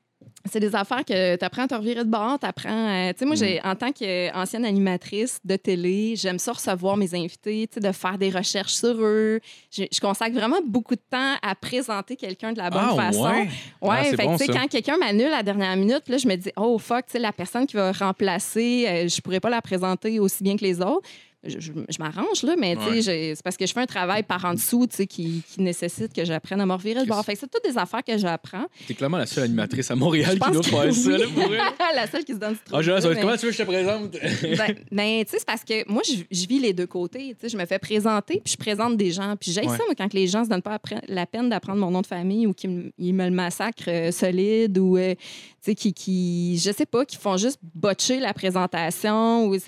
Speaker 4: c'est des affaires que tu apprends à te revirer de bord, tu apprends. tu sais, moi, j'ai,
Speaker 5: Mm.
Speaker 4: en tant qu'ancienne animatrice de télé, j'aime ça recevoir mes invités, tu sais, de faire des recherches sur eux. Je, je consacre vraiment beaucoup de temps à présenter quelqu'un de la bonne façon.
Speaker 5: Ah, ouais.
Speaker 4: Ouais,
Speaker 5: Ah, c'est
Speaker 4: fait que,
Speaker 5: bon,
Speaker 4: tu sais,
Speaker 5: ça.
Speaker 4: quand quelqu'un m'annule à la dernière minute, là, je me dis, oh fuck, tu sais, la personne qui va remplacer, euh, je pourrais pas la présenter aussi bien que les autres. Je, je- je m'arrange, là, mais tu sais,
Speaker 3: Ouais.
Speaker 4: j'ai- c'est parce que je fais un travail par en dessous, tu sais, qui, qui nécessite que j'apprenne à me revirer de bord. Fait que c'est toutes des affaires que j'apprends.
Speaker 3: T'es clairement la seule animatrice à Montréal
Speaker 4: Je
Speaker 3: qui
Speaker 4: pense
Speaker 3: doit
Speaker 4: que
Speaker 3: faire ça,
Speaker 4: oui.
Speaker 3: là, pour elle.
Speaker 4: la seule qui se donne du
Speaker 3: Ah, Joël, ça va être
Speaker 4: mais-
Speaker 3: comment tu veux que je te présente?
Speaker 4: ben, ben, tu sais, c'est parce que moi, je, je vis les deux côtés. Tu sais, je me fais présenter, puis je présente des gens. Puis j'aime
Speaker 3: Ouais.
Speaker 4: ça, moi, quand les gens se donnent pas appre- la peine d'apprendre mon nom de famille ou qu'ils me- ils me le massacrent euh, solide ou, euh, tu sais, qui, qui, je sais pas, qui font juste botcher la présentation. ou-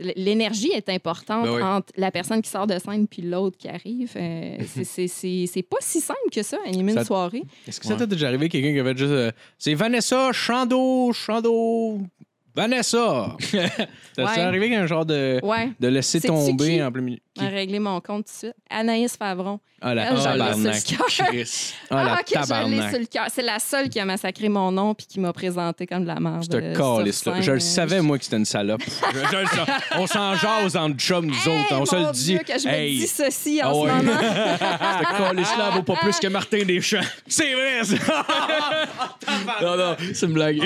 Speaker 4: L'énergie est importante
Speaker 3: Ben oui.
Speaker 4: entre la personne qui sort de scène puis l'autre qui arrive. Euh, c'est- c'est- c'est c'est pas si simple que ça, animer
Speaker 5: Ça-
Speaker 4: une soirée.
Speaker 5: Est-ce que ça t'est déjà arrivé quelqu'un qui avait juste. euh, c'est Vanessa Chando, Chando, Vanessa. Ça t'est
Speaker 4: Ouais.
Speaker 5: arrivé qu'un genre de.
Speaker 4: Ouais,
Speaker 5: De laisser
Speaker 4: C'est-tu qui?
Speaker 5: tomber en plein milieu. Qui?
Speaker 4: à régler mon compte tout de suite. Anaïs Favron.
Speaker 5: Ah la
Speaker 4: Elle, je l'ai
Speaker 5: tabarnak.
Speaker 4: sur le cœur.
Speaker 3: Chris.
Speaker 5: Ah la
Speaker 4: Ah, ok, je l'ai
Speaker 5: tabarnak.
Speaker 4: sur le cœur. C'est la seule qui a massacré mon nom puis qui m'a présenté comme de la merde.
Speaker 5: Je te
Speaker 4: euh,
Speaker 5: calisse,
Speaker 4: sur
Speaker 5: là.
Speaker 4: scène.
Speaker 5: Je
Speaker 4: Euh,
Speaker 5: le savais, moi, que c'était une salope. Je- je le sais. on s'en jase entre chums, nous
Speaker 4: Hey,
Speaker 5: autres. hein. On se
Speaker 4: mon
Speaker 5: le dit.
Speaker 4: Dieu, que je me
Speaker 5: Hey,
Speaker 4: dis ceci en
Speaker 5: Ah ouais.
Speaker 4: ce moment.
Speaker 3: Ce calice-là vaut pas plus que Martin Deschamps.
Speaker 5: c'est vrai, ça.
Speaker 3: Non, non, c'est une blague.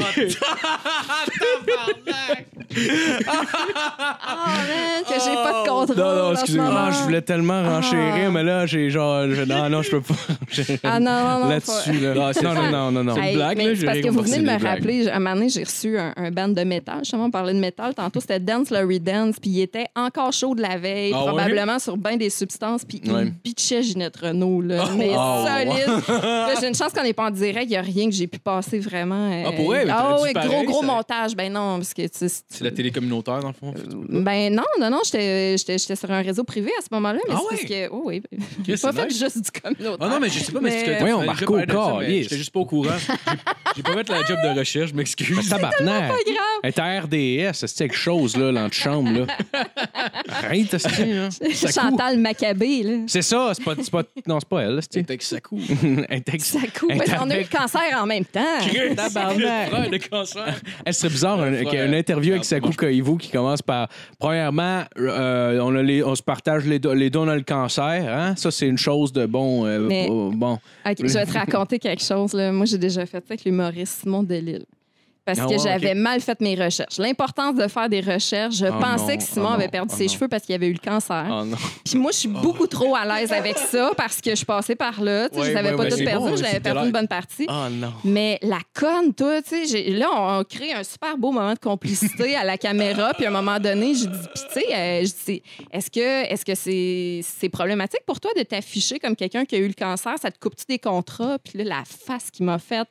Speaker 4: Ah, man, que j'ai pas de contrôle.
Speaker 5: Oh. Non, non,
Speaker 4: en ce moment.
Speaker 5: excusez-moi. Ah, je voulais tellement renchérir, mais là, j'ai genre. je- Non, non, je peux pas. renchérir
Speaker 4: Ah non, non, non. faut-
Speaker 5: Là-dessus, là.
Speaker 3: Non, Ah, c'est
Speaker 5: Non,
Speaker 3: ça.
Speaker 5: non, non, non, non.
Speaker 4: Hey,
Speaker 3: blague,
Speaker 4: mais
Speaker 3: là,
Speaker 4: c'est
Speaker 3: j'ai
Speaker 4: parce
Speaker 3: rien
Speaker 4: que vous
Speaker 3: compris,
Speaker 4: venez de
Speaker 5: c'est
Speaker 4: me
Speaker 5: des blagues.
Speaker 4: rappeler, j'ai- à un moment donné, j'ai reçu un, un band de métal. Justement, on parlait de métal tantôt. C'était Dance Larry Dance. Puis il était encore chaud de la veille,
Speaker 3: Ah ouais?
Speaker 4: probablement sur bien des substances. Puis
Speaker 5: Ouais.
Speaker 4: il bitchait Ginette Renault. Là,
Speaker 3: Oh,
Speaker 4: mais
Speaker 5: wow.
Speaker 4: solide. Là, j'ai une chance qu'on n'est pas en direct. Il n'y a rien que j'ai pu passer vraiment. euh,
Speaker 3: Ah, pour vrai? Mais t'aurais dû
Speaker 4: ouais, gros,
Speaker 3: pareil,
Speaker 4: gros
Speaker 3: ça-
Speaker 4: montage. Ben non, parce que tu sais,
Speaker 3: C'est la télé communautaire, dans le fond.
Speaker 4: ben non, non, non, j'étais j'étais- j'étais sur un réseau privé à ce moment-là, mais
Speaker 3: Ah
Speaker 4: c'est parce que. Oh oui. J'ai
Speaker 3: c'est
Speaker 4: pas fait
Speaker 3: nice.
Speaker 4: juste du communautaire.
Speaker 3: Ah non, mais je sais pas, mais,
Speaker 4: Mais-
Speaker 3: c'est que.
Speaker 5: Voyons,
Speaker 3: tu m'avais déjà
Speaker 5: Marco,
Speaker 3: parlé de ça, mais
Speaker 5: calisse.
Speaker 3: J'étais juste pas au courant. J'ai- J'ai pas fait la job de recherche, je m'excuse.
Speaker 5: Tabarnak.
Speaker 4: Pas grave.
Speaker 5: Elle était à RDS, c'est quelque chose, là, l'antichambre, là. Arrête, c'est là. Ça coûte.
Speaker 4: Chantal Maccabé, là.
Speaker 5: C'est ça, c'est pas, c'est pas. Non, c'est pas elle, c'est.
Speaker 3: C'était que ça coûte.
Speaker 5: Elle était-
Speaker 4: Ça coupe.
Speaker 5: Elle
Speaker 4: parce
Speaker 5: était
Speaker 4: qu'on a eu
Speaker 5: avec-
Speaker 4: le cancer en même temps.
Speaker 5: Tabarnak.
Speaker 3: Frère de cancer.
Speaker 5: Elle serait bizarre un-
Speaker 3: Ouais.
Speaker 5: qu'il y ait une interview avec Sakou Koivu qui commence par premièrement, euh, on, a les- on se partage les, do- les dons dans le cancer. Hein? Ça, c'est une chose de bon. euh,
Speaker 4: Mais-
Speaker 5: euh, bon.
Speaker 4: OK, je vais te raconter quelque chose. Là. Moi, j'ai déjà fait ça avec l'humoriste Simon Delille. parce
Speaker 5: Ah
Speaker 4: que
Speaker 5: ouais,
Speaker 4: j'avais
Speaker 5: ok.
Speaker 4: mal fait mes recherches. L'importance de faire des recherches, je
Speaker 5: Oh
Speaker 4: pensais
Speaker 5: non,
Speaker 4: que Simon
Speaker 5: oh
Speaker 4: avait
Speaker 5: non,
Speaker 4: perdu
Speaker 5: oh
Speaker 4: ses
Speaker 5: non.
Speaker 4: cheveux parce qu'il avait eu le cancer.
Speaker 5: Oh non.
Speaker 4: Puis moi, je suis beaucoup trop à l'aise avec ça parce que je passais par là. Tu sais,
Speaker 5: Ouais,
Speaker 4: je n'avais
Speaker 5: ouais,
Speaker 4: pas
Speaker 5: ouais,
Speaker 4: tout
Speaker 5: c'est
Speaker 4: perdu,
Speaker 5: bon,
Speaker 4: je l'avais
Speaker 5: c'est
Speaker 4: perdu
Speaker 5: clair.
Speaker 4: une bonne partie.
Speaker 5: Oh non.
Speaker 4: Mais la conne, toi, tu sais, j'ai- là, on, on crée un super beau moment de complicité à la caméra. Puis à un moment donné, je dis, puis tu sais, euh, je dis, est-ce que est-ce que c'est c'est problématique pour toi de t'afficher comme quelqu'un qui a eu le cancer? Ça te coupe-tu des contrats? Puis là, la face qu'il m'a faite.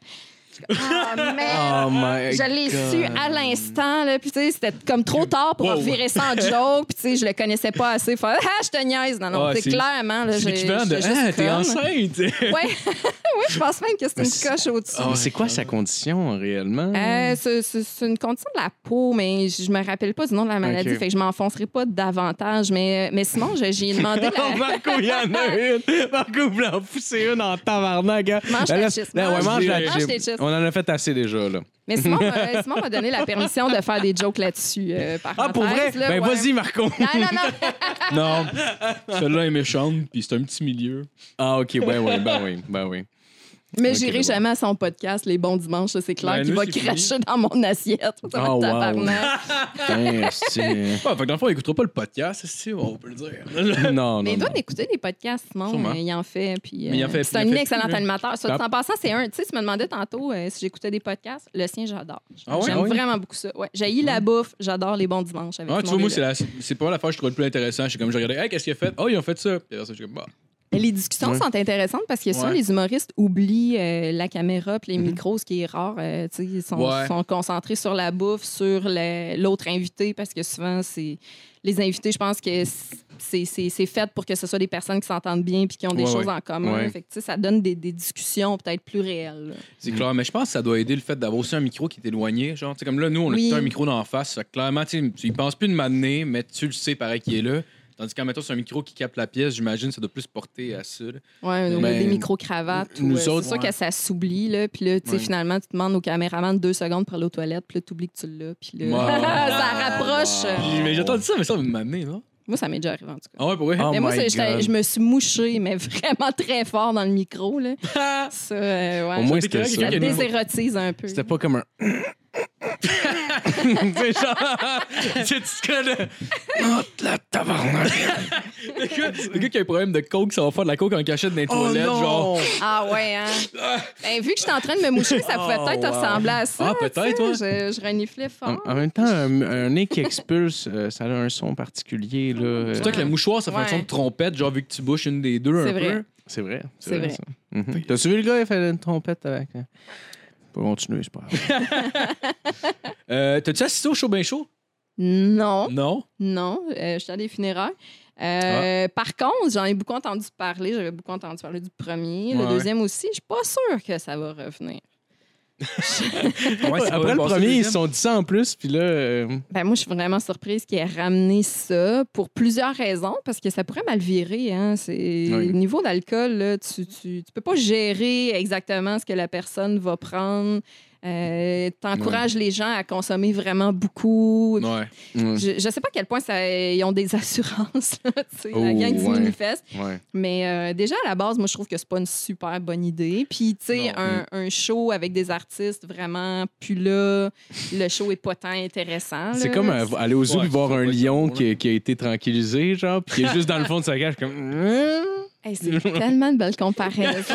Speaker 4: je suis comme, Oh, man!
Speaker 5: Oh my
Speaker 4: Je l'ai
Speaker 5: God.
Speaker 4: su à l'instant, là. Puis, tu sais, c'était comme trop tard pour
Speaker 5: Wow.
Speaker 4: virer ça en joke. Puis, tu sais, je le connaissais pas assez. Fait, ah, je te niaise. Non, non,
Speaker 3: Ah,
Speaker 4: tu sais,
Speaker 3: c'est-
Speaker 4: clairement, là,
Speaker 3: C'est
Speaker 4: j'ai-
Speaker 3: l'équivalent de
Speaker 4: j'étais juste
Speaker 3: Ah, t'es
Speaker 4: conne.
Speaker 3: enceinte!
Speaker 4: Ouais, oui, je pense même que c'est une coche au-dessus.
Speaker 3: Oh
Speaker 5: Mais c'est quoi sa condition réellement?
Speaker 4: Euh, c'est- c'est c'est une condition de la peau, mais je je me rappelle pas du nom de la maladie,
Speaker 5: Ok.
Speaker 4: fait que je m'enfoncerai pas davantage. Mais, mais sinon, je- j'ai demandé la...
Speaker 5: Oh, Marco, il y en a une. Marco voulait en pousser une en tabarnak. hein.
Speaker 4: Mange
Speaker 5: Ben,
Speaker 4: tes
Speaker 5: là,
Speaker 4: chips,
Speaker 5: là,
Speaker 4: mange
Speaker 5: ouais, mange
Speaker 3: tes-
Speaker 5: la
Speaker 4: mange
Speaker 5: chip.
Speaker 4: tes chips.
Speaker 5: On en a fait assez déjà. Là.
Speaker 4: Mais Simon m'a Simon m'a donné la permission de faire des jokes là-dessus. euh, par
Speaker 5: Ah, pour vrai?
Speaker 4: parenthèse, là,
Speaker 5: ben
Speaker 4: ouais.
Speaker 5: vas-y, Marco.
Speaker 4: Non, non, non.
Speaker 3: non, celle-là est méchante, puis c'est un petit milieu.
Speaker 5: Ah, OK, ben oui, ben oui, ben oui.
Speaker 4: Mais
Speaker 5: Ok,
Speaker 4: j'irai
Speaker 5: c'est bon.
Speaker 4: jamais à son podcast, Les Bons Dimanches, ça, c'est clair,
Speaker 3: Ben,
Speaker 4: qu'il
Speaker 3: nous,
Speaker 4: va
Speaker 3: c'est fini.
Speaker 4: cracher dans mon assiette. Ça va
Speaker 5: Oh,
Speaker 4: être
Speaker 5: wow.
Speaker 4: tabarnak.
Speaker 5: Putain, c'est-
Speaker 3: Ah, fait que dans le fond, il écoutera pas le podcast, si on peut le dire.
Speaker 5: Non, non,
Speaker 4: Mais il
Speaker 5: non.
Speaker 4: doit écouter des podcasts, Simon.
Speaker 5: Sûrement.
Speaker 4: euh, Il en fait. Puis,
Speaker 3: Mais il en
Speaker 4: euh,
Speaker 3: fait,
Speaker 4: c'est
Speaker 3: puis il en
Speaker 4: un
Speaker 3: fait
Speaker 4: excellent
Speaker 3: plus, hein.
Speaker 4: animateur. Soit
Speaker 5: Yep.
Speaker 4: dit en passant, c'est un. Tu sais, tu me demandais tantôt euh, si j'écoutais des podcasts. Le sien, j'adore.
Speaker 3: Ah ouais?
Speaker 4: J'aime
Speaker 3: Ah ouais?
Speaker 4: vraiment beaucoup ça. Ouais. J'ai la bouffe. J'adore les bons dimanches avec
Speaker 3: Ah, tu
Speaker 4: Simon
Speaker 3: vois, moi, c'est,
Speaker 4: Belleuil.
Speaker 3: la, c'est pas mal l'affaire que je trouvais le plus intéressant. Je suis comme, je regardais, hey, qu'est-ce qu'il a fait? Oh, ils ont fait ça. Puis après ça, je suis comme, bah.
Speaker 4: Mais Les discussions
Speaker 5: Ouais.
Speaker 4: sont intéressantes parce que souvent,
Speaker 3: Ouais.
Speaker 4: les humoristes oublient euh, la caméra
Speaker 5: Mm-hmm.
Speaker 4: puis les micros, ce qui est rare. euh, tu sais, ils sont,
Speaker 3: Ouais.
Speaker 4: sont concentrés sur la bouffe, sur le- l'autre invité parce que souvent, c'est les invités, je pense que c'est- c'est c'est fait pour que ce soit des personnes qui s'entendent bien puis qui ont des
Speaker 5: Ouais,
Speaker 4: choses
Speaker 5: ouais.
Speaker 4: en commun.
Speaker 5: Ouais.
Speaker 4: Fait que, tu sais, ça donne des, des discussions peut-être plus réelles. là.
Speaker 3: C'est clair, mais je pense que ça doit aider le fait d'avoir aussi un micro qui est éloigné. Genre, tu sais, comme là, nous, on a
Speaker 4: Oui.
Speaker 3: tout un micro d'en face. Fait que clairement, tu sais, tu y penses plus de m'amener, mais tu le sais, pareil, qu'il est là. Tandis qu'en mettant sur un micro qui capte la pièce, j'imagine, ça doit plus porter à ça. là.
Speaker 4: Ouais, on a
Speaker 5: Ben,
Speaker 4: des micro-cravates.
Speaker 5: nous
Speaker 4: ou, euh, C'est
Speaker 5: autres,
Speaker 4: sûr
Speaker 3: ouais.
Speaker 4: que ça s'oublie, là. Puis là, tu sais,
Speaker 3: Ouais.
Speaker 4: finalement, tu demandes au caméraman deux secondes pour aller aux toilettes, puis là, tu oublies que tu l'as, puis là,
Speaker 3: Wow.
Speaker 4: ça rapproche.
Speaker 5: Wow.
Speaker 3: Mais j'attends ça, mais ça va m'amener, non?
Speaker 4: Moi, ça m'est déjà arrivé, en tout cas.
Speaker 3: Ah ouais, pour vrai?
Speaker 5: Ah. Oh
Speaker 4: mais moi,
Speaker 5: my
Speaker 4: c'est- j'étais-
Speaker 5: God.
Speaker 4: je me suis mouchée, mais vraiment très fort dans le micro, là. ça, euh, ouais.
Speaker 5: Au moins,
Speaker 3: Ça
Speaker 5: c'était
Speaker 3: décrit
Speaker 5: ça.
Speaker 4: ça
Speaker 3: quelqu'un.
Speaker 4: désérotise un peu.
Speaker 5: C'était pas comme un. C'est genre. C'est ce que le. Oh, la tabarnak.
Speaker 3: Le, gars, le gars qui a un problème de coke, ça va faire de la coke en cachette dans les
Speaker 5: Oh,
Speaker 3: toilettes,
Speaker 5: non.
Speaker 3: genre.
Speaker 4: Ah ouais, hein? Ben, vu que j'étais en train de me moucher, ça pouvait
Speaker 5: Oh,
Speaker 4: peut-être
Speaker 5: wow.
Speaker 4: ressembler à ça.
Speaker 3: Ah, peut-être,
Speaker 4: tu sais. Je, je reniflais
Speaker 5: En,
Speaker 4: fort.
Speaker 5: en même temps, un, un nez qui expulse, euh, ça a un son particulier. là.
Speaker 3: C'est toi que le mouchoir, ça fait un
Speaker 4: Ouais.
Speaker 3: son de trompette, genre vu que tu bouches une des deux
Speaker 4: C'est
Speaker 3: un
Speaker 4: vrai.
Speaker 3: peu.
Speaker 5: C'est vrai.
Speaker 4: C'est vrai.
Speaker 5: ça. Mhm. T'as suivi le gars, il fait une trompette avec. hein? On peut continuer, c'est pas grave.
Speaker 3: Euh, T'as-tu assisté au show bien chaud?
Speaker 4: Non.
Speaker 3: Non.
Speaker 4: Non, euh, j'étais à des funérailles. Euh,
Speaker 5: Ah.
Speaker 4: Par contre, j'en ai beaucoup entendu parler. J'avais beaucoup entendu parler du premier,
Speaker 3: Ouais,
Speaker 4: le
Speaker 3: ouais.
Speaker 4: deuxième aussi. Je suis pas sûre que ça va revenir.
Speaker 5: Après le premier, ils se sont dit ça en plus, puis là. euh,
Speaker 4: Ben, moi, je suis vraiment surprise qu'il ait ramené ça pour plusieurs raisons, parce que ça pourrait mal virer. Hein. C'est...
Speaker 5: Oui.
Speaker 4: Le niveau d'alcool, là, tu, tu, tu peux pas gérer exactement ce que la personne va prendre. Euh, t'encourages les gens à consommer vraiment beaucoup.
Speaker 3: Ouais.
Speaker 5: mm,
Speaker 4: Je, je sais pas à quel point ça, ils ont des assurances, là, tu sais, la
Speaker 5: Oh,
Speaker 4: gang du
Speaker 5: ouais.
Speaker 4: Minifest.
Speaker 5: ouais.
Speaker 4: Mais euh, déjà, à la base, moi, je trouve que c'est pas une super bonne idée. Puis, tu sais,
Speaker 3: Non.
Speaker 5: mm.
Speaker 4: un, un show avec des artistes vraiment plus là, le show est pas tant intéressant.
Speaker 5: C'est
Speaker 4: Ah, là.
Speaker 5: comme euh, aller au zoo
Speaker 3: Ouais,
Speaker 5: et voir
Speaker 3: ça
Speaker 5: un
Speaker 3: doit être
Speaker 5: lion
Speaker 3: bon,
Speaker 5: qui, qui a été tranquillisé, genre, puis qui est juste dans le fond de sa cage, comme.
Speaker 4: Hey, c'est tellement de belles comparaisons.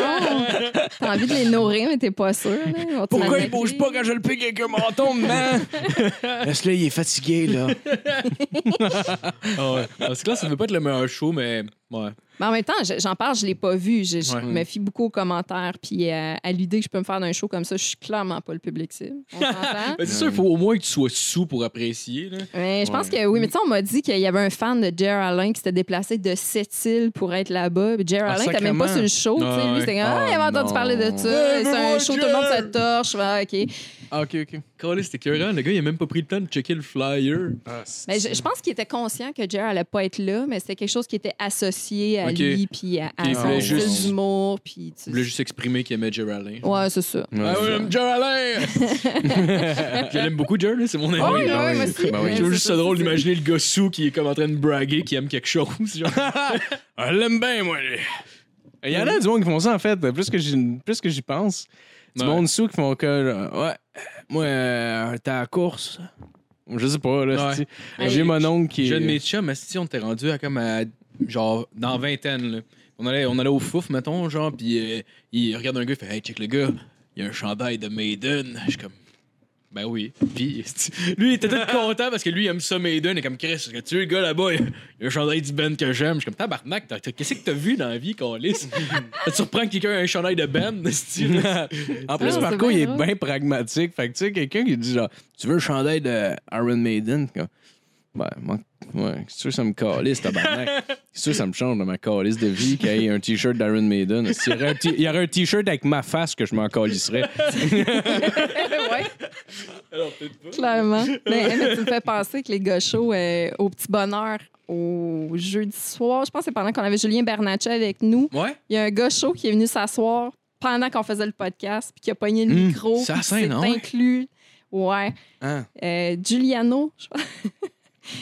Speaker 4: T'as envie de les nourrir, mais t'es pas sûr. là. Ils vont te manquer.
Speaker 5: je le pique avec un menton, man? Laisse-le, il est fatigué, là.
Speaker 3: Ah ouais. Parce que là, ça ne veut pas être le meilleur show, mais. Ouais.
Speaker 4: Mais en même temps, je- j'en parle, je l'ai pas vu. Je, je
Speaker 3: Ouais.
Speaker 4: me fie beaucoup aux commentaires. Puis euh, à, à l'idée que je peux me faire d'un show comme ça, je suis clairement pas le public cible. On s'entend?
Speaker 3: Ben, c'est sûr, il faut au moins que tu sois sous pour apprécier. Là.
Speaker 4: Ouais, je pense que oui, mais tu sais, on m'a dit qu'il y avait un fan de Jer Alain qui s'était déplacé de Sept-Îles pour être là-bas. Puis Jer
Speaker 5: Ah,
Speaker 4: Alain, t'as même pas
Speaker 5: sacrément.
Speaker 4: sur le show. tu sais.
Speaker 3: Ah,
Speaker 4: lui,
Speaker 3: ouais.
Speaker 4: c'était comme, ah,
Speaker 5: Ah,
Speaker 4: il avait entendu
Speaker 5: non.
Speaker 4: parler de ça.
Speaker 3: Ouais,
Speaker 4: c'est
Speaker 3: mais
Speaker 4: un show, tout le monde
Speaker 3: Jer!
Speaker 4: se torche. Ouais, OK.
Speaker 5: Ah, ok, ok.
Speaker 3: Calais, c'était écœurant. Le gars, il a même pas pris le temps de checker le flyer.
Speaker 5: Ah,
Speaker 4: Mais je, je pense qu'il était conscient que Jer allait pas être là, mais c'était quelque chose qui était associé à
Speaker 3: Ok.
Speaker 4: lui, puis à, à
Speaker 3: Il
Speaker 4: son
Speaker 5: voulait
Speaker 4: style
Speaker 3: juste-
Speaker 4: d'humour, puis
Speaker 3: Il
Speaker 4: tu...
Speaker 3: voulait juste exprimer qu'il aimait Geraldine.
Speaker 4: Ouais, c'est ça.
Speaker 3: Ah oui, j'aime Geraldine! je l'aime beaucoup, Jer, là, c'est mon ami. Bah
Speaker 4: Ah oui,
Speaker 5: ben
Speaker 4: oui,
Speaker 5: oui.
Speaker 4: moi aussi.
Speaker 5: Ben oui.
Speaker 3: Je
Speaker 4: Ouais,
Speaker 3: trouve
Speaker 4: c'est
Speaker 3: juste
Speaker 4: ça,
Speaker 3: ça drôle
Speaker 4: c'est ça.
Speaker 3: d'imaginer le gars
Speaker 5: Ah,
Speaker 3: sous qui est comme en train de braguer, qui aime quelque chose. Genre.
Speaker 5: Elle l'aime bien, moi, lui. Il y en a du monde qui font ça, en fait. Plus que j'y, plus que j'y pense, du
Speaker 3: Ouais.
Speaker 5: monde sous qui font que, euh, ouais, moi, euh, t'es à la course. Je sais pas, là.
Speaker 3: Ouais.
Speaker 5: c'est-
Speaker 4: Ouais.
Speaker 5: J'ai mon oncle qui.
Speaker 3: J'ai un de mes chums, mais si on était rendu à comme à, genre dans vingtaine, là. On allait, on allait au fouf, mettons, genre, puis euh, il regarde un gars, il fait Hey, check le gars, il y a un chandail de Maiden. Je suis comme Ben oui. Puis lui, il était tout content parce que lui, il aime ça Maiden. Il est comme Chris, que tu veux, le gars là-bas, il y a un chandail du Ben que j'aime. Je suis comme Tabarnak, t'as- t'as- qu'est-ce que t'as vu dans la vie, Colis Ça te surprend que quelqu'un ait un chandail de Ben, style.
Speaker 5: En plus,
Speaker 4: Ah,
Speaker 5: Marco,
Speaker 4: c'est
Speaker 5: il
Speaker 4: bien
Speaker 5: est
Speaker 4: drôle.
Speaker 5: bien pragmatique. Fait que, tu sais, quelqu'un qui dit, genre, tu veux le chandail de Iron Maiden? Comme, Ben, moi, ouais, c'est sûr que ça me calisse, tabarnak. c'est sûr que ça me change de ma calisse de vie qu'il y ait un t-shirt d'Iron Maiden. S'il y aurait un t- Il y aurait un t-shirt avec ma face que je m'en calisserais.
Speaker 4: ouais. Clairement. Mais, mais tu me fais penser que les gauchos euh, au petit bonheur au jeudi soir, je pense que c'est pendant qu'on avait Julien Bernatchez avec nous,
Speaker 3: Ouais.
Speaker 4: il y a un gaucho qui est venu s'asseoir pendant qu'on faisait le podcast puis qui a pogné le
Speaker 5: Hum,
Speaker 4: micro.
Speaker 3: c'est
Speaker 4: puis
Speaker 3: la scène,
Speaker 4: qui s'est
Speaker 3: hein, ouais?
Speaker 4: inclus. Ouais.
Speaker 5: Hein?
Speaker 4: Euh, Giuliano, je pense.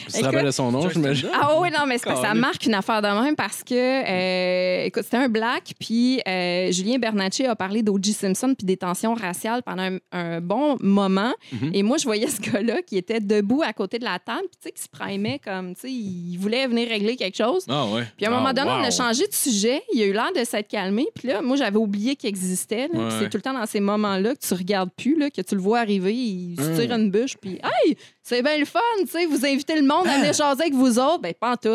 Speaker 5: Tu te rappelles de son nom,
Speaker 3: Justin
Speaker 5: j'imagine?
Speaker 4: Ah oui, non, mais c'est parce que ça marque une affaire de même parce que, euh, écoute, c'était un black, puis euh, Julien Bernatchez a parlé d'O.J. Simpson puis des tensions raciales pendant un, un bon moment. Et moi, je voyais ce gars-là qui était debout à côté de la table, puis tu sais, qui se primait comme, tu sais, il voulait venir régler quelque chose.
Speaker 3: Ah ouais.
Speaker 4: Puis à un
Speaker 5: Ah,
Speaker 4: moment donné, on
Speaker 5: wow.
Speaker 4: a changé de sujet. Il a eu l'air de s'être calmé. Puis là, moi, j'avais oublié qu'il existait. là. Puis
Speaker 3: Ouais.
Speaker 4: C'est tout le temps dans ces moments-là que tu regardes plus, là, que tu le vois arriver, il se tire
Speaker 5: Hmm.
Speaker 4: une bûche. Puis, hey, c'est bien le fun, tu sais, vous invitez le
Speaker 5: Ah!
Speaker 4: monde à venir jaser avec vous autres. Ben, pas en tout.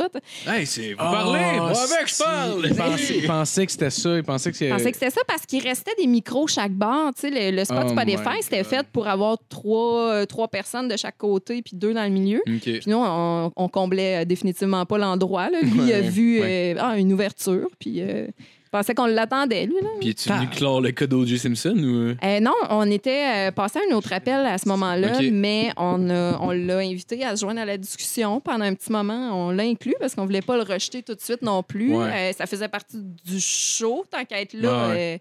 Speaker 3: Hey, c'est. Vous parlez,
Speaker 5: Oh,
Speaker 3: moi avec, je
Speaker 5: si.
Speaker 3: parle.
Speaker 5: Il pensait, il pensait que c'était ça. Il pensait que
Speaker 4: Je pensais
Speaker 5: c'était.
Speaker 4: que c'était ça parce qu'il restait des micros chaque bord. Tu sais, le, le spot
Speaker 5: Euh. Oh my
Speaker 4: Spotify, c'était
Speaker 5: God.
Speaker 4: fait pour avoir trois, euh, trois personnes de chaque côté puis deux dans le milieu.
Speaker 3: Ok.
Speaker 4: Puis nous, on, on comblait euh, définitivement pas l'endroit. là. Lui, il a
Speaker 5: Ouais,
Speaker 4: vu euh, ah, une ouverture, puis euh, il pensait qu'on l'attendait, lui. là.
Speaker 3: Puis es-tu
Speaker 5: Tab.
Speaker 3: venu clore le code O.J. Simpson ou.
Speaker 4: Euh, non, on était euh, passé à un autre appel à ce moment-là,
Speaker 3: Ok.
Speaker 4: mais on, a- on l'a invité à se joindre à la discussion pendant un petit moment. On l'a inclus parce qu'on voulait pas le rejeter tout de suite non plus.
Speaker 3: Ouais.
Speaker 4: Euh, ça faisait partie du show, tant qu'à être là.
Speaker 3: Ouais,
Speaker 4: euh,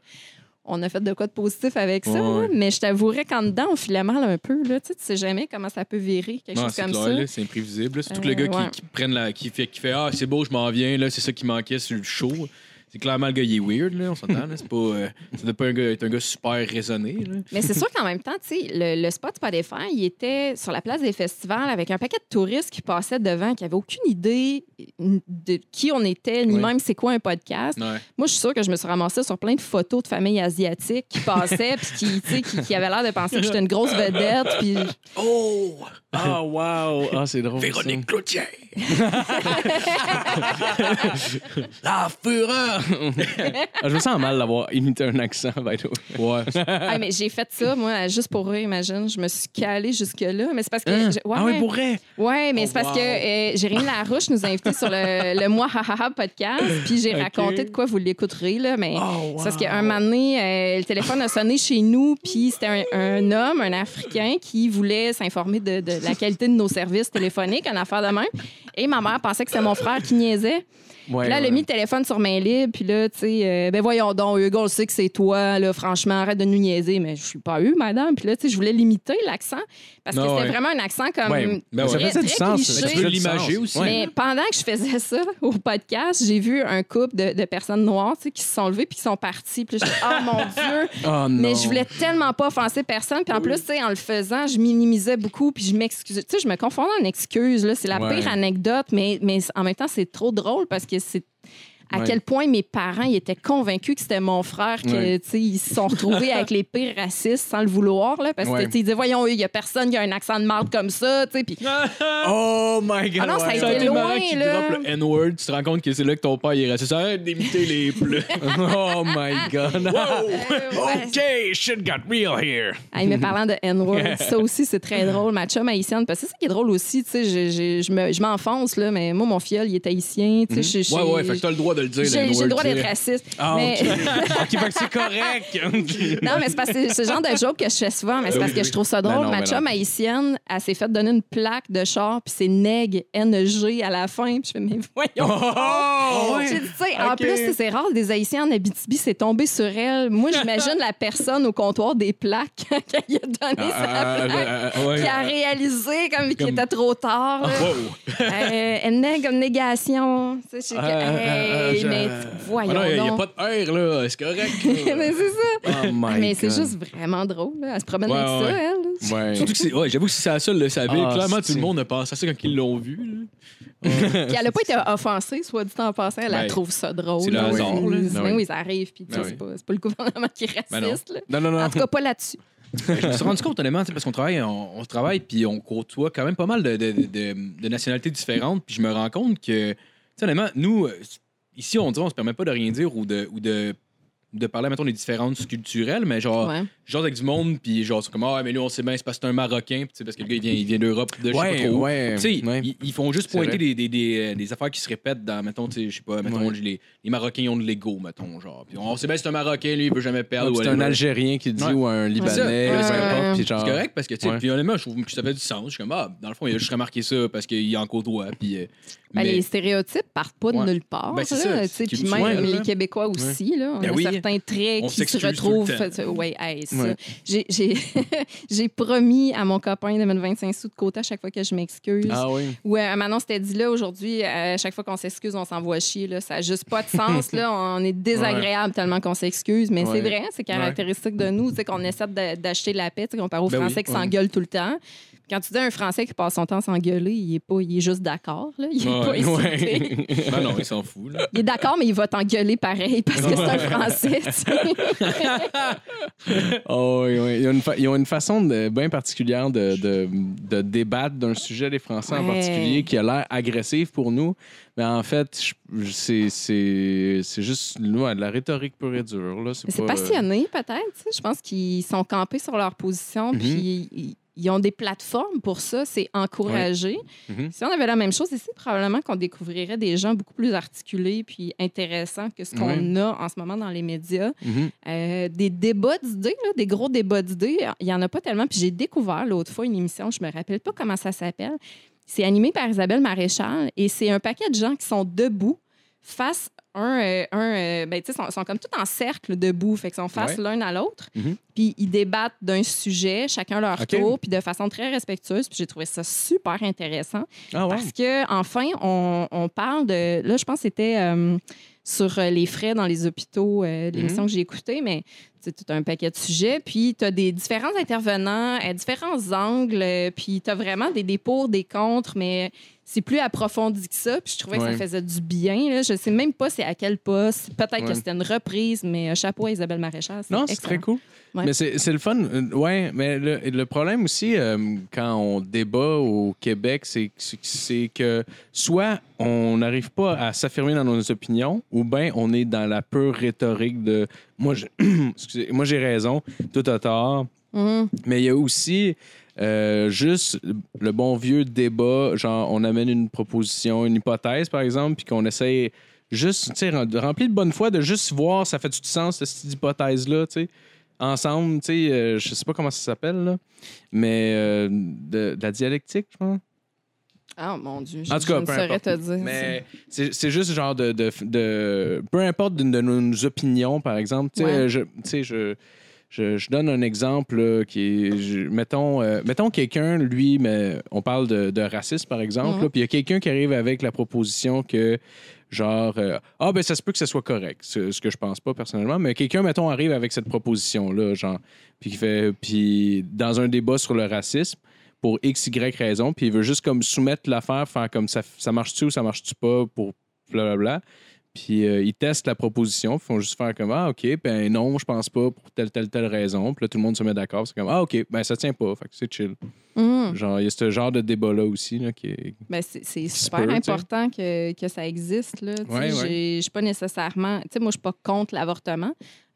Speaker 4: on a fait de quoi de positif avec ça,
Speaker 3: Ouais,
Speaker 4: là,
Speaker 3: ouais.
Speaker 4: mais je t'avouerais qu'en dedans, on filait mal un peu. Là, tu sais, tu sais jamais comment ça peut virer, quelque
Speaker 3: Non,
Speaker 4: chose
Speaker 3: c'est
Speaker 4: comme
Speaker 3: clair,
Speaker 4: ça.
Speaker 3: là, c'est imprévisible. là. Surtout que le
Speaker 4: Euh,
Speaker 3: gars qui-
Speaker 4: ouais.
Speaker 3: qui, prenne la, qui, fait, qui fait Ah, c'est beau, je m'en viens, là, c'est ça qui manquait sur le show. C'est clairement le gars, il est weird, là, on s'entend. là. C'est pas, euh, ça doit pas un gars, être un gars super raisonné. Là.
Speaker 4: Mais c'est sûr qu'en même temps, tu sais, le, le spot Spotify, il était sur la place des festivals avec un paquet de touristes qui passaient devant, qui n'avaient aucune idée de qui on était, ni
Speaker 5: Oui.
Speaker 4: même c'est quoi un podcast.
Speaker 3: Ouais.
Speaker 4: Moi, je suis sûre que je me suis ramassée sur plein de photos de familles asiatiques qui passaient, puis qui, tu sais, qui, qui avaient l'air de penser que j'étais une grosse vedette. Puis
Speaker 3: Oh,
Speaker 5: Ah, wow! Ah, c'est drôle. ça.
Speaker 3: Cloutier! la fureur!
Speaker 5: Ah, je me sens mal d'avoir imité un accent, by the way.
Speaker 3: Ouais.
Speaker 4: Ah, mais j'ai fait ça, moi, juste pour eux, imagine. Je me suis calée jusque-là. Mais c'est parce que. Euh, je- ouais,
Speaker 5: ah, oui,
Speaker 4: ouais.
Speaker 5: pour vrai!
Speaker 4: Ouais, mais
Speaker 3: Oh,
Speaker 4: c'est parce
Speaker 3: wow.
Speaker 4: que euh, Jérémy Larouche nous a invités sur le, le Moi Hahaha podcast, puis j'ai raconté de quoi vous l'écouterez, là, mais c'est parce qu'un moment donné, euh, le téléphone a sonné chez nous, puis c'était un, un homme, un Africain, qui voulait s'informer de, de la qualité de nos services téléphoniques, une affaire de même, et ma mère pensait que c'était mon frère qui niaisait.
Speaker 5: Ouais,
Speaker 4: Puis là, elle a
Speaker 5: ouais.
Speaker 4: mis le téléphone sur main libre. Puis là, tu sais, euh, ben voyons donc, Hugo, on sait que c'est toi, là, franchement, arrête de nous niaiser. Mais je suis pas eu, madame. Puis là, tu sais, je voulais limiter l'accent parce que
Speaker 3: Ah
Speaker 4: c'était
Speaker 3: ouais.
Speaker 4: vraiment un accent comme.
Speaker 5: Ouais,
Speaker 3: Ben
Speaker 5: ça
Speaker 3: ouais.
Speaker 5: faisait du
Speaker 4: Très
Speaker 5: sens.
Speaker 4: cliché.
Speaker 3: Mais
Speaker 5: ça
Speaker 3: tu peux
Speaker 5: faisait du
Speaker 3: l'imager
Speaker 5: sens.
Speaker 3: aussi.
Speaker 5: Ouais.
Speaker 4: Mais pendant que je faisais ça au podcast, j'ai vu un couple de, de personnes noires tu sais, qui se sont levées puis qui sont parties. Puis là, j'ai dit, oh mon Dieu!
Speaker 5: Oh, non.
Speaker 4: Mais je voulais tellement pas offenser personne. Puis en plus, tu sais, en le faisant, je minimisais beaucoup puis je m'excusais. Tu sais, je me confondais en excuses. là. C'est la
Speaker 5: Ouais.
Speaker 4: pire anecdote, mais, mais en même temps, c'est trop drôle parce que c'est à
Speaker 5: Ouais.
Speaker 4: quel point mes parents ils étaient convaincus que c'était mon frère, que,
Speaker 5: Ouais.
Speaker 4: tu sais, ils se sont retrouvés avec les pires racistes sans le vouloir. Là, parce que
Speaker 5: Ouais.
Speaker 4: tu sais, ils disaient, voyons, il y a personne qui a un accent de marde comme ça. tu sais, Puis
Speaker 5: Oh my god!
Speaker 4: Ah non, ça a
Speaker 5: ouais,
Speaker 4: été
Speaker 3: Ça a
Speaker 5: ouais.
Speaker 3: été
Speaker 4: loin,
Speaker 3: marrant qu'il
Speaker 4: là.
Speaker 3: droppe le N-word, tu te rends compte que c'est là que ton père il est raciste. Arrête d'imiter les bleus.
Speaker 5: Oh my god!
Speaker 4: Euh, Ah. ouais.
Speaker 5: OK, shit got real here!
Speaker 4: Hey, mais parlant de N-word, ça aussi, c'est très drôle. Ma chum haïtienne, parce que c'est ça qui est drôle aussi, tu sais, je, je, je me- je m'enfonce, là, mais moi, mon fiole, il est haïtien, tu sais, je- je-
Speaker 3: Mhm. Ouais, ouais, fait que t'as le droit de le dire.
Speaker 4: j'ai
Speaker 3: N-word,
Speaker 4: j'ai le droit
Speaker 3: tu sais.
Speaker 4: d'être raciste.
Speaker 5: Ah,
Speaker 4: mais-
Speaker 5: OK, fait que c'est correct!
Speaker 4: Non, mais c'est parce que c'est le genre de joke que je fais souvent,
Speaker 3: Ah
Speaker 4: mais c'est parce que je trouve ça drôle.
Speaker 5: Ben non,
Speaker 4: Ma
Speaker 5: ben
Speaker 4: chum
Speaker 5: non.
Speaker 4: haïtienne, elle s'est fait donner une plaque de char, puis c'est neg, N-E-G à la fin. Puis je fais, mais voyons.
Speaker 3: Ah
Speaker 5: Oh!
Speaker 4: J'ai dit, tu sais, En
Speaker 5: Ok.
Speaker 4: plus, tu sais, c'est rare des Haïtiens en Abitibi, c'est tombé sur elle. Moi, j'imagine la personne au comptoir des plaques quand il a
Speaker 3: Ah,
Speaker 4: donné sa plaque.
Speaker 5: ouais.
Speaker 4: qui a réalisé comme qu'il
Speaker 3: Comme- Ah,
Speaker 4: était trop tard. là.
Speaker 3: Wow.
Speaker 4: Euh, elle n'est comme négation. Tu sais, je sais que,
Speaker 5: Ah, ah, ah,
Speaker 4: Hey,
Speaker 3: je-
Speaker 4: mais voyons
Speaker 3: Voilà, Il n'y a
Speaker 4: donc.
Speaker 3: pas de R, là. C'est correct. là.
Speaker 4: mais c'est ça.
Speaker 5: Oh my
Speaker 4: mais c'est
Speaker 5: God.
Speaker 4: juste vraiment drôle. là. Elle se promène
Speaker 3: Ouais,
Speaker 4: avec ça,
Speaker 3: ouais.
Speaker 4: elle. là.
Speaker 5: Ouais.
Speaker 3: Surtout que c'est. Ouais, j'avoue que si c'est la seule de sa ville,
Speaker 5: Ah,
Speaker 3: clairement,
Speaker 5: c'est-
Speaker 3: tout le monde a pensé à ça quand ils l'ont vu.
Speaker 4: Puis elle n'a pas été offensée, soit dit en passant. Elle, elle
Speaker 3: Ben,
Speaker 4: trouve ça drôle.
Speaker 3: c'est le
Speaker 4: là.
Speaker 3: hasard, là.
Speaker 4: Ben
Speaker 5: Ben
Speaker 4: oui,
Speaker 5: oui.
Speaker 4: ils arrivent. Puis tu sais,
Speaker 3: Ben
Speaker 4: c'est
Speaker 3: oui.
Speaker 4: pas, c'est pas le gouvernement qui est
Speaker 3: Ben non.
Speaker 4: raciste. là.
Speaker 5: Non, non, non.
Speaker 4: En tout cas, pas là-dessus.
Speaker 3: Ben, Je me suis rendu compte, honnêtement, tu sais, parce qu'on travaille, on, on se travaille, puis on côtoie quand même pas mal de, de- de- de nationalités différentes. Puis je me rends compte que, tu sais, honnêtement, nous, euh, ici, on dit on se permet pas de rien dire ou de. Ou de de parler, mettons, des différences culturelles, mais genre,
Speaker 4: Ouais.
Speaker 3: genre avec du monde, puis genre, c'est comme, ah, mais lui, on sait bien, c'est parce que c'est un Marocain, puis tu sais, parce que le gars, il vient, il vient d'Europe, de je sais pas
Speaker 5: Ouais,
Speaker 3: trop où.
Speaker 5: ouais.
Speaker 3: Tu sais,
Speaker 5: ouais.
Speaker 3: ils, ils font juste
Speaker 5: C'est
Speaker 3: pointer
Speaker 5: vrai.
Speaker 3: des, des, des, euh, des affaires qui se répètent dans, mettons, tu sais, je sais pas, mettons,
Speaker 5: Ouais.
Speaker 3: les, les Marocains ont de l'ego, mettons, genre. Puis on sait bien, c'est un Marocain, lui, il peut jamais perdre.
Speaker 5: Ouais, puis
Speaker 3: ou
Speaker 5: c'est un
Speaker 3: whatever.
Speaker 5: Algérien qui dit
Speaker 3: Ouais.
Speaker 5: ou un
Speaker 3: C'est ça.
Speaker 5: Libanais,
Speaker 3: Ouais,
Speaker 5: ou peu
Speaker 3: ouais,
Speaker 5: importe,
Speaker 4: ouais.
Speaker 5: puis genre.
Speaker 3: C'est correct parce que, tu sais,
Speaker 5: Ouais.
Speaker 3: puis honnêtement, je trouve que ça fait du sens. Je suis comme, ah, dans le fond, il a juste remarqué ça parce qu'il en côtoie, puis. euh,
Speaker 4: Ben,
Speaker 3: mais-
Speaker 4: Les stéréotypes partent pas de
Speaker 3: Ouais.
Speaker 4: nulle part.
Speaker 3: Ben, c'est
Speaker 4: là,
Speaker 3: ça,
Speaker 4: tu
Speaker 3: c'est
Speaker 4: sais, Puis
Speaker 3: culturel,
Speaker 4: même
Speaker 3: là.
Speaker 4: les Québécois aussi. Là, on
Speaker 3: Ben
Speaker 4: a
Speaker 3: oui.
Speaker 4: certains traits
Speaker 3: On
Speaker 4: qui se
Speaker 3: s'excuse tout le
Speaker 4: retrouvent.
Speaker 3: temps.
Speaker 4: fait- ouais, hey, ça.
Speaker 5: Ouais.
Speaker 4: J'ai- J'ai j'ai promis à mon copain de mettre 25 sous de côté à chaque fois que je m'excuse.
Speaker 5: Ah oui.
Speaker 4: Ouais, Manon, c'était dit là aujourd'hui, euh, à chaque fois qu'on s'excuse, on s'envoie chier. Là. Ça n'a juste pas de sens. là. On est désagréable tellement qu'on s'excuse. Mais
Speaker 5: Ouais.
Speaker 4: c'est vrai, c'est caractéristique de nous. tu sais, qu'on essaie de- d'acheter la paix, tu sais, comparé aux
Speaker 3: Ben oui,
Speaker 4: Français qui
Speaker 3: ouais.
Speaker 4: s'engueulent tout le temps. Quand tu dis à un Français qui passe son temps à s'engueuler, il est, pas, il est juste d'accord. là. Il est
Speaker 3: Ouais,
Speaker 4: pas excité.
Speaker 3: Ah non, il s'en fout, là.
Speaker 4: Il est d'accord, mais il va t'engueuler pareil parce que c'est un Français. tu sais.
Speaker 5: Oh, oui, oui. Ils, ont une fa- ils ont une façon de- bien particulière de, de- de débattre d'un sujet, les Français en
Speaker 4: Ouais.
Speaker 5: particulier, qui a l'air agressif pour nous. Mais en fait, je- je- c'est- c'est c'est juste ouais, de la rhétorique pure et dure. là.
Speaker 4: Mais
Speaker 5: C'est
Speaker 4: C'est
Speaker 5: pas, euh,
Speaker 4: passionné, peut-être. tu sais. Je pense qu'ils sont campés sur leur position,
Speaker 5: Mhm.
Speaker 4: puis ils- ils ont des plateformes pour ça. C'est encouragé.
Speaker 5: Mhm.
Speaker 4: Si on avait la même chose ici, probablement qu'on découvrirait des gens beaucoup plus articulés puis intéressants que ce qu'on a en ce moment dans les médias.
Speaker 5: Mhm.
Speaker 4: Euh, des débats d'idées, là, des gros débats d'idées, il n'y en a pas tellement. Puis j'ai découvert l'autre fois une émission, je me rappelle pas comment ça s'appelle. C'est animé par Isabelle Maréchal et c'est un paquet de gens qui sont debout face un, euh, un euh, ben, tu sais, sont, sont comme tout en cercle debout, fait qu'ils sont face
Speaker 5: Ouais.
Speaker 4: l'un à l'autre,
Speaker 5: Mhm.
Speaker 4: puis ils débattent d'un sujet, chacun leur
Speaker 5: OK.
Speaker 4: tour, puis de façon très respectueuse, puis j'ai trouvé ça super intéressant.
Speaker 5: Ah ouais.
Speaker 4: Parce que enfin, on, on parle de. Là, je pense que c'était euh, sur euh, les frais dans les hôpitaux, euh,
Speaker 5: Mhm.
Speaker 4: de l'émission que j'ai écoutée, mais c'est tout un paquet de sujets. Puis tu as des différents intervenants, à différents angles, euh, puis tu as vraiment des, des pour, des contre, mais c'est plus approfondi que ça. Puis je trouvais que
Speaker 5: Ouais.
Speaker 4: ça faisait du bien. Là. Je sais même pas c'est à quel poste. Peut-être que
Speaker 5: Ouais.
Speaker 4: c'était une reprise, mais euh, chapeau à Isabelle Maréchal.
Speaker 5: Non, c'est très
Speaker 4: excellent.
Speaker 5: cool.
Speaker 4: Ouais.
Speaker 5: Mais c'est c'est le fun. Euh, Ouais, mais le, le problème aussi, euh, quand on débat au Québec, c'est c'est- c'est que soit on n'arrive pas à s'affirmer dans nos opinions, ou bien on est dans la pure rhétorique de moi, j'ai- excusez, moi j'ai raison, tout a tort.
Speaker 4: Mhm.
Speaker 5: Mais il y a aussi euh, juste le bon vieux débat, genre on amène une proposition, une hypothèse par exemple, puis qu'on essaye juste, tu sais, rem- de remplir de bonne foi, de juste voir ça fait du sens cette hypothèse-là, tu sais, ensemble, tu sais, euh, je sais pas comment ça s'appelle, là, mais euh, de, de la dialectique, je pense.
Speaker 4: Ah, mon Dieu. Je,
Speaker 5: En tout cas,
Speaker 4: je ne
Speaker 5: peu
Speaker 4: saurais
Speaker 5: importe.
Speaker 4: te dire.
Speaker 5: Mais c'est c'est juste genre de, de, de- Peu importe de, de nos opinions, par exemple. Tu sais, euh,
Speaker 4: Ouais.
Speaker 5: je, tu sais, je, je, je donne un exemple là, qui est. je- mettons euh, mettons quelqu'un, lui, mais on parle de, de racisme, par exemple,
Speaker 4: Mhm.
Speaker 5: là, puis il y a quelqu'un qui arrive avec la proposition que. Genre, euh, ah, ben ça se peut que ça soit correct, ce, ce que je pense pas personnellement, mais quelqu'un, mettons, arrive avec cette proposition-là, genre, puis qui fait, puis dans un débat sur le racisme, pour X, Y raison, puis il veut juste comme soumettre l'affaire, faire comme ça, ça marche-tu ou ça marche-tu pas pour blablabla. Puis euh, ils testent la proposition, ils font juste faire comme Ah, OK, ben non, je pense pas pour telle, telle, telle raison. Puis là, tout le monde se met d'accord. C'est comme Ah, OK, ben ça tient pas. Fait que c'est chill.
Speaker 4: Mhm.
Speaker 5: Genre, il y a ce genre de débat-là aussi là, qui est.
Speaker 4: Ben, c'est c'est
Speaker 5: se
Speaker 4: super
Speaker 5: peut, tu sais.
Speaker 4: important que, que ça existe. là. Tu sais,
Speaker 5: Ouais, ouais.
Speaker 4: j'ai- Je suis pas nécessairement. Tu sais, moi, je suis pas contre l'avortement.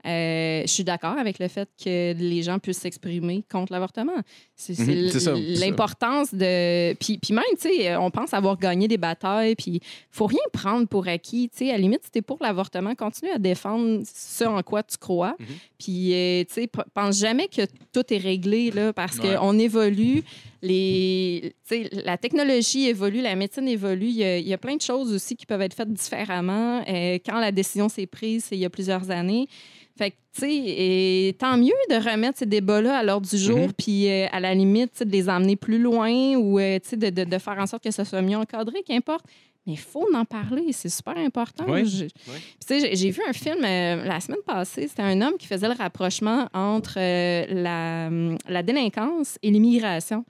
Speaker 4: Euh, je suis d'accord avec le fait que les gens puissent s'exprimer contre l'avortement. C'est c'est
Speaker 5: Mhm, c'est ça,
Speaker 4: l-
Speaker 5: c'est ça.
Speaker 4: l'importance de. Puis, puis même, tu sais, on pense avoir gagné des batailles, puis faut rien prendre pour acquis. Tu sais, à la limite, si t'es pour l'avortement, continue à défendre ce en quoi tu crois.
Speaker 5: Mhm.
Speaker 4: Puis, euh, tu sais, p- pense jamais que tout est réglé, là, parce
Speaker 3: Ouais.
Speaker 4: qu'on évolue. Les, tu sais, la technologie évolue, la médecine évolue. Il y, a, il y a plein de choses aussi qui peuvent être faites différemment. Euh, quand la décision s'est prise, c'est il y a plusieurs années. Fait que, tu sais, et tant mieux de remettre ces débats-là à l'ordre du jour,
Speaker 5: Mhm.
Speaker 4: puis euh, à la limite, tu sais, de les emmener plus loin ou, euh, tu sais, de, de- de faire en sorte que ce soit mieux encadré, qu'importe. Mais mais il faut en parler, c'est super important.
Speaker 5: Oui,
Speaker 4: Je-
Speaker 5: oui.
Speaker 4: Puis, tu sais, j'ai- j'ai vu un film euh, la semaine passée, c'était un homme qui faisait le rapprochement entre euh, la, hum, la délinquance et l'immigration.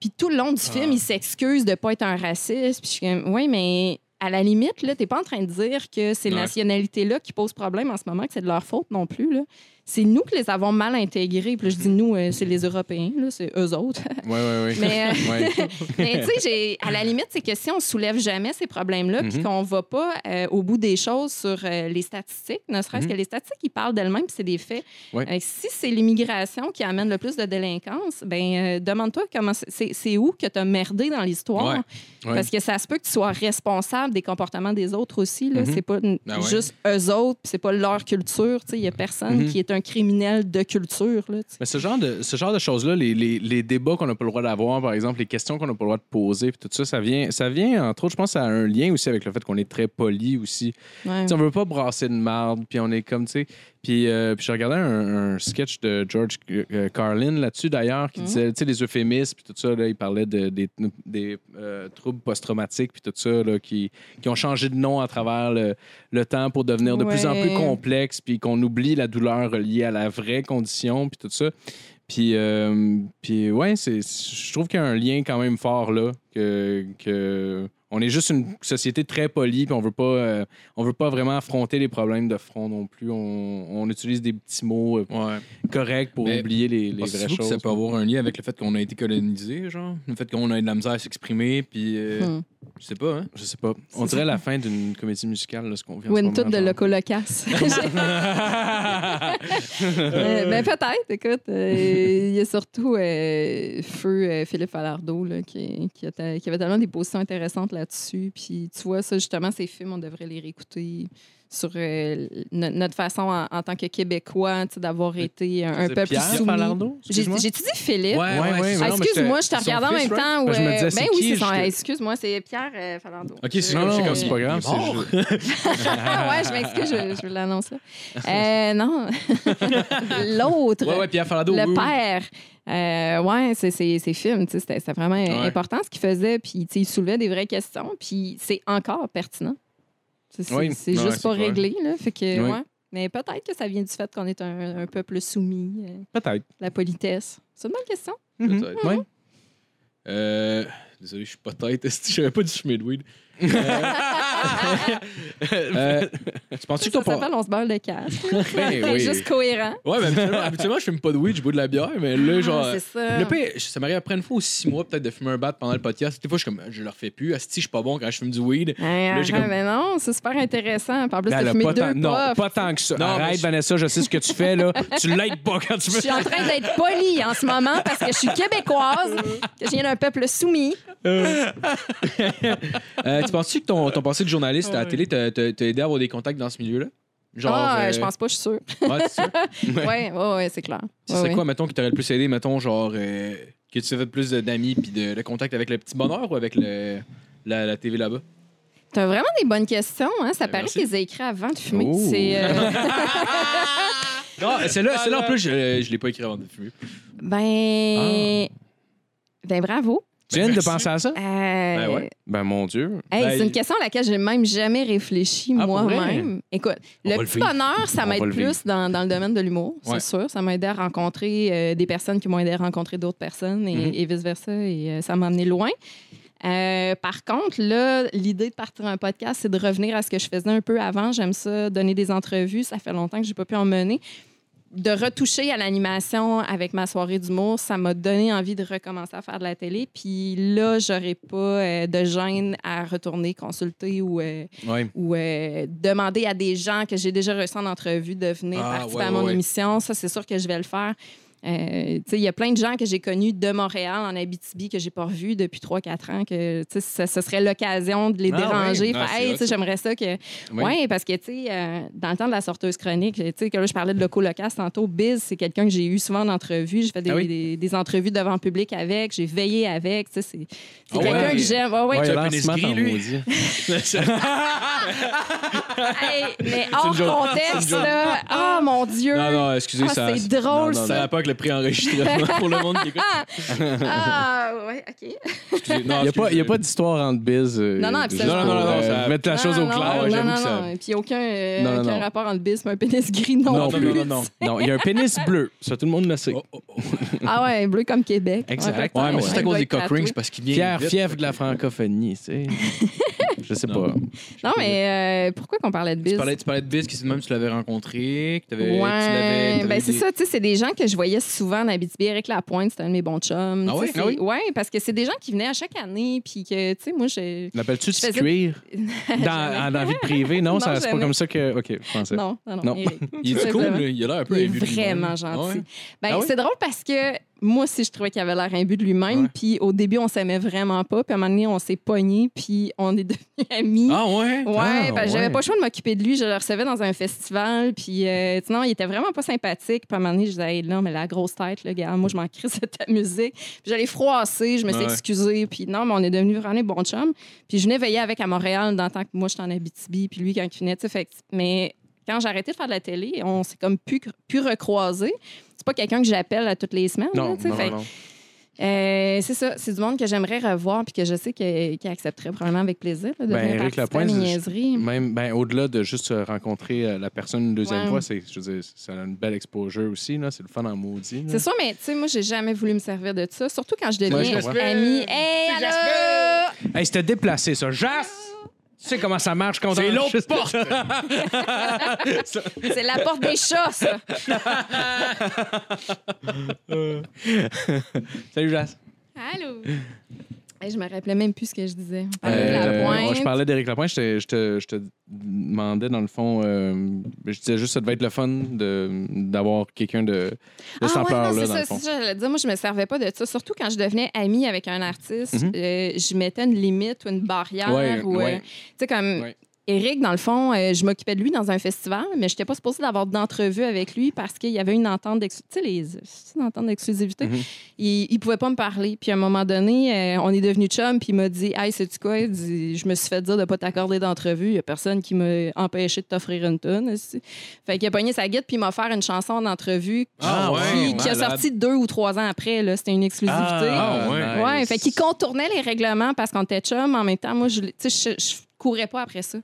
Speaker 4: Puis tout le long du film, il s'excuse de ne pas être un raciste. Puis je suis comme, oui, mais à la limite, là, t'es pas en train de dire que ces
Speaker 5: Ouais.
Speaker 4: nationalités-là qui posent problème en ce moment, que c'est de leur faute non plus. là. C'est nous qui les avons mal intégrés. Puis là, je dis nous, euh, c'est les Européens, là, c'est eux autres.
Speaker 5: Oui, oui, oui.
Speaker 4: Mais, euh,
Speaker 5: Ouais.
Speaker 4: mais tu sais, j'ai- à la limite, c'est que si on soulève jamais ces problèmes-là, puis
Speaker 5: Mhm.
Speaker 4: qu'on va pas euh, au bout des choses sur euh, les statistiques, ne serait-ce
Speaker 5: Mhm.
Speaker 4: que les statistiques, ils parlent d'elles-mêmes, puis c'est des faits.
Speaker 5: Ouais.
Speaker 4: Euh, si c'est l'immigration qui amène le plus de délinquance, ben euh, demande-toi comment c'est- c'est c'est où que tu as merdé dans l'histoire.
Speaker 5: Ouais. Ouais.
Speaker 4: Parce que ça se peut que tu sois responsable des comportements des autres aussi. là.
Speaker 5: Mhm.
Speaker 4: C'est pas n-
Speaker 5: Ah ouais.
Speaker 4: juste eux autres, puis c'est pas leur culture. tu sais. Il y a personne
Speaker 5: Mhm.
Speaker 4: qui est un criminel de culture. Là, tu sais.
Speaker 5: Mais ce genre de, ce genre de choses-là, les, les- les débats qu'on n'a pas le droit d'avoir, par exemple, les questions qu'on n'a pas le droit de poser, puis tout ça, ça vient, ça vient, entre autres, je pense, que ça a un lien aussi avec le fait qu'on est très poli aussi.
Speaker 4: Ouais.
Speaker 5: Tu sais, on veut pas brasser de marde, puis on est comme, tu sais. Puis, euh, puis je regardais un, un sketch de George euh, Carlin là-dessus, d'ailleurs, qui
Speaker 4: Mhm.
Speaker 5: disait, tu sais, les euphémismes, puis tout ça, là, il parlait de- des, des, euh, troubles post-traumatiques, puis tout ça, là, qui, qui ont changé de nom à travers le, le temps pour devenir de plus en plus
Speaker 4: Ouais.
Speaker 5: complexes, puis qu'on oublie la douleur liée à la vraie condition, puis tout ça. Puis, euh, puis ouais, c'est, je trouve qu'il y a un lien quand même fort là, que, que on est juste une société très polie, puis on veut pas, euh, on veut pas vraiment affronter les problèmes de front non plus. On, on utilise des petits mots euh,
Speaker 3: Ouais.
Speaker 5: corrects pour
Speaker 3: Mais
Speaker 5: oublier les, les
Speaker 3: Pensez-vous
Speaker 5: vraies
Speaker 3: que
Speaker 5: choses.
Speaker 3: ça peut avoir un lien avec le fait qu'on a été colonisé, genre Le fait qu'on a eu de la misère à s'exprimer, puis. euh,
Speaker 4: Hmm.
Speaker 3: Je sais pas, hein
Speaker 5: Je sais pas. On dirait la fin d'une comédie musicale, là, ce qu'on vient
Speaker 4: Ou une toute de Loco Locasse. Euh, ben, peut-être, écoute. euh, Il y a surtout euh, Feu euh, Philippe Falardeau là, qui, qui, a ta- qui avait tellement des positions intéressantes là-dessus. Puis tu vois, ça, justement, ces films, on devrait les réécouter sur euh, no- notre façon en, en tant que Québécois tu sais, d'avoir été un, un peuple soumis. J'ai- J'ai-tu dit Philippe?
Speaker 5: Ouais, ouais, ouais.
Speaker 4: Ah,
Speaker 5: non, mais
Speaker 4: excuse-moi, je te
Speaker 5: c'était- c'est son
Speaker 4: regardais en
Speaker 5: fils,
Speaker 4: même
Speaker 5: right?
Speaker 4: temps.
Speaker 5: Ben, je me
Speaker 4: ouais.
Speaker 5: disais, c'est
Speaker 4: ben
Speaker 5: qui,
Speaker 4: oui, c'est son.
Speaker 5: je-
Speaker 4: Excuse-moi, c'est Pierre euh, Falardeau.
Speaker 3: Ok, c'est
Speaker 4: Euh,
Speaker 5: Non, non,
Speaker 3: Je-
Speaker 5: non, c'est pas grave.
Speaker 3: Il est mort.
Speaker 5: c'est juste-
Speaker 4: Ah ouais, je m'excuse, je, je l'annonce là. Euh, non. L'autre,
Speaker 3: Ouais, ouais, Pierre Falardeau. oui,
Speaker 4: le
Speaker 3: oui.
Speaker 4: père. Euh, ouais, c'est c'est- ces films, tu sais, c'était c'était vraiment
Speaker 3: Ouais.
Speaker 4: important ce qu'il faisait, puis tu sais, il soulevait des vraies questions, puis c'est encore pertinent. C'est c'est-
Speaker 5: Oui.
Speaker 4: c'est
Speaker 5: Ouais,
Speaker 4: juste
Speaker 5: c'est
Speaker 4: pas
Speaker 5: clair.
Speaker 4: réglé, là. Fait que,
Speaker 5: Oui.
Speaker 4: ouais. Mais peut-être que ça vient du fait qu'on est un, un peuple soumis, euh,
Speaker 5: Peut-être.
Speaker 4: la politesse. C'est une bonne question.
Speaker 5: Mhm.
Speaker 3: Peut-être.
Speaker 5: Ouais.
Speaker 3: Euh, Désolé, je suis pas tête. Esti, J'aurais pas dû fumer de weed. Euh, tu penses-tu
Speaker 4: Ça,
Speaker 3: que ton
Speaker 4: ça
Speaker 3: par-
Speaker 4: s'appelle On se beurre le casque.
Speaker 3: Ben
Speaker 4: C'est
Speaker 3: oui.
Speaker 4: juste cohérent.
Speaker 3: Ouais, mais habituellement, habituellement, je fume pas de weed, je bois de la bière, mais là, genre.
Speaker 4: Ah, c'est ça.
Speaker 3: Le pire, ça m'arrive après une fois ou six mois, peut-être, de fumer un bat pendant le podcast. Des fois, je suis comme, je le refais plus. Asti, je suis pas bon quand je fume du weed.
Speaker 4: Ouais,
Speaker 3: Là, j'ai comme-
Speaker 4: arrête, Ah, mais non, c'est super intéressant. Puis En plus,
Speaker 5: Ben,
Speaker 4: t'as
Speaker 5: là,
Speaker 4: fumé
Speaker 5: pas
Speaker 4: deux
Speaker 5: tant- non,
Speaker 4: puffs.
Speaker 5: pas tant que ça.
Speaker 3: Non, mais
Speaker 5: Arrête,
Speaker 3: je-
Speaker 5: Vanessa, je sais ce que tu fais, là. tu l'aides pas quand tu
Speaker 4: Je
Speaker 5: fais
Speaker 4: suis en train d'être polie en ce moment parce que je suis québécoise, que je viens d'un peuple soumis.
Speaker 3: Euh, tu penses-tu que ton, ton passé de journaliste à la télé t'a t'a- t'a aidé à avoir des contacts dans ce milieu-là? Genre.
Speaker 4: ah, euh,
Speaker 3: euh,
Speaker 4: je pense pas, je suis sûre.
Speaker 3: ouais, c'est sûr.
Speaker 4: Oui, ouais, ouais, ouais, c'est clair.
Speaker 3: Ce
Speaker 4: Ouais,
Speaker 3: serait
Speaker 4: ouais.
Speaker 3: quoi, mettons, qui t'aurait le plus aidé, mettons, genre, euh, que tu t'es fait plus de- d'amis puis de, de contact avec le petit bonheur ou avec le, la, la TV là-bas?
Speaker 4: T'as vraiment des bonnes questions. Hein? Ça
Speaker 3: Ben,
Speaker 4: paraît
Speaker 3: merci.
Speaker 4: qu'ils les écrit avant de fumer.
Speaker 5: Oh.
Speaker 4: C'est, euh,
Speaker 3: Non, Ah, celle-là, celle-là, en plus, je, je l'ai pas écrit avant de fumer.
Speaker 4: ben...
Speaker 3: Ah.
Speaker 4: Ben bravo.
Speaker 5: Tu viens de penser à ça?
Speaker 4: Euh,
Speaker 3: ouais.
Speaker 5: Ben, mon Dieu.
Speaker 4: hey,
Speaker 3: Ben,
Speaker 4: c'est
Speaker 3: il-
Speaker 4: une question à laquelle j'ai même jamais réfléchi
Speaker 5: Ah, pour
Speaker 4: moi-même. Écoute,
Speaker 5: On
Speaker 4: le
Speaker 5: va le
Speaker 4: petit
Speaker 5: vivre.
Speaker 4: bonheur, ça
Speaker 5: On va
Speaker 4: m'aide
Speaker 5: le vivre.
Speaker 4: plus dans, dans le domaine de l'humour,
Speaker 3: Ouais.
Speaker 4: c'est sûr. Ça m'a aidé à rencontrer euh, des personnes qui m'ont aidé à rencontrer d'autres personnes et,
Speaker 5: Mhm.
Speaker 4: et vice-versa. Et euh, ça m'a amené loin. Euh, par contre, là, l'idée de partir un podcast, c'est de revenir à ce que je faisais un peu avant. J'aime ça, donner des entrevues. Ça fait longtemps que j'ai pas pu en mener. De retoucher à l'animation avec ma soirée d'humour, ça m'a donné envie de recommencer à faire de la télé. Puis là, j'aurais pas euh, de gêne à retourner consulter ou, euh,
Speaker 5: Ouais.
Speaker 4: ou euh, demander à des gens que j'ai déjà reçus en entrevue de venir
Speaker 3: Ah,
Speaker 4: participer
Speaker 3: ouais, ouais,
Speaker 4: à mon
Speaker 3: ouais.
Speaker 4: émission. Ça, c'est sûr que je vais le faire. Euh, tu sais, Il y a plein de gens que j'ai connus de Montréal, en Abitibi, que j'ai pas revus depuis 3-4 ans, que tu sais, ce, ce serait l'occasion de les
Speaker 5: Ah,
Speaker 3: ouais.
Speaker 4: déranger. Fait,
Speaker 3: Ah, c'est
Speaker 4: Hey,
Speaker 3: hot,
Speaker 4: tu sais, j'aimerais ça que.
Speaker 5: Oui.
Speaker 4: Oui, parce que tu sais, euh, dans le temps de la sorteuse chronique, tu sais, que là, je parlais de Loco Locas tantôt, Biz, c'est quelqu'un que j'ai eu souvent en entrevue. J'ai fait des,
Speaker 5: Ah oui.
Speaker 4: des- des entrevues devant public avec, j'ai veillé avec. tu sais, C'est c'est
Speaker 3: Ah
Speaker 4: quelqu'un
Speaker 3: ouais. hein?
Speaker 4: que j'aime. Ouais, ouais.
Speaker 5: Ouais,
Speaker 3: tu as
Speaker 5: il a
Speaker 3: un
Speaker 5: l'air
Speaker 3: pénis
Speaker 5: smart
Speaker 3: gris,
Speaker 5: en
Speaker 3: lui. Ah,
Speaker 5: maudit.
Speaker 4: Hey, mais hors
Speaker 3: une joke. C'est
Speaker 4: contexte,
Speaker 3: une joke.
Speaker 4: là, oh mon Dieu!
Speaker 3: Non, non, excusez,
Speaker 4: Ah,
Speaker 3: ça.
Speaker 4: c'est drôle,
Speaker 3: non, non,
Speaker 4: ça.
Speaker 3: Ça n'a pas que le préenregistrement pour le monde qui écoute.
Speaker 4: Ah, ouais, OK.
Speaker 3: Excusez- non,
Speaker 5: Il n'y a, pas- y
Speaker 3: excusez.
Speaker 5: a pas d'histoire entre biz. euh,
Speaker 4: Non, non,
Speaker 5: juste
Speaker 4: absolument.
Speaker 5: pour,
Speaker 3: Non, non, non,
Speaker 5: euh,
Speaker 3: ça-
Speaker 5: Mettre la
Speaker 4: Non,
Speaker 5: chose
Speaker 4: non,
Speaker 5: au
Speaker 4: non,
Speaker 5: clair.
Speaker 3: ouais,
Speaker 4: Non,
Speaker 3: j'avoue
Speaker 4: non,
Speaker 3: que ça-
Speaker 4: non. Et puis aucun, euh,
Speaker 5: Non, non,
Speaker 4: aucun
Speaker 5: non.
Speaker 4: rapport entre bis et un pénis gris non,
Speaker 3: Non, non,
Speaker 4: plus.
Speaker 3: non, non, non.
Speaker 5: Non, il y a un pénis bleu. Ça, tout le monde le sait.
Speaker 3: Oh, oh, oh.
Speaker 4: Ah ouais, bleu comme Québec.
Speaker 5: Exact.
Speaker 4: peut-être.
Speaker 3: Ouais, mais c'est à
Speaker 4: Il
Speaker 3: cause
Speaker 4: doit
Speaker 3: des
Speaker 4: être
Speaker 3: cock rings,
Speaker 4: tatoué.
Speaker 3: c'est parce qu'il vient.
Speaker 5: Fier,
Speaker 3: vite.
Speaker 5: fief de la francophonie, tu sais. Je sais
Speaker 3: Non.
Speaker 5: pas.
Speaker 4: Non, mais euh, pourquoi qu'on parlait de bis?
Speaker 3: Tu parlais, tu parlais de Biz, qui c'est de même tu l'avais rencontré, que t'avais- tu l'avais.
Speaker 4: Ouais,
Speaker 3: t'avais
Speaker 4: ben c'est
Speaker 3: des-
Speaker 4: ça, tu sais, c'est des gens que je voyais souvent en Abitibi. Eric Lapointe, c'était un de mes bons chums.
Speaker 3: Ah
Speaker 4: Tu sais,
Speaker 3: ouais?
Speaker 4: c'est-
Speaker 3: Ah oui?
Speaker 4: Ouais, parce que c'est des gens qui venaient à chaque année, puis que, tu sais, moi, je.
Speaker 5: L'appelles-tu
Speaker 4: Je faisais-
Speaker 5: cuir? Dans, dans la vie privée? Non,
Speaker 4: Non,
Speaker 5: ça, c'est pas
Speaker 4: jamais.
Speaker 5: comme ça que. Ok, je pensais.
Speaker 4: Non, non, non.
Speaker 5: Non.
Speaker 4: Eric.
Speaker 3: Il est
Speaker 4: Tout
Speaker 3: cool,
Speaker 4: simplement.
Speaker 3: là. il a l'air un peu
Speaker 4: Il est
Speaker 3: imbu de lui-même.
Speaker 4: vraiment
Speaker 3: Ah
Speaker 4: gentil.
Speaker 3: ouais?
Speaker 4: Ben,
Speaker 3: Ah ouais?
Speaker 4: C'est drôle parce que moi aussi, je trouvais qu'il avait l'air imbu de lui-même.
Speaker 5: Ouais.
Speaker 4: Puis au début, on s'aimait vraiment pas. Puis à un moment donné, on s'est pognés. Puis on est devenus amis.
Speaker 3: Ah ouais?
Speaker 4: Ouais,
Speaker 5: Ah,
Speaker 4: parce que j'avais
Speaker 5: ouais.
Speaker 4: pas le choix de m'occuper de lui. Je le recevais dans un festival. Puis, euh, tu sais, non, il était vraiment pas sympathique. Puis, à un moment donné, je disais, Hey, là, mais la grosse tête, le gars, moi, je m'en crisse de ta musique. Puis, j'allais froisser, je me suis
Speaker 3: Ouais.
Speaker 4: excusée. Puis, non, mais on est devenus vraiment bon chum. Puis, je venais veiller avec à Montréal dans le temps que moi, j'étais en Abitibi. Puis, lui, quand il venait, tu sais, fait que- Mais quand j'ai arrêté de faire de la télé, on s'est comme pu, pu recroiser. C'est pas quelqu'un que j'appelle à toutes les semaines. là,
Speaker 5: Non,
Speaker 4: tu sais,
Speaker 5: non,
Speaker 4: fait-
Speaker 5: non.
Speaker 4: Euh, c'est ça, c'est du monde que j'aimerais revoir puis que je sais que- qu'il accepterait probablement avec plaisir là, de
Speaker 5: Ben,
Speaker 4: venir
Speaker 5: Éric
Speaker 4: participer à
Speaker 5: Lapointe,
Speaker 4: mes
Speaker 5: je-
Speaker 4: niaiseries.
Speaker 5: Même ben, au-delà de juste euh, rencontrer euh, la personne une deuxième
Speaker 4: Ouais.
Speaker 5: fois, c'est, je veux dire, ça a une belle exposure aussi. Là, c'est le fun en maudit. là.
Speaker 4: C'est ça, mais tu sais, moi, j'ai jamais voulu me servir de ça, surtout quand je
Speaker 5: Ouais, je
Speaker 4: deviens
Speaker 5: respecte.
Speaker 4: amie. Hey,
Speaker 2: C'est
Speaker 4: allô!
Speaker 5: Hey, c'était déplacé, ça. Jas! Tu sais comment ça marche quand
Speaker 3: C'est
Speaker 5: on-
Speaker 3: l'autre porte!
Speaker 4: C'est la porte des chats, ça!
Speaker 5: Salut, Jas.
Speaker 4: Allô! Hey, je me rappelais même plus ce que je disais. On parlait de
Speaker 5: Euh,
Speaker 4: la
Speaker 5: je
Speaker 4: pointe.
Speaker 5: parlais d'Éric Lapointe. Je te, je te- je te demandais, dans le fond, euh, je disais juste que ça devait être le fun de, d'avoir quelqu'un de, de cette
Speaker 4: ah ouais, non,
Speaker 5: ampleur-là,
Speaker 4: c'est
Speaker 5: dans
Speaker 4: ça,
Speaker 5: le
Speaker 4: c'est
Speaker 5: fond.
Speaker 4: ça, j'allais dire. Moi, je me servais pas de ça. Surtout quand je devenais amie avec un artiste,
Speaker 5: Mhm.
Speaker 4: euh, je mettais une limite ou une barrière.
Speaker 5: Ouais,
Speaker 4: ou, euh,
Speaker 5: ouais.
Speaker 4: Tu sais, comme
Speaker 5: Ouais.
Speaker 4: Eric, dans le fond, euh, je m'occupais de lui dans un festival, mais je n'étais pas supposée d'avoir d'entrevue avec lui parce qu'il y avait une entente d'exclusivité. Tu sais, les- c'est une entente d'exclusivité.
Speaker 5: Mhm.
Speaker 4: Il ne pouvait pas me parler. Puis à un moment donné, euh, on est devenu chum, puis il m'a dit Hey, sais-tu quoi Il dit, Je me suis fait dire de ne pas t'accorder d'entrevue. Il n'y a personne qui m'a empêché de t'offrir une tonne. Fait qu'il a pogné sa guide, puis il m'a offert une chanson d'entrevue
Speaker 3: Ah
Speaker 4: qui,
Speaker 3: ouais,
Speaker 4: qui a
Speaker 3: malade.
Speaker 4: sorti deux ou trois ans après. là. C'était une exclusivité.
Speaker 3: Ah, ouais.
Speaker 4: Ouais,
Speaker 5: nice.
Speaker 4: fait qu'il contournait les règlements parce qu'on était chum. En même temps, moi, je, tu sais, je, je courais pas après ça.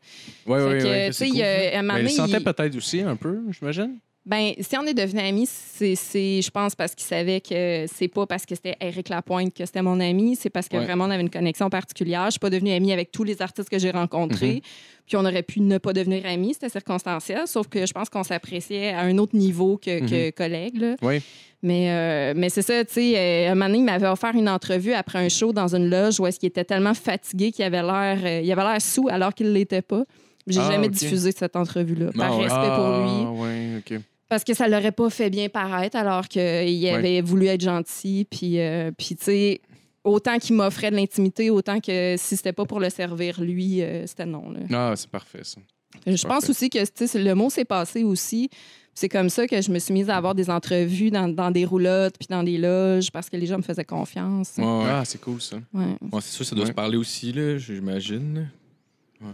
Speaker 5: Ouais,
Speaker 4: Fait
Speaker 5: ouais,
Speaker 4: que,
Speaker 5: ouais,
Speaker 4: tu
Speaker 5: c'est
Speaker 4: sais,
Speaker 5: cool,
Speaker 4: il,
Speaker 5: ça.
Speaker 4: euh, à un moment
Speaker 5: Mais
Speaker 4: donné,
Speaker 5: il sentait
Speaker 4: il-
Speaker 5: peut-être aussi un peu, j'imagine.
Speaker 4: Ben, si on est devenu amis, c'est, c'est- je pense, parce qu'il savait que c'est pas parce que c'était Eric Lapointe que c'était mon ami, c'est parce que
Speaker 5: Ouais.
Speaker 4: vraiment on avait une connexion particulière. Je suis pas devenue amie avec tous les artistes que j'ai rencontrés,
Speaker 5: Mhm.
Speaker 4: puis on aurait pu ne pas devenir amis, c'était circonstanciel, sauf que je pense qu'on s'appréciait à un autre niveau que, que collègues. là.
Speaker 5: Mhm. Oui.
Speaker 4: Mais, euh, mais c'est ça, tu sais, euh, un moment donné, il m'avait offert une entrevue après un show dans une loge où est-ce qu'il était tellement fatigué qu'il avait l'air, euh, il avait l'air sous alors qu'il l'était pas. J'ai
Speaker 5: Ah,
Speaker 4: jamais
Speaker 5: ok.
Speaker 4: diffusé cette entrevue-là, par
Speaker 5: Ah, ouais.
Speaker 4: respect pour lui.
Speaker 5: Ah, ouais, OK.
Speaker 4: Parce que ça l'aurait pas fait bien paraître alors qu'il avait voulu être gentil. Puis, euh, puis tu sais, autant qu'il m'offrait de l'intimité, autant que si c'était pas pour le servir, lui, euh, c'était non. là.
Speaker 5: Ah, c'est parfait, ça.
Speaker 4: Je pense
Speaker 5: Parfait.
Speaker 4: aussi que tu sais, le mot s'est passé aussi. C'est comme ça que je me suis mise à avoir des entrevues dans, dans des roulottes puis dans des loges parce que les gens me faisaient confiance.
Speaker 5: Ouais, ouais. Ah, c'est cool, ça.
Speaker 4: Ouais.
Speaker 3: Bon, c'est sûr, ça doit
Speaker 5: Ouais.
Speaker 3: se parler aussi, là, j'imagine.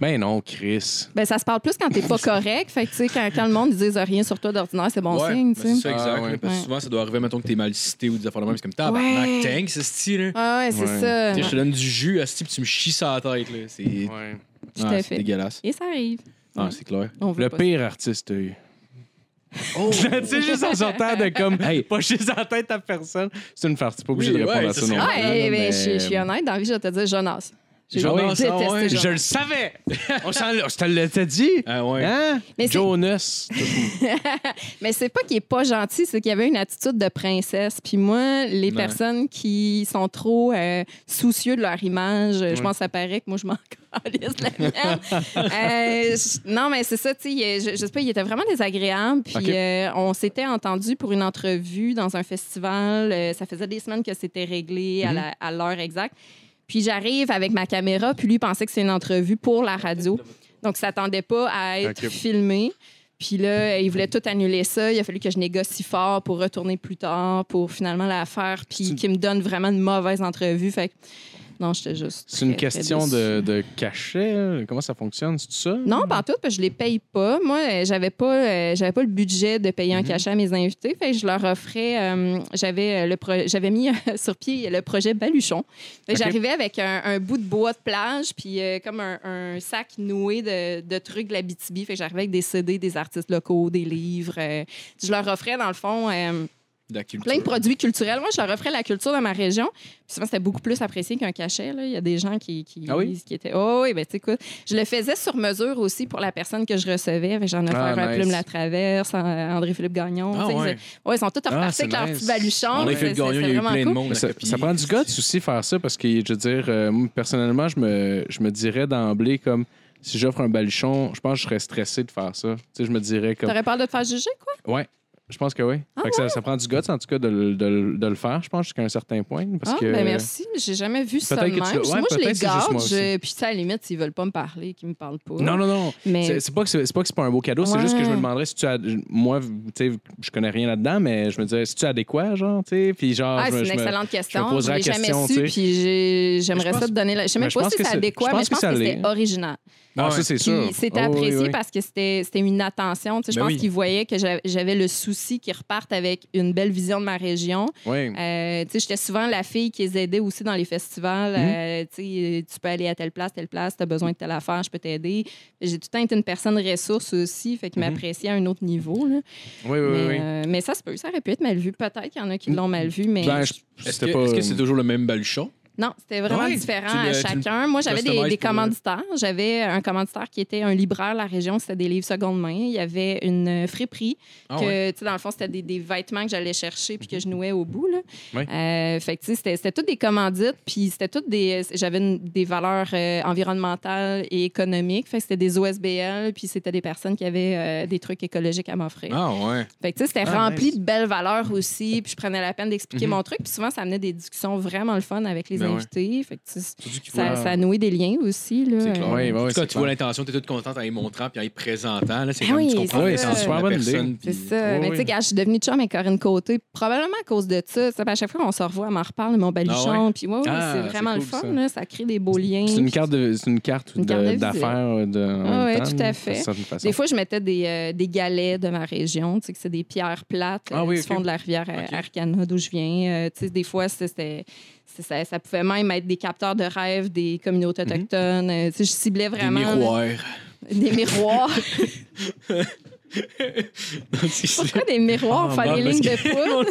Speaker 5: Ben non, Chris.
Speaker 4: Ben, ça se parle plus quand t'es pas correct. Fait que, tu sais, quand, quand le monde ils disent rien sur toi d'ordinaire, c'est bon
Speaker 3: ouais,
Speaker 4: signe.
Speaker 3: ben,
Speaker 4: tu sais.
Speaker 3: c'est ça,
Speaker 5: Ah,
Speaker 3: exact. là,
Speaker 5: ouais.
Speaker 3: Parce que
Speaker 4: Ouais.
Speaker 3: souvent, ça doit arriver, mettons, que t'es mal cité ou des affaires de même. C'est comme tabarnak,
Speaker 4: Ouais.
Speaker 3: tank, ce style. là.
Speaker 4: Ah ouais, c'est
Speaker 5: Ouais.
Speaker 4: ça.
Speaker 3: Tu sais, Je te
Speaker 4: Ouais.
Speaker 3: donne du jus, asti, puis tu me chies ça à la tête. Là. C'est
Speaker 5: Ouais.
Speaker 4: Tout
Speaker 3: Ah,
Speaker 4: à
Speaker 3: c'est
Speaker 4: fait.
Speaker 3: dégueulasse.
Speaker 4: Et ça arrive.
Speaker 3: Ah,
Speaker 4: Ouais.
Speaker 3: c'est clair.
Speaker 4: On veut
Speaker 5: Le
Speaker 4: pas
Speaker 5: pire artiste, euh,
Speaker 3: Oh,
Speaker 5: tu sais, juste en sortant de comme, hey, pas juste en tête à personne. C'est une farce. Tu pas obligé
Speaker 3: Oui,
Speaker 5: de répondre
Speaker 3: ouais,
Speaker 5: à
Speaker 3: ça
Speaker 5: ça
Speaker 3: serait-
Speaker 5: non
Speaker 4: Ah,
Speaker 5: plus,
Speaker 4: eh
Speaker 5: là,
Speaker 4: ben,
Speaker 5: mais-
Speaker 4: je, je suis honnête, dans la vie, je vais te dire Jonas. J'ai
Speaker 3: Jonas, ah
Speaker 4: détesté
Speaker 3: ouais.
Speaker 5: Je
Speaker 4: Jonas.
Speaker 5: le savais! On s'en l'a- je te l'ai dit!
Speaker 3: Ah ouais.
Speaker 5: Hein?
Speaker 4: Mais c'est-
Speaker 5: Jonas!
Speaker 4: Mais c'est pas qu'il est pas gentil, c'est qu'il avait une attitude de princesse. Puis moi, les
Speaker 3: Ouais.
Speaker 4: personnes qui sont trop euh, soucieux de leur image, euh, je
Speaker 5: Ouais.
Speaker 4: pense que ça paraît que moi, je m'en calisse la mienne. Euh, je- non, mais c'est ça, tu sais, il est- je, je sais pas, il était vraiment désagréable. Puis
Speaker 5: OK.
Speaker 4: euh, on s'était entendu pour une entrevue dans un festival. Euh, ça faisait des semaines que c'était réglé
Speaker 5: Mhm.
Speaker 4: à la- à l'heure exacte. Puis j'arrive avec ma caméra, puis lui il pensait que c'est une entrevue pour la radio. Donc, il s'attendait pas à être
Speaker 5: Ok.
Speaker 4: filmé. Puis là, il voulait tout annuler ça. Il a fallu que je négocie fort pour retourner plus tard, pour finalement la faire, puis
Speaker 5: C'est-
Speaker 4: qu'il me donne vraiment une mauvaise entrevue. Fait que Non, j'étais juste.
Speaker 5: C'est une
Speaker 4: très, très
Speaker 5: question
Speaker 4: déçue.
Speaker 5: de, de cachet. hein? Comment ça fonctionne? C'est ça?
Speaker 4: Non, pas en tout, parce que je les paye pas. Moi, euh, j'avais pas, euh, j'avais pas le budget de payer en cachet à mes invités. Fait que je leur offrais, euh, j'avais euh, le pro- j'avais mis sur pied le projet Baluchon. Fait que
Speaker 5: OK.
Speaker 4: J'arrivais avec un, un bout de bois de plage, puis euh, comme un, un sac noué de, de trucs de la BTB. Fait que j'arrivais avec des CD, des artistes locaux, des livres. euh. je leur offrais, dans le fond, euh,
Speaker 3: de la culture.
Speaker 4: plein de produits culturels. Moi, je leur offrais la culture de ma région. Puis souvent, c'était beaucoup plus apprécié qu'un cachet. là. Il y a des gens qui, qui,
Speaker 5: Ah oui?
Speaker 4: qui étaient. Oh, oui, ben, tu sais, écoute, je le faisais sur mesure aussi pour la personne que je recevais. Fait que J'en ai
Speaker 5: Ah,
Speaker 4: offert un
Speaker 5: nice.
Speaker 4: Plume La Traverse, un- André-Philippe Gagnon.
Speaker 3: Ah,
Speaker 4: Tu sais,
Speaker 3: ouais.
Speaker 4: ils- ouais, ils sont tous repartis
Speaker 5: Ah, c'est
Speaker 4: avec leur
Speaker 5: nice.
Speaker 4: petit baluchon.
Speaker 3: On a
Speaker 4: C'est-
Speaker 3: fait le
Speaker 4: c'est-
Speaker 3: gagnant,
Speaker 4: c'est
Speaker 3: il y a eu
Speaker 4: vraiment
Speaker 3: plein de
Speaker 4: cool.
Speaker 3: monde. à Ah
Speaker 5: Mais ça,
Speaker 3: copier.
Speaker 5: ça prend du guts aussi faire ça parce que, je veux dire, euh, moi, personnellement, je me, je me dirais d'emblée comme si j'offre un baluchon, je pense que je serais stressé de faire ça. Tu sais, je me dirais comme.
Speaker 4: T'aurais peur de te faire juger, quoi?
Speaker 5: Ouais, je pense que oui.
Speaker 4: Ah
Speaker 5: Fait que ça, ça prend du guts, en tout cas, de, le- de le- de le faire, je pense, jusqu'à un certain point. Parce
Speaker 4: Ah,
Speaker 5: que,
Speaker 4: ben merci. J'ai jamais vu ça de
Speaker 5: Peut-être
Speaker 4: même.
Speaker 5: que tu l'as- ouais,
Speaker 4: moi, je
Speaker 5: peut-être
Speaker 4: les
Speaker 5: c'est juste moi
Speaker 4: garde.
Speaker 5: aussi.
Speaker 4: je- Puis, tu sais, à la limite, s'ils veulent pas me parler, qu'ils me parlent pas.
Speaker 5: Non, non, non.
Speaker 4: Mais
Speaker 5: C'est c'est pas que c'est c'est pas que c'est pas un beau cadeau, c'est
Speaker 4: Ouais.
Speaker 5: juste que je me demanderais si tu as moi tu sais je connais rien là-dedans mais je me dirais si tu as adéquat genre tu sais puis genre
Speaker 4: Ah,
Speaker 5: je me-
Speaker 4: c'est une
Speaker 5: je me-
Speaker 4: excellente
Speaker 5: me
Speaker 4: question. Je
Speaker 5: poserai
Speaker 4: l'ai
Speaker 5: la
Speaker 4: jamais
Speaker 5: question,
Speaker 4: su,
Speaker 5: tu sais.
Speaker 4: puis j'ai-
Speaker 5: Mais
Speaker 4: j'aimerais
Speaker 5: je
Speaker 4: ça te
Speaker 5: pense-
Speaker 4: donner. la- Je sais
Speaker 5: mais
Speaker 4: même
Speaker 5: je
Speaker 4: pas
Speaker 5: pense
Speaker 4: si
Speaker 5: que
Speaker 4: c'est
Speaker 5: c'est-
Speaker 4: adéquat,
Speaker 5: je
Speaker 4: mais
Speaker 5: pense
Speaker 4: je
Speaker 5: que
Speaker 4: pense
Speaker 5: ça
Speaker 4: que
Speaker 5: l'est.
Speaker 4: c'était original.
Speaker 5: Ah, ça c'est sûr.
Speaker 4: Puis c'était
Speaker 5: Ah oui,
Speaker 4: apprécié
Speaker 5: oui.
Speaker 4: parce que c'était c'était une attention. Tu sais, je
Speaker 3: Ben
Speaker 4: pense
Speaker 3: oui.
Speaker 4: qu'ils voyaient que j'a- j'avais le souci qu'ils repartent avec une belle vision de ma région.
Speaker 5: Oui.
Speaker 4: Euh, tu sais, J'étais souvent la fille qui les aidait aussi dans les festivals.
Speaker 5: Mhm.
Speaker 4: Euh, tu sais, tu peux aller à telle place, telle place, tu as besoin de telle affaire, je peux t'aider. J'ai tout le temps été une personne ressource aussi, fait qu'ils
Speaker 5: Mhm.
Speaker 4: m'appréciaient à un autre niveau. là.
Speaker 5: Oui, oui,
Speaker 4: mais,
Speaker 5: oui.
Speaker 4: euh, mais ça se peut, ça aurait pu être mal vu. Peut-être qu'il y en a qui l'ont mal vu, mais
Speaker 5: Ben, je-
Speaker 3: Est-ce que
Speaker 5: c'était
Speaker 3: est-ce
Speaker 5: pas-
Speaker 4: euh,
Speaker 3: que c'est toujours le même baluchon?
Speaker 4: Non, c'était vraiment
Speaker 3: Ouais.
Speaker 4: différent
Speaker 3: Ben Tu le-
Speaker 4: à
Speaker 3: tu le
Speaker 4: chacun. Moi, j'avais des,
Speaker 3: customises
Speaker 4: des
Speaker 3: pour euh, le-
Speaker 4: commanditaires. J'avais un commanditaire qui était un libraire de la région, c'était des livres seconde main. Il y avait une euh, friperie,
Speaker 3: Ah
Speaker 4: que,
Speaker 3: ouais. Mhm.
Speaker 4: tu sais, dans le fond, c'était des, des vêtements que j'allais chercher puis que je nouais au bout. Là.
Speaker 5: Ouais.
Speaker 4: Euh, fait que, tu sais, c'était, c'était toutes des commandites, puis c'était toutes des. J'avais une- des valeurs euh, environnementales et économiques. Fait que c'était des OSBL, puis c'était des personnes qui avaient euh, des trucs écologiques à m'offrir.
Speaker 3: Ah ouais.
Speaker 4: Fait que, tu sais, c'était
Speaker 5: Ah,
Speaker 4: rempli
Speaker 5: nice.
Speaker 4: de belles valeurs aussi. Puis je prenais la peine d'expliquer
Speaker 5: Mhm.
Speaker 4: mon truc. Puis souvent, ça amenait des discussions vraiment le fun avec les
Speaker 5: Ben ouais.
Speaker 4: invités. Fait que, tu sais,
Speaker 3: Surtout qu'il
Speaker 4: ça,
Speaker 5: Ouais.
Speaker 4: ça a noué des liens aussi. Là.
Speaker 3: C'est clair.
Speaker 4: Euh,
Speaker 5: Ouais, ouais,
Speaker 3: en
Speaker 5: ouais,
Speaker 3: tout cas,
Speaker 5: c'est
Speaker 3: tu vois
Speaker 5: clair.
Speaker 3: l'intention, t'es toute contente en y montrant puis en y présentant. Là, c'est
Speaker 4: Ah
Speaker 3: comme
Speaker 4: oui,
Speaker 3: tu comprends
Speaker 4: c'est ça.
Speaker 3: l'intention de
Speaker 5: Ouais,
Speaker 3: la
Speaker 5: bonne
Speaker 3: personne.
Speaker 4: C'est
Speaker 3: puis-
Speaker 4: ça.
Speaker 5: Ouais,
Speaker 4: mais tu
Speaker 5: ouais.
Speaker 4: sais, gars, je suis devenue chum avec Corinne Côté, probablement à cause de ça. Tu sais, à chaque fois qu'on se revoit, elle m'en reparle, mon baluchon.
Speaker 3: Ah
Speaker 4: Puis ouais, ouais,
Speaker 5: Ah,
Speaker 4: c'est
Speaker 5: c'est
Speaker 4: vraiment le
Speaker 5: cool,
Speaker 4: fun.
Speaker 5: ça.
Speaker 4: là. Ça. crée des beaux liens.
Speaker 5: C'est une carte de c'est une carte
Speaker 4: Une carte de
Speaker 5: de- d'affaires euh, de en
Speaker 4: Ah
Speaker 5: même
Speaker 4: ouais,
Speaker 5: temps,
Speaker 4: tout à fait.
Speaker 5: d'une certaine façon.
Speaker 4: Des fois, je mettais des, euh, des galets de ma région, tu sais, que c'est des pierres plates
Speaker 5: Ah
Speaker 4: euh,
Speaker 5: oui,
Speaker 4: du
Speaker 5: ok.
Speaker 4: fond de la rivière euh,
Speaker 3: Ok.
Speaker 4: Arcana, d'où je viens. Euh, tu sais, des fois, c'était, c'est- ça, ça pouvait même être des capteurs de rêve des communautés
Speaker 5: Mhm.
Speaker 4: autochtones. Euh, tu sais, je ciblais
Speaker 3: Des
Speaker 4: vraiment
Speaker 3: miroirs.
Speaker 4: des miroirs. Pourquoi des miroirs
Speaker 3: Ah,
Speaker 4: pour faire
Speaker 3: bah,
Speaker 4: des
Speaker 3: parce
Speaker 4: lignes de
Speaker 3: que-
Speaker 4: poudre?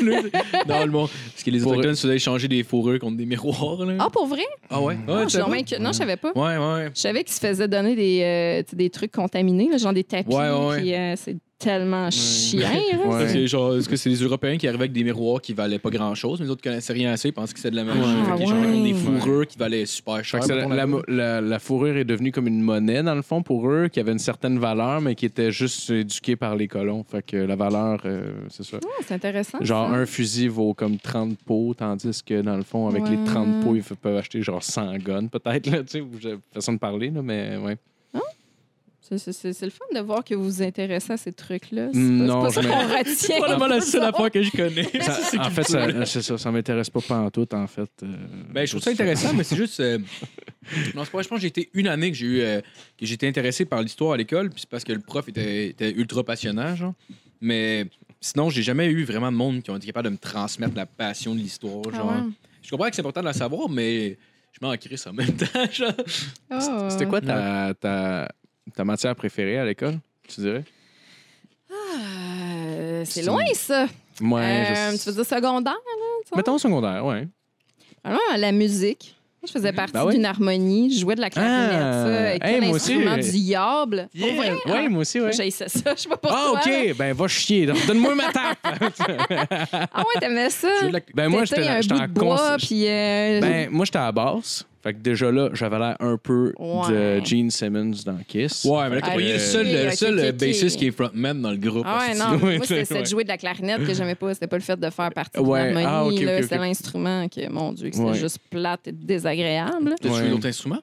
Speaker 3: non, le monde. Parce que les
Speaker 5: Pour-
Speaker 3: Autochtones se échanger des fourrures contre des miroirs. Là.
Speaker 4: Ah, pour vrai?
Speaker 3: Ah ouais?
Speaker 4: Ah,
Speaker 3: ouais,
Speaker 4: je suis
Speaker 3: t'as vu?
Speaker 4: donc bien cu- Non, je savais pas.
Speaker 3: Ouais, ouais.
Speaker 4: Je savais qu'ils se faisaient donner des, euh, tu sais, des trucs contaminés, là, genre des tapis.
Speaker 3: Ouais, ouais, ouais.
Speaker 4: puis, euh, c'est tellement chiant. hein, là.
Speaker 5: Ouais.
Speaker 3: Parce que, genre, est-ce que c'est les Européens qui arrivaient avec des miroirs qui valaient pas grand chose, mais les autres connaissaient rien à ça, ils pensaient que c'était de la même
Speaker 5: Ouais.
Speaker 3: chose. Fait qu'ils échangeaient contre des
Speaker 4: Ouais.
Speaker 3: fourrures qui valaient super
Speaker 5: Fait
Speaker 3: cher.
Speaker 5: que c'est
Speaker 3: mettons,
Speaker 5: la,
Speaker 3: là-bas.
Speaker 5: la- la- la fourrure est devenue comme une monnaie, dans le fond, pour eux, qui avait une certaine valeur, mais qui était juste éduquée par les colons. Fait que la valeur, euh, c'est ça.
Speaker 4: Ah, c'est intéressant.
Speaker 5: Genre,
Speaker 4: ça.
Speaker 5: un fusil vaut comme 30 pots, tandis que dans le fond, avec
Speaker 4: Ouais.
Speaker 5: les 30 pots, ils f- peuvent acheter genre 100 guns, peut-être, là, tu sais, ou j'ai façon de parler, là, mais ouais.
Speaker 4: C'est- C'est c'est- c'est le fun de voir que vous vous intéressez à ces trucs-là. C'est
Speaker 5: Mm,
Speaker 4: pas,
Speaker 5: non,
Speaker 4: c'est pas ça
Speaker 5: je
Speaker 4: qu'on retient.
Speaker 3: C'est probablement la seule affaire que je connais.
Speaker 5: Ça- en fait, ça, c'est ça, ça m'intéresse pas pantoute, en fait. euh,
Speaker 3: Ben, je trouve ça intéressant, mais c'est juste. euh, Non, c'est pas. vrai, Je pense que j'ai été une année que j'ai eu, euh, que j'étais intéressé par l'histoire à l'école, puis c'est parce que le prof était, était ultra passionnant, genre. Mais sinon, j'ai jamais eu vraiment de monde qui ont été capable de me transmettre la passion de l'histoire,
Speaker 4: Ah
Speaker 3: genre.
Speaker 4: ouais.
Speaker 3: Je comprends que c'est important de la savoir, mais je m'en crisse en même temps, genre.
Speaker 4: Ah,
Speaker 5: C'était quoi ta, ta, ta matière préférée à l'école, tu dirais?
Speaker 4: euh, C'est
Speaker 5: C'est
Speaker 4: loin, ça.
Speaker 5: Moi,
Speaker 4: Euh, tu veux dire secondaire? ça?
Speaker 5: Mettons secondaire, ouais.
Speaker 4: Vraiment, la musique. Moi, je faisais partie
Speaker 5: Ben ouais.
Speaker 4: d'une harmonie. Je jouais de la clarinette,
Speaker 5: Ah.
Speaker 4: ça. avec
Speaker 5: Hey,
Speaker 4: quel
Speaker 5: moi aussi.
Speaker 4: instrument du yable. Pour vrai, hein?
Speaker 5: Ouais, ouais, moi aussi, ouais.
Speaker 4: J'ai ça, ça. Je sais pas pourquoi.
Speaker 5: Ah, OK!
Speaker 4: là.
Speaker 5: Ben, va chier. donc, Donne-moi ma tape!
Speaker 4: Ah ouais, t'aimais ça?
Speaker 3: Je veux de la-
Speaker 5: Ben, moi,
Speaker 4: T'étais
Speaker 5: j'étais
Speaker 4: un
Speaker 5: j'étais
Speaker 4: bout de
Speaker 5: en
Speaker 4: bois,
Speaker 5: cons-
Speaker 4: puis... euh,
Speaker 5: Ben, moi, j'étais à la basse. Fait que déjà là, j'avais l'air un peu
Speaker 4: Ouais.
Speaker 5: de Gene Simmons dans Kiss.
Speaker 3: Ouais, mais là, t'as
Speaker 4: Ah,
Speaker 3: pas eu le
Speaker 4: ok,
Speaker 3: seul, le
Speaker 4: ok,
Speaker 3: seul
Speaker 4: ok,
Speaker 3: euh,
Speaker 4: ok.
Speaker 3: bassiste qui est frontman dans le groupe.
Speaker 4: Ah ouais,
Speaker 3: hostie.
Speaker 4: non.
Speaker 5: Ouais,
Speaker 4: moi,
Speaker 5: tu sais,
Speaker 4: c'était c'était de
Speaker 5: ouais.
Speaker 4: jouer de la clarinette que j'aimais pas. C'était pas le fait de faire partie de
Speaker 5: Ouais.
Speaker 4: l'harmonie.
Speaker 5: Ah, ok,
Speaker 4: là.
Speaker 5: ok, ok.
Speaker 4: C'était l'instrument que, mon Dieu, que c'était
Speaker 5: Ouais.
Speaker 4: juste plate et désagréable.
Speaker 3: T'as joué
Speaker 5: Ouais.
Speaker 3: d'autres instruments?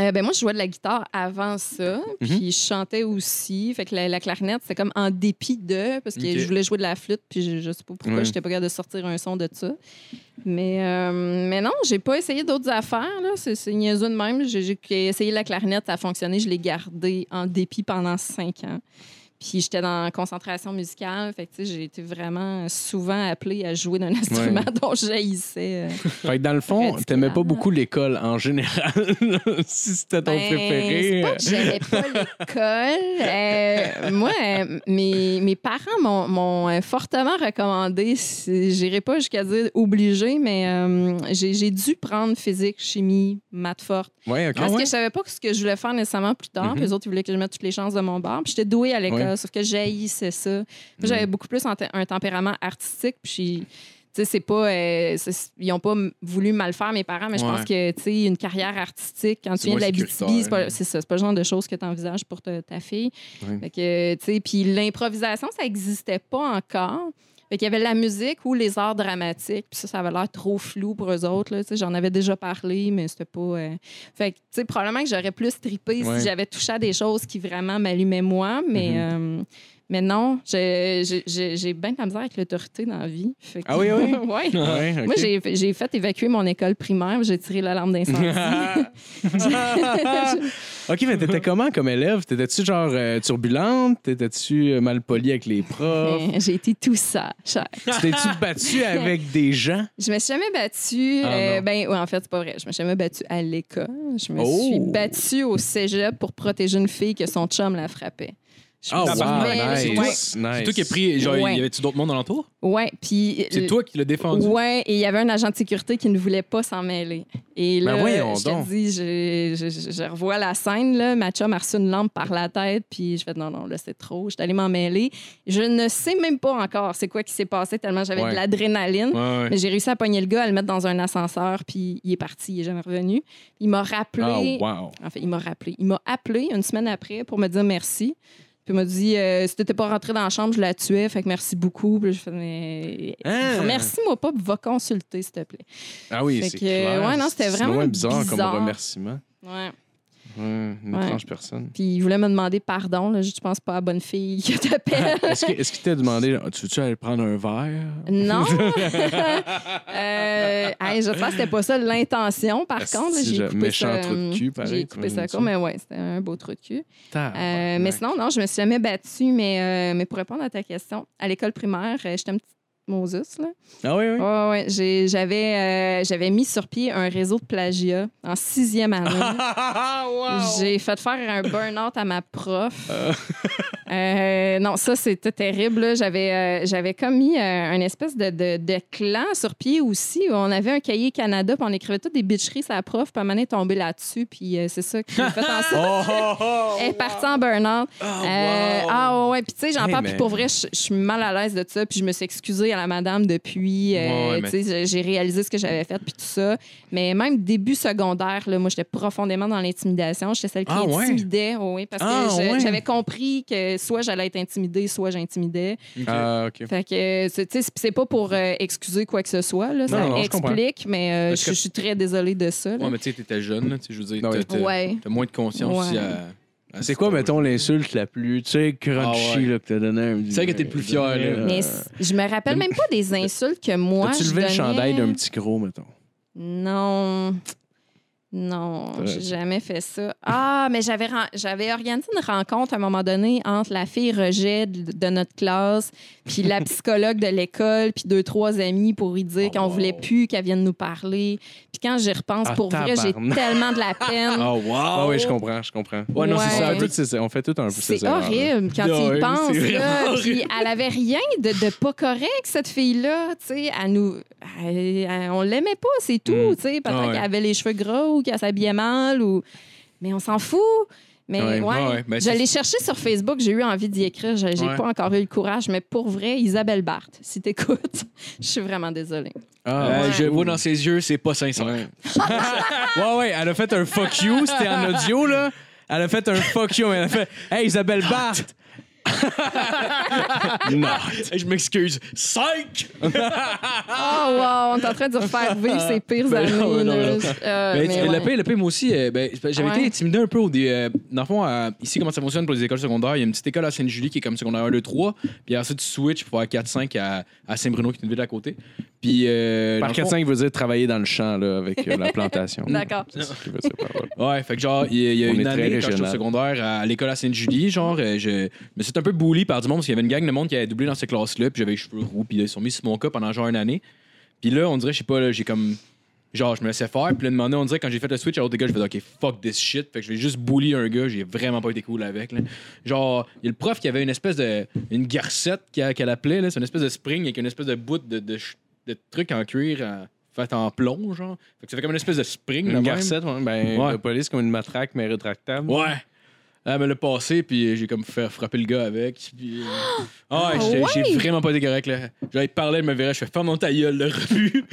Speaker 4: Euh, ben moi, je jouais de la guitare avant ça, puis je chantais aussi. Fait que la, la clarinette, c'était comme en dépit de, parce que
Speaker 3: Ok.
Speaker 4: je voulais jouer de la flûte, puis je, je sais pas pourquoi
Speaker 5: Ouais.
Speaker 4: j'étais pas capable de sortir un son de ça. Mais, euh, mais non, j'ai pas essayé d'autres affaires, là. C'est, c'est niaiseux de même. J'ai, j'ai essayé la clarinette, ça a fonctionné. Je l'ai gardée en dépit pendant cinq ans. Puis j'étais dans la concentration musicale. Fait que, tu sais, j'ai été vraiment souvent appelée à jouer d'un instrument dont j'haïssais. euh,
Speaker 5: Fait que dans le fond,
Speaker 4: Ridicule.
Speaker 5: t'aimais pas beaucoup l'école en général. si c'était ton
Speaker 4: Ben, C'est
Speaker 5: préféré.
Speaker 4: pas que j'aimais pas l'école. Euh, moi, euh, mes, mes parents m'ont- m'ont euh, fortement recommandé, si- j'irai pas jusqu'à dire obligé, mais euh, j'ai j'ai dû prendre physique, chimie, maths forte.
Speaker 5: Ouais, ok.
Speaker 4: Parce que je savais pas ce que je voulais faire nécessairement plus tard.
Speaker 5: Mhm.
Speaker 4: puis Les autres, ils voulaient que je mette toutes les chances de mon bord. Puis j'étais douée à l'école, sauf que j'haïssais ça. Moi, j'avais
Speaker 5: Mm.
Speaker 4: beaucoup plus un, te- un tempérament artistique. Puis, tu sais, c'est pas. euh, c'est- ils ont pas m- voulu mal faire, mes parents, mais je
Speaker 5: Ouais.
Speaker 4: pense que, tu sais, une carrière artistique, quand tu
Speaker 5: C'est
Speaker 4: viens de
Speaker 5: moins
Speaker 4: la BTB,
Speaker 5: sécuritaire,
Speaker 4: c'est pas-
Speaker 5: là.
Speaker 4: c'est ça. C'est pas le genre de choses que tu envisages pour ta- ta fille.
Speaker 5: Ouais.
Speaker 4: Fait que, tu sais, puis l'improvisation, ça n'existait pas encore. Fait qu'il y avait la musique ou les arts dramatiques, puis ça, ça avait l'air trop flou pour eux autres. là. Tu sais, J'en avais déjà parlé, mais c'était pas... euh, Fait que, tu sais, probablement que j'aurais plus trippé
Speaker 5: Ouais.
Speaker 4: si j'avais touché à des choses qui vraiment m'allumaient moi, mais...
Speaker 5: Mm-hmm.
Speaker 4: euh, mais non, j'ai- j'ai j'ai- j'ai bien de la misère avec l'autorité dans la vie. Fait que-
Speaker 5: Ah oui, oui?
Speaker 4: Ouais.
Speaker 5: Ouais, ok.
Speaker 4: Moi, j'ai- j'ai fait évacuer mon école primaire, j'ai tiré l'alarme d'incendie.
Speaker 5: ok, mais t'étais comment comme élève? T'étais-tu genre euh, turbulente? T'étais-tu euh, mal poli avec les profs?
Speaker 4: j'ai été tout ça, cher.
Speaker 5: tu t'es-tu battu avec des gens?
Speaker 4: Je me suis jamais battue.
Speaker 5: Ah,
Speaker 4: euh,
Speaker 5: non.
Speaker 4: ben, ouais, en fait, c'est pas vrai. Je me suis jamais battue à l'école. Je me
Speaker 5: Oh.
Speaker 4: suis battue au cégep pour protéger une fille que son chum la frappait. Je me suis
Speaker 5: Ah, ouais,
Speaker 4: jamais-
Speaker 5: nice.
Speaker 4: Oh, ouais,
Speaker 3: C'est
Speaker 5: nice.
Speaker 3: toi qui as pris. Genre,
Speaker 4: Ouais.
Speaker 3: y avait-tu d'autres mondes alentour?
Speaker 4: ouais, puis euh,
Speaker 3: C'est toi qui l'as défendu.
Speaker 4: Ouais, et il y avait un agent de sécurité qui ne voulait pas s'en mêler. Et là,
Speaker 5: Ben voyons
Speaker 4: je
Speaker 5: donc.
Speaker 4: te dis, je, je- je revois la scène, là, ma chum a reçu une lampe par la tête, puis je fais non, non, là, c'est trop, je suis allée m'en mêler. Je ne sais même pas encore c'est quoi qui s'est passé, tellement j'avais
Speaker 5: Ouais.
Speaker 4: de l'adrénaline.
Speaker 5: Ouais, ouais.
Speaker 4: Mais j'ai réussi à pogner le gars, à le mettre dans un ascenseur, puis il est parti, il est jamais revenu. Il m'a rappelé.
Speaker 5: Ah, wow.
Speaker 4: En fait, il m'a rappelé. Il m'a appelé une semaine après pour me dire merci. Puis il m'a dit euh, si t'étais pas rentré dans la chambre, je la tuais, fait que merci beaucoup. Puis je fais mais.
Speaker 5: Hein?
Speaker 4: Merci, moi pas, puis va consulter, s'il te plaît.
Speaker 5: Ah oui,
Speaker 4: Fait
Speaker 5: c'est
Speaker 4: que,
Speaker 5: clair.
Speaker 4: ouais, non, c'était
Speaker 5: C'est
Speaker 4: vraiment
Speaker 5: vraiment bizarre,
Speaker 4: bizarre.
Speaker 5: comme remerciement.
Speaker 4: Ouais.
Speaker 5: Ouais, une
Speaker 4: Ouais.
Speaker 5: étrange personne.
Speaker 4: Puis il voulait me demander pardon, là, je je pense pas à la bonne fille que t'appelles.
Speaker 5: Est-ce que- est-ce qu'il t'a demandé, genre, tu veux-tu aller prendre un verre?
Speaker 4: Non! euh, hey, j'espère que c'était pas ça l'intention, par
Speaker 5: Asti,
Speaker 4: contre. là, J'ai
Speaker 5: j'ai-
Speaker 4: coupé
Speaker 5: méchant
Speaker 4: ça,
Speaker 5: trou de
Speaker 4: euh,
Speaker 5: cul, pareil,
Speaker 4: J'ai coupé ça
Speaker 5: t'imagines-tu?
Speaker 4: court, mais ouais, c'était un beau trou de cul. Euh, mais
Speaker 5: Tabarnak.
Speaker 4: sinon, non, je me suis jamais battue, mais, euh, mais pour répondre à ta question, à l'école primaire, euh, j'étais un petit Moses, là.
Speaker 5: Ah oui, oui.
Speaker 4: Ouais, ouais, j'ai- j'avais euh, j'avais mis sur pied un réseau de plagiat en sixième année. J'ai fait faire un burn-out à ma prof. Euh, non, ça, c'était terrible. là. J'avais euh, j'avais comme mis euh, un espèce de, de, de clan sur pied aussi. où on avait un cahier Canada, puis on écrivait toutes des bitcheries à la prof, puis à un moment donné, elle est tombée là-dessus, puis euh, c'est ça qui a fait en sorte
Speaker 5: Oh, oh, oh,
Speaker 4: elle est partie en burn-out. Euh,
Speaker 5: Ah, wow.
Speaker 4: ah ouais, ouais. Puis tu sais, j'en
Speaker 5: Hey,
Speaker 4: parle,
Speaker 5: mais-
Speaker 4: puis pour vrai, je je suis mal à l'aise de ça. Puis je me suis excusée à la madame depuis. euh,
Speaker 5: Ouais, mais-
Speaker 4: Tu sais, j'ai réalisé ce que j'avais fait, puis tout ça. Mais même début secondaire, là, moi, j'étais profondément dans l'intimidation. J'étais celle qui
Speaker 5: Ah ouais?
Speaker 4: intimidait, ouais, ouais, parce
Speaker 5: Ah
Speaker 4: que je-
Speaker 5: ouais?
Speaker 4: j'avais compris que soit j'allais être intimidée, soit j'intimidais.
Speaker 5: Ah, OK.
Speaker 4: Fait que, euh, c'est- tu sais, c'est- c'est pas pour euh, excuser quoi que ce soit. Là, ça
Speaker 5: non, je comprends.
Speaker 4: explique, mais euh,
Speaker 3: Parce
Speaker 4: je
Speaker 3: que-
Speaker 4: je suis très désolée de ça. là.
Speaker 3: Ouais, mais tu sais, t'étais jeune, là, tu sais, je veux dire.
Speaker 5: Ouais.
Speaker 3: t'as- t'as-
Speaker 4: Ouais.
Speaker 3: T'as moins de conscience
Speaker 4: Ouais.
Speaker 3: aussi à. à
Speaker 5: C'est
Speaker 3: ce
Speaker 5: quoi,
Speaker 3: que-
Speaker 5: mettons, l'insulte la plus, tu sais, crunchy
Speaker 3: Ah ouais.
Speaker 5: là, que t'as donné un
Speaker 3: C'est vrai que t'es le plus fier, là.
Speaker 5: Euh,
Speaker 4: Mais c- je me rappelle même pas des insultes que moi.
Speaker 5: T'as-tu
Speaker 4: je
Speaker 5: levé le chandail
Speaker 4: donnais.
Speaker 5: d'un petit gros, mettons?
Speaker 4: Non. Non,
Speaker 5: T'as-
Speaker 4: j'ai jamais fait ça. Ah, mais j'avais ren- j'avais organisé une rencontre à un moment donné entre la fille rejet de, de notre classe, puis la psychologue de l'école, puis deux trois amis pour y dire
Speaker 5: Oh,
Speaker 4: qu'on
Speaker 5: wow.
Speaker 4: voulait plus qu'elle vienne nous parler. Puis quand j'y repense,
Speaker 5: Ah,
Speaker 4: pour vrai, j'ai
Speaker 5: tabarnak.
Speaker 4: tellement de la peine.
Speaker 3: Oh, wow!
Speaker 5: Ah oui, je comprends, je comprends.
Speaker 3: Ouais, non,
Speaker 4: Ouais.
Speaker 3: c'est
Speaker 5: On
Speaker 3: ça.
Speaker 5: fait toutes ces- On fait tout un peu ces
Speaker 4: C'est
Speaker 5: erreurs-là.
Speaker 4: horrible quand
Speaker 3: Non,
Speaker 4: tu y
Speaker 3: oui,
Speaker 4: penses.
Speaker 3: c'est
Speaker 4: Là,
Speaker 3: vraiment
Speaker 4: puis
Speaker 3: horrible.
Speaker 4: elle avait rien de, de pas correct, cette fille-là. tu sais, Elle nous, elle- elle- on l'aimait pas, c'est tout.
Speaker 5: Mm.
Speaker 4: tu sais, Peut-être
Speaker 3: Ah ouais.
Speaker 4: qu'elle avait les cheveux gras ou qu'elle s'habillait mal. Ou... Mais on s'en fout. Mais
Speaker 5: Ouais,
Speaker 4: ouais,
Speaker 3: ouais, ben,
Speaker 4: je
Speaker 3: c'est-
Speaker 4: l'ai cherché sur Facebook, j'ai eu envie d'y écrire, j'ai j'ai
Speaker 3: Ouais.
Speaker 4: pas encore eu le courage, mais pour vrai, Isabelle Barthes, si t'écoutes, je suis vraiment désolée.
Speaker 5: Ah,
Speaker 3: Euh,
Speaker 5: ouais.
Speaker 3: Je vois dans ses yeux, c'est pas sincère.
Speaker 5: ouais, ouais, elle a fait un fuck you, c'était en audio, là. Elle a fait un fuck you, mais elle a fait Hey, Isabelle Barthes!
Speaker 3: Hey, je m'excuse. 5!
Speaker 4: Oh, wow, on est en train de refaire vivre ses pires
Speaker 3: Ah! Ben
Speaker 4: années.
Speaker 3: non, ben non,
Speaker 4: là.
Speaker 3: ben non.
Speaker 4: Euh,
Speaker 3: Ben,
Speaker 4: mais
Speaker 3: tu-
Speaker 4: ouais.
Speaker 3: Le pire, le pire, moi aussi, euh, ben, c'est parce que j'avais
Speaker 4: Ouais.
Speaker 3: été intimidé un peu au dé- euh, Dans le fond, à- ici, comment ça fonctionne pour les écoles secondaires? Il y a une petite école à Sainte-Julie qui est comme secondaire 1, 2, 3. Puis ensuite, tu switches pour faire 4-5 à, à Saint-Bruno, qui est une ville à côté. Puis. euh,
Speaker 5: Par
Speaker 3: dans le fond-
Speaker 5: 4-5, il veut dire travailler dans le champ là, avec euh, la plantation.
Speaker 4: D'accord.
Speaker 5: C'est ce qu'il veut dire par là.
Speaker 3: Ouais, fait que genre, il y a, il y a
Speaker 5: On est
Speaker 3: une
Speaker 5: très
Speaker 3: année, quand j'étais au
Speaker 5: régional.
Speaker 3: secondaire, à l'école à Sainte-Julie, genre, euh, je me suis un peu bully par du monde parce qu'il y avait une gang de monde qui avait doublé dans cette classe-là, puis j'avais les cheveux roux, puis là, ils sont mis sur mon cas pendant genre une année. Puis là, on dirait, je sais pas, là, j'ai comme. Genre, je me laissais faire, puis là, demander, on dirait, quand j'ai fait le switch à l'autre gars, je faisais, OK, fuck this shit. Fait que je vais juste bully un gars, j'ai vraiment pas été cool avec. Là. Genre, il y a le prof qui avait une espèce de. Une garcette qu'elle qu'elle appelait, là. C'est une espèce de spring avec une espèce de bout de, de, ch- de truc en cuir euh, fait en plomb, genre. Fait que ça fait comme une espèce de spring. de
Speaker 5: Une
Speaker 3: même.
Speaker 5: garcette, ouais, ben,
Speaker 3: Ouais.
Speaker 5: la police comme une matraque, mais rétractable.
Speaker 3: Ouais. Elle me l'a passé, puis euh, j'ai comme fait frapper le gars avec. Puis, euh, ah, ouais, j'étais- j'ai
Speaker 4: ouais!
Speaker 3: vraiment pas été correct. là. J'allais parler, elle me verrait, je fais ferme mon ta gueule, le revu.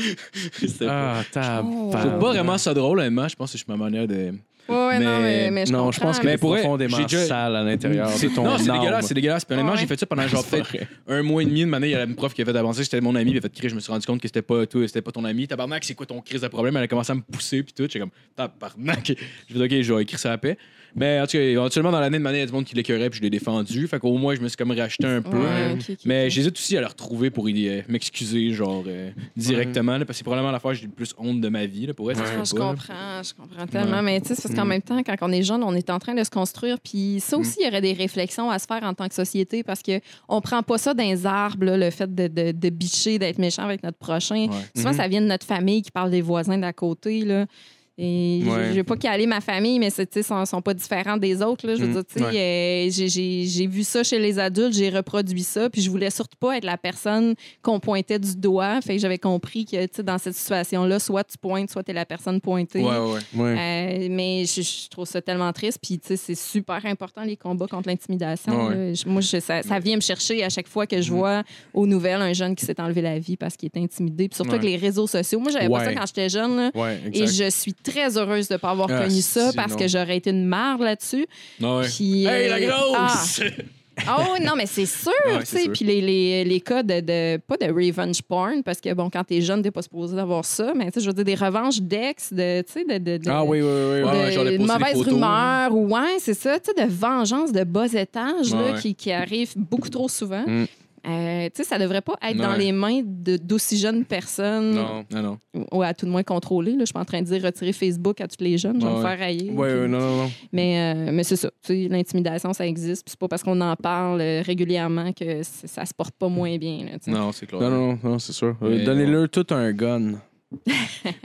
Speaker 3: C'était pas-
Speaker 5: Ah,
Speaker 4: Oh.
Speaker 3: Je
Speaker 5: tabarnak.
Speaker 3: trouve pas vraiment ça drôle, honnêtement. Je pense que c'est ma manière de.
Speaker 4: Ouais, ouais, non,
Speaker 3: Mais-
Speaker 4: mais, mais je
Speaker 5: Non, je pense
Speaker 4: comprends,
Speaker 5: que
Speaker 4: mais-
Speaker 5: c'est
Speaker 3: pour vrai,
Speaker 5: profondément
Speaker 3: j'ai déjà-
Speaker 5: sale à l'intérieur de
Speaker 3: C'est-
Speaker 5: ton
Speaker 3: non, c'est
Speaker 5: âme.
Speaker 3: dégueulasse, c'est dégueulasse. Puis honnêtement,
Speaker 4: Ouais.
Speaker 3: j'ai fait ça pendant genre
Speaker 5: C'est pas
Speaker 3: peut-être
Speaker 5: vrai.
Speaker 3: un mois et demi. Une année, il y a une prof qui avait avancé, c'était mon ami, puis elle a fait crier, je me suis rendu compte que c'était pas toi, c'était pas ton ami. Tabarnak, c'est quoi ton crise de problème? Elle a commencé à me pousser, puis tout. J'étais comme, tabarnak. Je fais, ok, je vais écrire ça à paix. Mais en tout cas, éventuellement, dans l'année de manière, il y a du monde qui l'écœurait, puis je l'ai défendu. Fait qu'au moins, je me suis comme racheté un peu.
Speaker 4: Ouais, ok, ok,
Speaker 3: Mais
Speaker 4: ok.
Speaker 3: j'hésite aussi à le retrouver pour y, euh, m'excuser, genre, euh, directement, là, parce que c'est probablement la fois que j'ai le plus honte de ma vie, là, pour être.
Speaker 4: Ah, je comprends, je comprends tellement. Mais tu sais, c'est parce qu'en
Speaker 5: Mm.
Speaker 4: même temps, quand on est jeune, on est en train de se construire. Puis ça aussi, il y aurait des réflexions à se faire en tant que société parce qu'on prend pas ça d'un arbres, là, le fait de, de, de bitcher, d'être méchant avec notre prochain. Souvent,
Speaker 5: Mhm.
Speaker 4: ça vient de notre famille qui parle des voisins d'à côté. Là. Et je-
Speaker 5: Ouais.
Speaker 4: je veux pas caler ma famille, mais c'est- tu sais, ils sont, sont pas différents des autres. Là. Je veux
Speaker 5: Mm.
Speaker 4: dire, tu sais, euh, j'ai- j'ai j'ai vu ça chez les adultes, j'ai reproduit ça, puis je voulais surtout pas être la personne qu'on pointait du doigt. Fait que j'avais compris que tu sais, dans cette situation-là, soit tu pointes, soit tu es la personne pointée.
Speaker 3: ouais.
Speaker 5: Ouais.
Speaker 4: Euh, mais je, je trouve ça tellement triste. Puis, tu sais, c'est super important, les combats contre l'intimidation.
Speaker 5: Ouais. Mm.
Speaker 4: là. Je- Moi, je- ça, ça vient me chercher à chaque fois que je vois aux nouvelles un jeune qui s'est enlevé la vie parce qu'il est intimidé. Puis surtout
Speaker 5: Ouais.
Speaker 4: avec les réseaux sociaux. Moi, j'avais
Speaker 5: Ouais.
Speaker 4: pas ça quand j'étais jeune. là.
Speaker 5: Ouais,
Speaker 4: Et
Speaker 5: exact.
Speaker 4: je suis très heureuse de ne pas avoir
Speaker 5: Ah,
Speaker 4: connu ça
Speaker 5: si,
Speaker 4: parce
Speaker 5: non.
Speaker 4: que j'aurais été une marre là-dessus.
Speaker 3: Ouais.
Speaker 4: Puis,
Speaker 3: Hey, la
Speaker 4: euh,
Speaker 3: grosse!
Speaker 4: ah oui, non, mais c'est sûr,
Speaker 5: Ouais,
Speaker 4: tu
Speaker 5: c'est
Speaker 4: sais.
Speaker 5: sûr.
Speaker 4: Puis les, les, les cas de, de- pas de revenge porn, parce que, bon, quand t'es jeune, t'es pas supposé d'avoir ça, mais tu sais, je veux dire, des revanches d'ex, de, tu sais, de, de, de-
Speaker 5: Ah oui, oui, oui. oui.
Speaker 3: Ouais, ouais, genre les poster des
Speaker 4: de, de Ben, mauvaise
Speaker 3: photos.
Speaker 4: rumeur, ou ouais, c'est ça, tu sais, de vengeance de bas étage, là,
Speaker 3: Ouais, ouais.
Speaker 4: qui, qui arrive beaucoup trop souvent.
Speaker 5: Mm.
Speaker 4: Euh, tu sais, ça devrait pas être dans
Speaker 3: Ouais.
Speaker 4: les mains de- d'aussi jeunes personnes,
Speaker 5: Non, non, non.
Speaker 4: ou à tout de moins contrôlées. là. Je suis en train de dire retirer Facebook à toutes les jeunes, je vais
Speaker 5: Ouais,
Speaker 4: me faire haïr.
Speaker 5: Ouais,
Speaker 4: puis-
Speaker 5: ouais, non, non, non.
Speaker 4: mais, euh, mais c'est ça. Tu sais, L'intimidation, ça existe. Puis c'est pas parce qu'on en parle euh, régulièrement que c- ça se porte pas moins bien. là, tu sais.
Speaker 3: Non, c'est clair.
Speaker 5: Non, non, non, non, c'est sûr. Euh,
Speaker 3: Mais
Speaker 5: Donnez-leur tout un gun.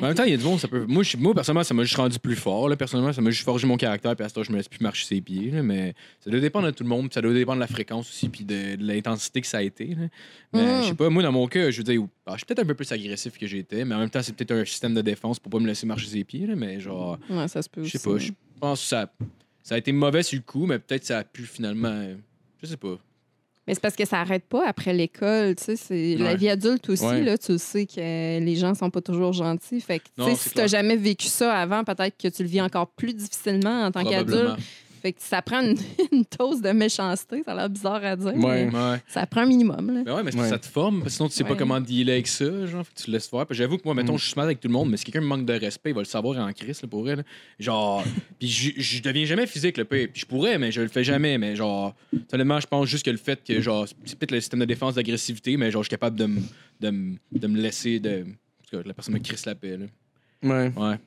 Speaker 3: En même temps, il y a du monde, ça peut. Moi, je- moi personnellement, ça m'a juste rendu plus fort. Là. Personnellement, ça m'a juste forgé mon caractère, puis à ce temps, je me laisse plus marcher ses pieds. là. Mais ça doit dépendre de tout le monde, puis ça doit dépendre de la fréquence aussi, puis de, de l'intensité que ça a été. là. Mais
Speaker 4: Mhm.
Speaker 3: je sais pas, moi, dans mon cas, je veux dire, ah, je suis peut-être un peu plus agressif que j'étais, mais en même temps, c'est peut-être un système de défense pour pas me laisser marcher ses pieds. là. Mais genre,
Speaker 4: Ouais, ça se peut
Speaker 3: je sais
Speaker 4: aussi.
Speaker 3: pas, je pense que ça, ça a été mauvais sur le coup, mais peut-être ça a pu finalement. euh, Je sais pas.
Speaker 4: Mais c'est parce que ça arrête pas après l'école. tu sais, c'est La
Speaker 3: Ouais.
Speaker 4: vie adulte aussi,
Speaker 5: Ouais.
Speaker 4: là, tu le sais que euh, les gens sont pas toujours gentils. Fait que, tu
Speaker 3: Non,
Speaker 4: sais,
Speaker 3: c'est
Speaker 4: si t'as
Speaker 3: clair.
Speaker 4: jamais vécu ça avant, peut-être que tu le vis encore plus difficilement en tant
Speaker 3: Probablement.
Speaker 4: qu'adulte. Fait que ça prend une, une dose de méchanceté. Ça a l'air bizarre à dire.
Speaker 5: Ouais.
Speaker 4: mais
Speaker 3: Ouais.
Speaker 4: Ça prend un minimum. Là.
Speaker 3: Ben ouais, mais c'est parce
Speaker 5: Ouais.
Speaker 3: que ça te forme, parce que sinon tu sais pas
Speaker 4: Ouais.
Speaker 3: comment dealer avec ça, genre, faut que tu le laisses faire. Puis J'avoue que moi, mettons, je suis mal avec tout le monde, mais si quelqu'un me manque de respect, il va le savoir en crise, là, pour elle. Genre, puis je je deviens jamais physique, le pire. Puis je pourrais, mais je le fais jamais, mais genre, seulement, je pense juste que le fait que, genre, c'est peut-être le système de défense d'agressivité, mais genre, je suis capable de me de me- de me laisser, de. En tout cas, la personne me crisse la paix, là.
Speaker 5: Ouais.
Speaker 3: Ouais.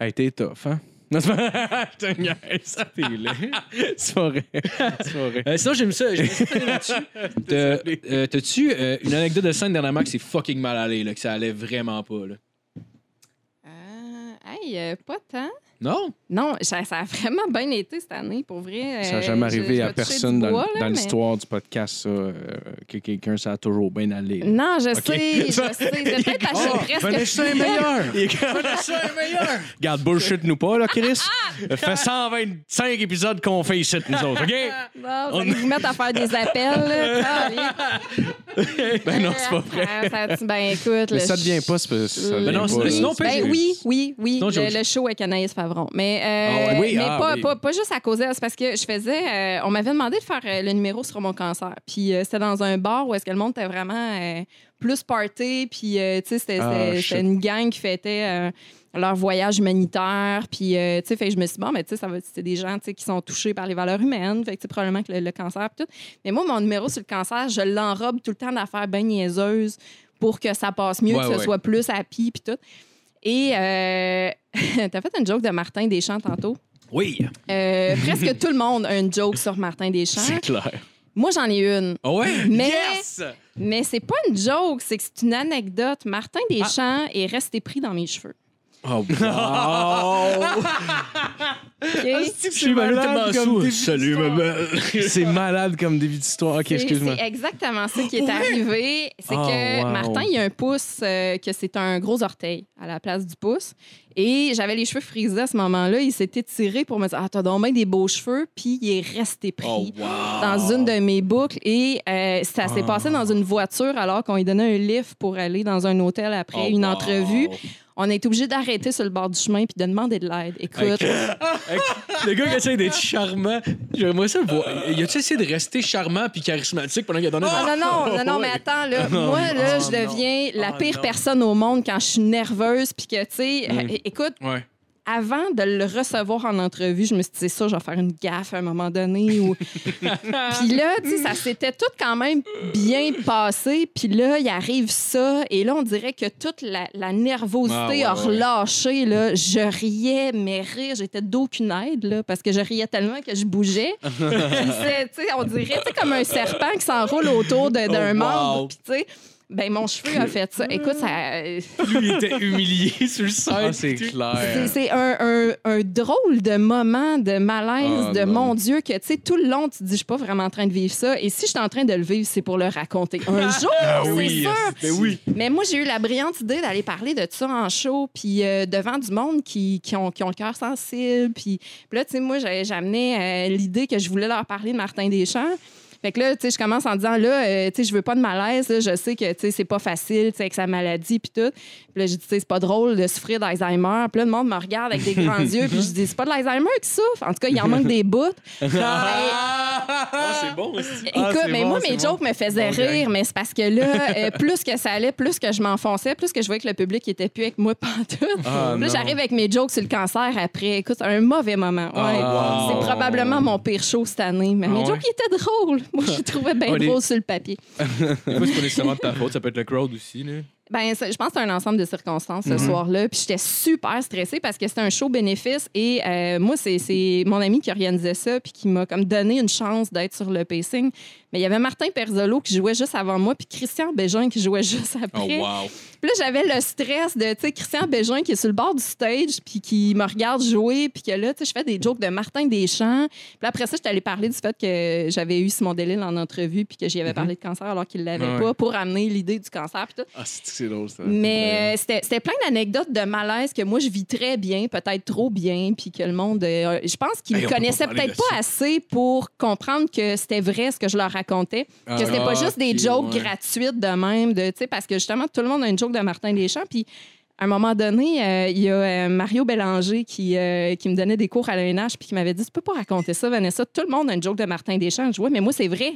Speaker 5: Hey, t'es tough, hein? Non, c'est pas- Je te niaise.
Speaker 3: T'es laid.
Speaker 5: C'est pas vrai. C'est pas vrai.
Speaker 3: Euh, sinon, j'aime ça. Je vais finir là-dessus. T'as- euh, T'as-tu euh, une anecdote de scène dernièrement que c'est fucking mal allé, là, que ça allait vraiment pas, là?
Speaker 4: Ah, hey, euh, pas tant.
Speaker 3: Non?
Speaker 4: Non, ça, ça a vraiment bien été cette année, pour vrai. Euh,
Speaker 5: Ça n'a jamais
Speaker 4: je-
Speaker 5: arrivé
Speaker 4: je
Speaker 5: à
Speaker 4: vais toucher
Speaker 5: personne
Speaker 4: du
Speaker 5: dans,
Speaker 4: bois, là,
Speaker 5: dans
Speaker 4: mais-
Speaker 5: l'histoire du podcast, ça, euh, que quelqu'un, ça a toujours bien allé.
Speaker 4: Non, je
Speaker 5: Ok.
Speaker 4: sais, je sais. C'est peut-être à
Speaker 5: Ah,
Speaker 3: Oh,
Speaker 4: chaque
Speaker 3: Vanessa est meilleure! Vanessa est meilleure!
Speaker 5: Garde bullshit-nous pas, là, Chris. Ça fait 125 épisodes qu'on fait ici, nous autres, OK?
Speaker 4: Non, vous allez vous mettre à faire des appels. là.
Speaker 5: Ben non, c'est pas vrai.
Speaker 4: Ah, ça- ben écoute.
Speaker 5: Mais
Speaker 4: le
Speaker 5: ça
Speaker 4: ch-
Speaker 5: devient pas... c'est pas- Ça
Speaker 4: Ben
Speaker 5: devient
Speaker 3: non,
Speaker 5: pas,
Speaker 3: c'est-
Speaker 5: là.
Speaker 3: sinon, on peut-
Speaker 4: Ben oui, oui, oui.
Speaker 3: Sinon, j'ai-
Speaker 4: le, le show avec Anaïs Favard. Avron. Mais, euh,
Speaker 5: Ah ouais, oui,
Speaker 4: mais
Speaker 5: ah
Speaker 4: pas,
Speaker 5: oui.
Speaker 4: pas- pas juste à cause d'elle. C'est parce que je faisais. euh, on m'avait demandé de faire euh, le numéro sur mon cancer. Puis euh, c'était dans un bar où est-ce que le monde était vraiment euh, plus party. Puis, euh, tu sais, c'était
Speaker 5: Ah,
Speaker 4: c'était-
Speaker 5: shit.
Speaker 4: c'était une gang qui fêtait. euh, leur voyage humanitaire. Puis, euh, tu sais, fait que je me suis dit, bon, mais tu sais, ça va- c'est des gens, tu sais, qui sont touchés par les valeurs humaines. Fait que, tu sais, probablement que le, le cancer, puis tout. Mais moi, mon numéro sur le cancer, je l'enrobe tout le temps d'affaires bien niaiseuses pour que ça passe mieux,
Speaker 5: Ouais,
Speaker 4: que ce
Speaker 5: ouais.
Speaker 4: soit plus happy, puis tout. Et euh, t'as fait une joke de Martin Deschamps tantôt.
Speaker 3: Oui,
Speaker 4: Euh, presque tout le monde a une joke sur Martin Deschamps.
Speaker 3: c'est clair.
Speaker 4: Moi, j'en ai une.
Speaker 3: Hein? Ah ouais?
Speaker 4: Mais-
Speaker 5: Yes!
Speaker 4: Mais c'est pas une joke, c'est que c'est une anecdote. Martin
Speaker 5: Ah.
Speaker 4: Deschamps est resté pris dans mes cheveux.
Speaker 3: Oh, wow!
Speaker 5: Ah,
Speaker 4: OK?
Speaker 3: Je suis venu tellement sourd. Salut, ma belle!
Speaker 5: C'est malade comme début d'histoire. Ok,
Speaker 4: C'est-
Speaker 5: excuse-moi.
Speaker 4: C'est exactement ça qui est arrivé. C'est
Speaker 5: Oh,
Speaker 4: que
Speaker 5: wow.
Speaker 4: Martin, il a un pouce, euh, que c'est un gros orteil à la place du pouce. Et j'avais les cheveux frisés à ce moment-là. Il s'était tiré pour me dire Ah, t'as donc bien des beaux cheveux. Puis il est resté pris
Speaker 3: Oh,
Speaker 5: Oh,
Speaker 4: dans une de mes boucles. Et euh, ça s'est passé
Speaker 5: Ah.
Speaker 4: dans une voiture alors qu'on lui donnait un lift pour aller dans un hôtel
Speaker 3: Oh,
Speaker 4: après
Speaker 5: Oh,
Speaker 4: une entrevue. On a été obligé d'arrêter sur le bord du chemin puis de demander de l'aide. Écoute,
Speaker 3: Le gars qui essaie d'être charmant, j'aimerais ça le voir. Il a-tu essayé de rester charmant puis charismatique pendant qu'il a donné
Speaker 4: Ah non, non, non, non, mais attends, là, moi, là,
Speaker 5: Oh,
Speaker 4: je deviens la
Speaker 5: Oh,
Speaker 4: pire
Speaker 5: non.
Speaker 4: personne au monde quand je suis nerveuse, puis que, tu sais, euh, écoute,
Speaker 3: Ouais.
Speaker 4: avant de le recevoir en entrevue, je me suis dit, c'est ça, je vais faire une gaffe à un moment donné. Ou... puis là, tu sais, ça s'était tout quand même bien passé, puis là, il arrive ça, et là, on dirait que toute la, la nervosité
Speaker 3: Ah, ouais,
Speaker 4: a
Speaker 3: ouais.
Speaker 4: relâché, là. Je riais, mais rire, j'étais d'aucune aide, là, parce que je riais tellement que je bougeais. C'est, tu sais, on dirait tu sais, comme un serpent qui s'enroule autour de- d'un
Speaker 5: Oh, wow.
Speaker 4: membre. Puis, tu sais, ben, mon cheveu a fait ça. Écoute, ça, euh,
Speaker 3: Lui, il était humilié sur le site.
Speaker 5: Ah, c'est
Speaker 4: c'est,
Speaker 5: clair.
Speaker 4: c'est un, un- un drôle de moment de malaise,
Speaker 5: Oh,
Speaker 4: de
Speaker 5: non.
Speaker 4: mon Dieu, que, tu sais, tout le long, tu te dis, je suis pas vraiment en train de vivre ça. Et si je suis en train de le vivre, c'est pour le raconter. Un jour, c'est sûr.
Speaker 5: Mais Ah
Speaker 3: ben
Speaker 5: oui.
Speaker 4: Mais moi, j'ai eu la brillante idée d'aller parler de ça en show, puis euh, devant du monde qui, qui ont, qui ont le cœur sensible. Puis puis là, tu sais, moi, j'ai- j'amenais euh, l'idée que je voulais leur parler de Martin Deschamps. Fait que là, tu sais, je commence en disant, là, euh, tu sais, je veux pas de malaise, là, je sais que, tu sais, c'est pas facile, tu sais, avec sa maladie, puis tout. Puis là, j'ai dit, tu sais, c'est pas drôle de souffrir d'Alzheimer. Puis là, le monde me regarde avec des grands yeux, puis je dis, c'est pas de l'Alzheimer qui souffre. En tout cas, il en manque des bouts.
Speaker 5: c'est bon.
Speaker 4: Écoute,
Speaker 5: Ah, c'est
Speaker 4: mais
Speaker 5: bon,
Speaker 4: moi,
Speaker 5: c'est
Speaker 4: mes
Speaker 5: bon.
Speaker 4: jokes me faisaient
Speaker 5: Bon
Speaker 4: rire, mais c'est parce que là, euh, plus que ça allait, plus que je m'enfonçais, plus que je voyais que le public était plus avec moi pantoute. là,
Speaker 5: Ah, non.
Speaker 4: j'arrive avec mes jokes sur le cancer après. Écoute, c'est un mauvais moment. Ouais.
Speaker 5: Ah, wow.
Speaker 4: C'est probablement mon pire show cette année, mais mes
Speaker 5: Ah,
Speaker 4: jokes ils étaient drôles. Moi, je les trouvais bien
Speaker 3: Ah, les-
Speaker 4: drôles sur le papier.
Speaker 3: Des fois, c'est pas nécessairement de ta faute, ça peut être le crowd aussi. Là.
Speaker 4: Ben, ça- je pense que c'est un ensemble de circonstances
Speaker 5: Mhm.
Speaker 4: ce soir-là. Puis j'étais super stressée parce que c'était un show bénéfice. Et euh, moi, c'est- c'est mon ami qui organisait ça puis qui m'a comme donné une chance d'être sur le pacing. Mais il y avait Martin Perzolo qui jouait juste avant moi puis Christian Bégin qui jouait juste après.
Speaker 5: Oh,
Speaker 3: Oh,
Speaker 4: Puis là, j'avais le stress de, tu sais, Christian Bégin qui est sur le bord du stage puis qui me regarde jouer puis que là, tu sais, je fais des jokes de Martin Deschamps. Puis là, après ça, je allée parler du fait que j'avais eu Simon Delille en entrevue puis que j'y avais parlé de cancer alors qu'il l'avait
Speaker 5: Ah Mhm. ouais.
Speaker 4: pas pour amener l'idée du cancer puis tout.
Speaker 5: Ah, c'est c'est drôle, ça.
Speaker 4: Mais euh, c'était c'était plein d'anecdotes de malaise que moi, je vis très bien, peut-être trop bien, puis que le monde... euh, je pense qu'ils
Speaker 3: Hey,
Speaker 4: me
Speaker 3: on peut
Speaker 4: connaissaient
Speaker 3: pas parler
Speaker 4: peut-être
Speaker 3: de
Speaker 4: pas assez pour comprendre que c'était vrai ce que je leur racontais,
Speaker 5: Ah,
Speaker 4: que c'était pas juste des
Speaker 5: ok,
Speaker 4: jokes
Speaker 5: ouais.
Speaker 4: gratuites de même, de, tu sais, parce que justement, tout le monde a une joke de Martin Deschamps, puis à un moment donné, euh, il y a euh, Mario Bélanger qui, euh, qui me donnait des cours à l'ENH puis qui m'avait dit Tu peux pas raconter ça, Vanessa. Tout le monde a une joke de Martin Deschamps. Je dis Ouais, mais moi, c'est vrai.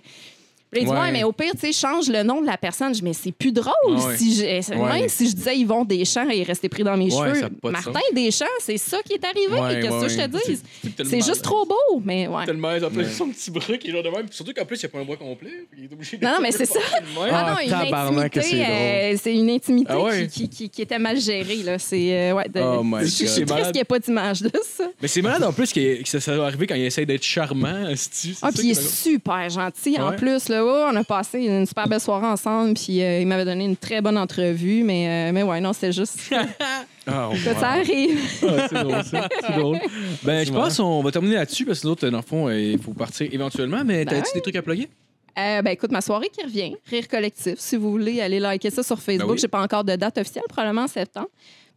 Speaker 4: Puis il dit
Speaker 5: Ouais.
Speaker 4: Ouais, mais au pire, tu sais, change le nom de la personne. Je dis Mais c'est plus drôle
Speaker 5: Ah ouais.
Speaker 4: si je, eh, c'est-
Speaker 5: Ouais.
Speaker 4: même si je disais Yvon Deschamps et il restait pris dans mes
Speaker 5: Ouais, ça
Speaker 4: cheveux.
Speaker 5: a pas de
Speaker 4: Martin Deschamps, c'est ça qui est arrivé.
Speaker 5: Ouais,
Speaker 4: Qu'est-ce que
Speaker 5: ouais,
Speaker 4: je
Speaker 5: ouais.
Speaker 4: te dis C'est
Speaker 3: Tellement-
Speaker 4: juste trop beau, mais ouais.
Speaker 3: Tellement, il a
Speaker 5: Ouais.
Speaker 3: son petit bras qui est genre de même. Puis Surtout qu'en plus, il n'y a pas un bras complet. Il est obligé de
Speaker 4: Non, non, mais c'est ça.
Speaker 5: Ah,
Speaker 4: Ah non, une
Speaker 5: tabarnak, que c'est
Speaker 4: intimité, euh, c'est une intimité
Speaker 5: Ah ouais?
Speaker 4: qui, qui- qui- qui était mal gérée. Là. C'est, euh, ouais, de-
Speaker 5: Oh my
Speaker 4: je suis
Speaker 5: God.
Speaker 4: triste qu'il n'y ait pas d'image de ça.
Speaker 3: Mais c'est malade en plus que, que ça soit arrivé quand il essaie d'être charmant. esti, C'est
Speaker 4: Ah,
Speaker 3: ça
Speaker 4: puis il est
Speaker 3: qui est-
Speaker 4: super gentil. En
Speaker 3: Ouais.
Speaker 4: plus, là, Ouais, on a passé une super belle soirée ensemble, puis euh, il m'avait donné une très bonne entrevue, mais, euh, mais ouais, non, c'est juste que
Speaker 5: Ah, ouais.
Speaker 4: ça arrive.
Speaker 3: Ah, c'est drôle, ça. C'est drôle. Ben, je pense qu'on va terminer là-dessus parce que l'autre, dans le fond, euh, il faut partir éventuellement. Mais
Speaker 4: Ben
Speaker 3: t'as-tu des trucs à plugger?
Speaker 4: Euh, ben écoute, ma soirée qui revient, Rire Collectif, si vous voulez aller liker ça sur Facebook.
Speaker 3: Ben oui.
Speaker 4: J'ai pas encore de date officielle, probablement en septembre.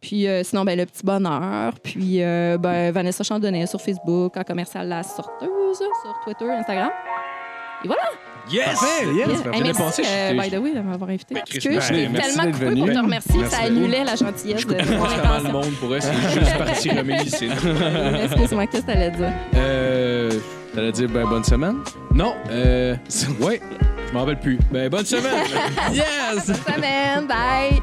Speaker 4: Puis euh, sinon, ben, Le Petit Bonheur, puis euh, ben, Vanessa Chandonnet sur Facebook, en commercial La Sorteuse, sur Twitter, Instagram. Et voilà!
Speaker 3: Yes!
Speaker 5: Parfait, yes!
Speaker 4: Yes.
Speaker 5: parfait.
Speaker 4: Hey,
Speaker 5: J'avais
Speaker 4: merci,
Speaker 5: pensé,
Speaker 4: euh,
Speaker 5: j'étais-
Speaker 4: by the way, de m'avoir invité. Parce que
Speaker 3: Ben,
Speaker 4: je t'ai
Speaker 5: merci
Speaker 4: tellement
Speaker 5: d'être
Speaker 4: coupé pour
Speaker 5: venu.
Speaker 4: te remercier.
Speaker 5: Merci.
Speaker 4: Ça annulait la gentillesse
Speaker 3: Je
Speaker 4: de mon
Speaker 3: pense comment le
Speaker 4: intervention.
Speaker 3: monde pourrait se juste partir remis ici.
Speaker 4: Excuse-moi, qu'est-ce que t'allais dire?
Speaker 3: Euh,
Speaker 5: T'allais dire ben, bonne semaine?
Speaker 3: non, euh, ouais, je m'en rappelle plus. Ben, bonne semaine!
Speaker 4: Bonne semaine, bye!